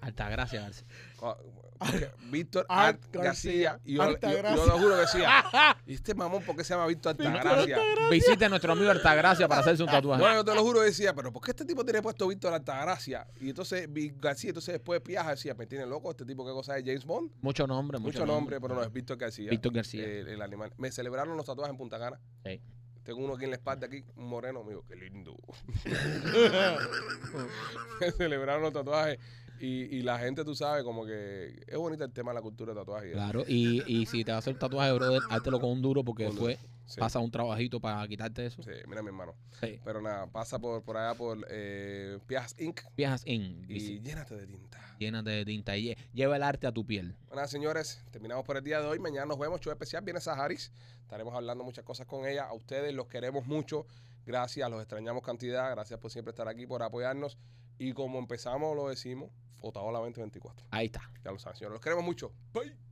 Speaker 2: alta gracia, García.
Speaker 1: Ah, porque Víctor
Speaker 3: Art
Speaker 1: Art García.
Speaker 3: García.
Speaker 1: Y yo,
Speaker 3: Altagracia.
Speaker 1: yo- yo lo juro que decía. ¿Y este mamón por qué se llama Víctor Altagracia?
Speaker 2: Visite a nuestro amigo Altagracia para hacerse un tatuaje.
Speaker 1: No, yo te lo juro, decía, pero ¿por qué este tipo tiene puesto Víctor Altagracia? Y entonces Vic García, entonces después Piaja decía, me tiene loco este tipo, ¿qué cosa es James Bond?
Speaker 2: Mucho nombre,
Speaker 1: Mucho, nombre, pero no, es Eh, Víctor García.
Speaker 2: Víctor García.
Speaker 1: El, el animal. Me celebraron los tatuajes en Punta Cana.
Speaker 2: Sí.
Speaker 1: Tengo uno aquí en la espalda, aquí, un moreno, amigo, qué lindo. Me celebraron los tatuajes Y, y la gente, tú sabes, como que es bonita el tema de la cultura de tatuaje.
Speaker 2: Claro, y, y si te vas a hacer un tatuaje, brother, hártelo con un duro porque
Speaker 1: Con
Speaker 2: después
Speaker 1: Sí,
Speaker 2: pasa un trabajito para quitarte eso.
Speaker 1: sí, mira mi hermano.
Speaker 2: Sí.
Speaker 1: Pero nada, pasa por, por allá por eh, Pias Inc.
Speaker 2: Viajas en,
Speaker 1: y
Speaker 2: visi-
Speaker 1: llénate de tinta.
Speaker 2: llénate de tinta y lle- lleva el arte a tu piel.
Speaker 1: Bueno, señores, terminamos por el día de hoy. Mañana nos vemos. Show especial viene Saharis. Estaremos hablando muchas cosas con ella. A ustedes los queremos mucho. Gracias, los extrañamos cantidad. Gracias por siempre estar aquí, por apoyarnos. Y como empezamos, lo decimos, Otaola 2024.
Speaker 2: Ahí está.
Speaker 1: Ya lo saben, señores. Los queremos mucho. Bye.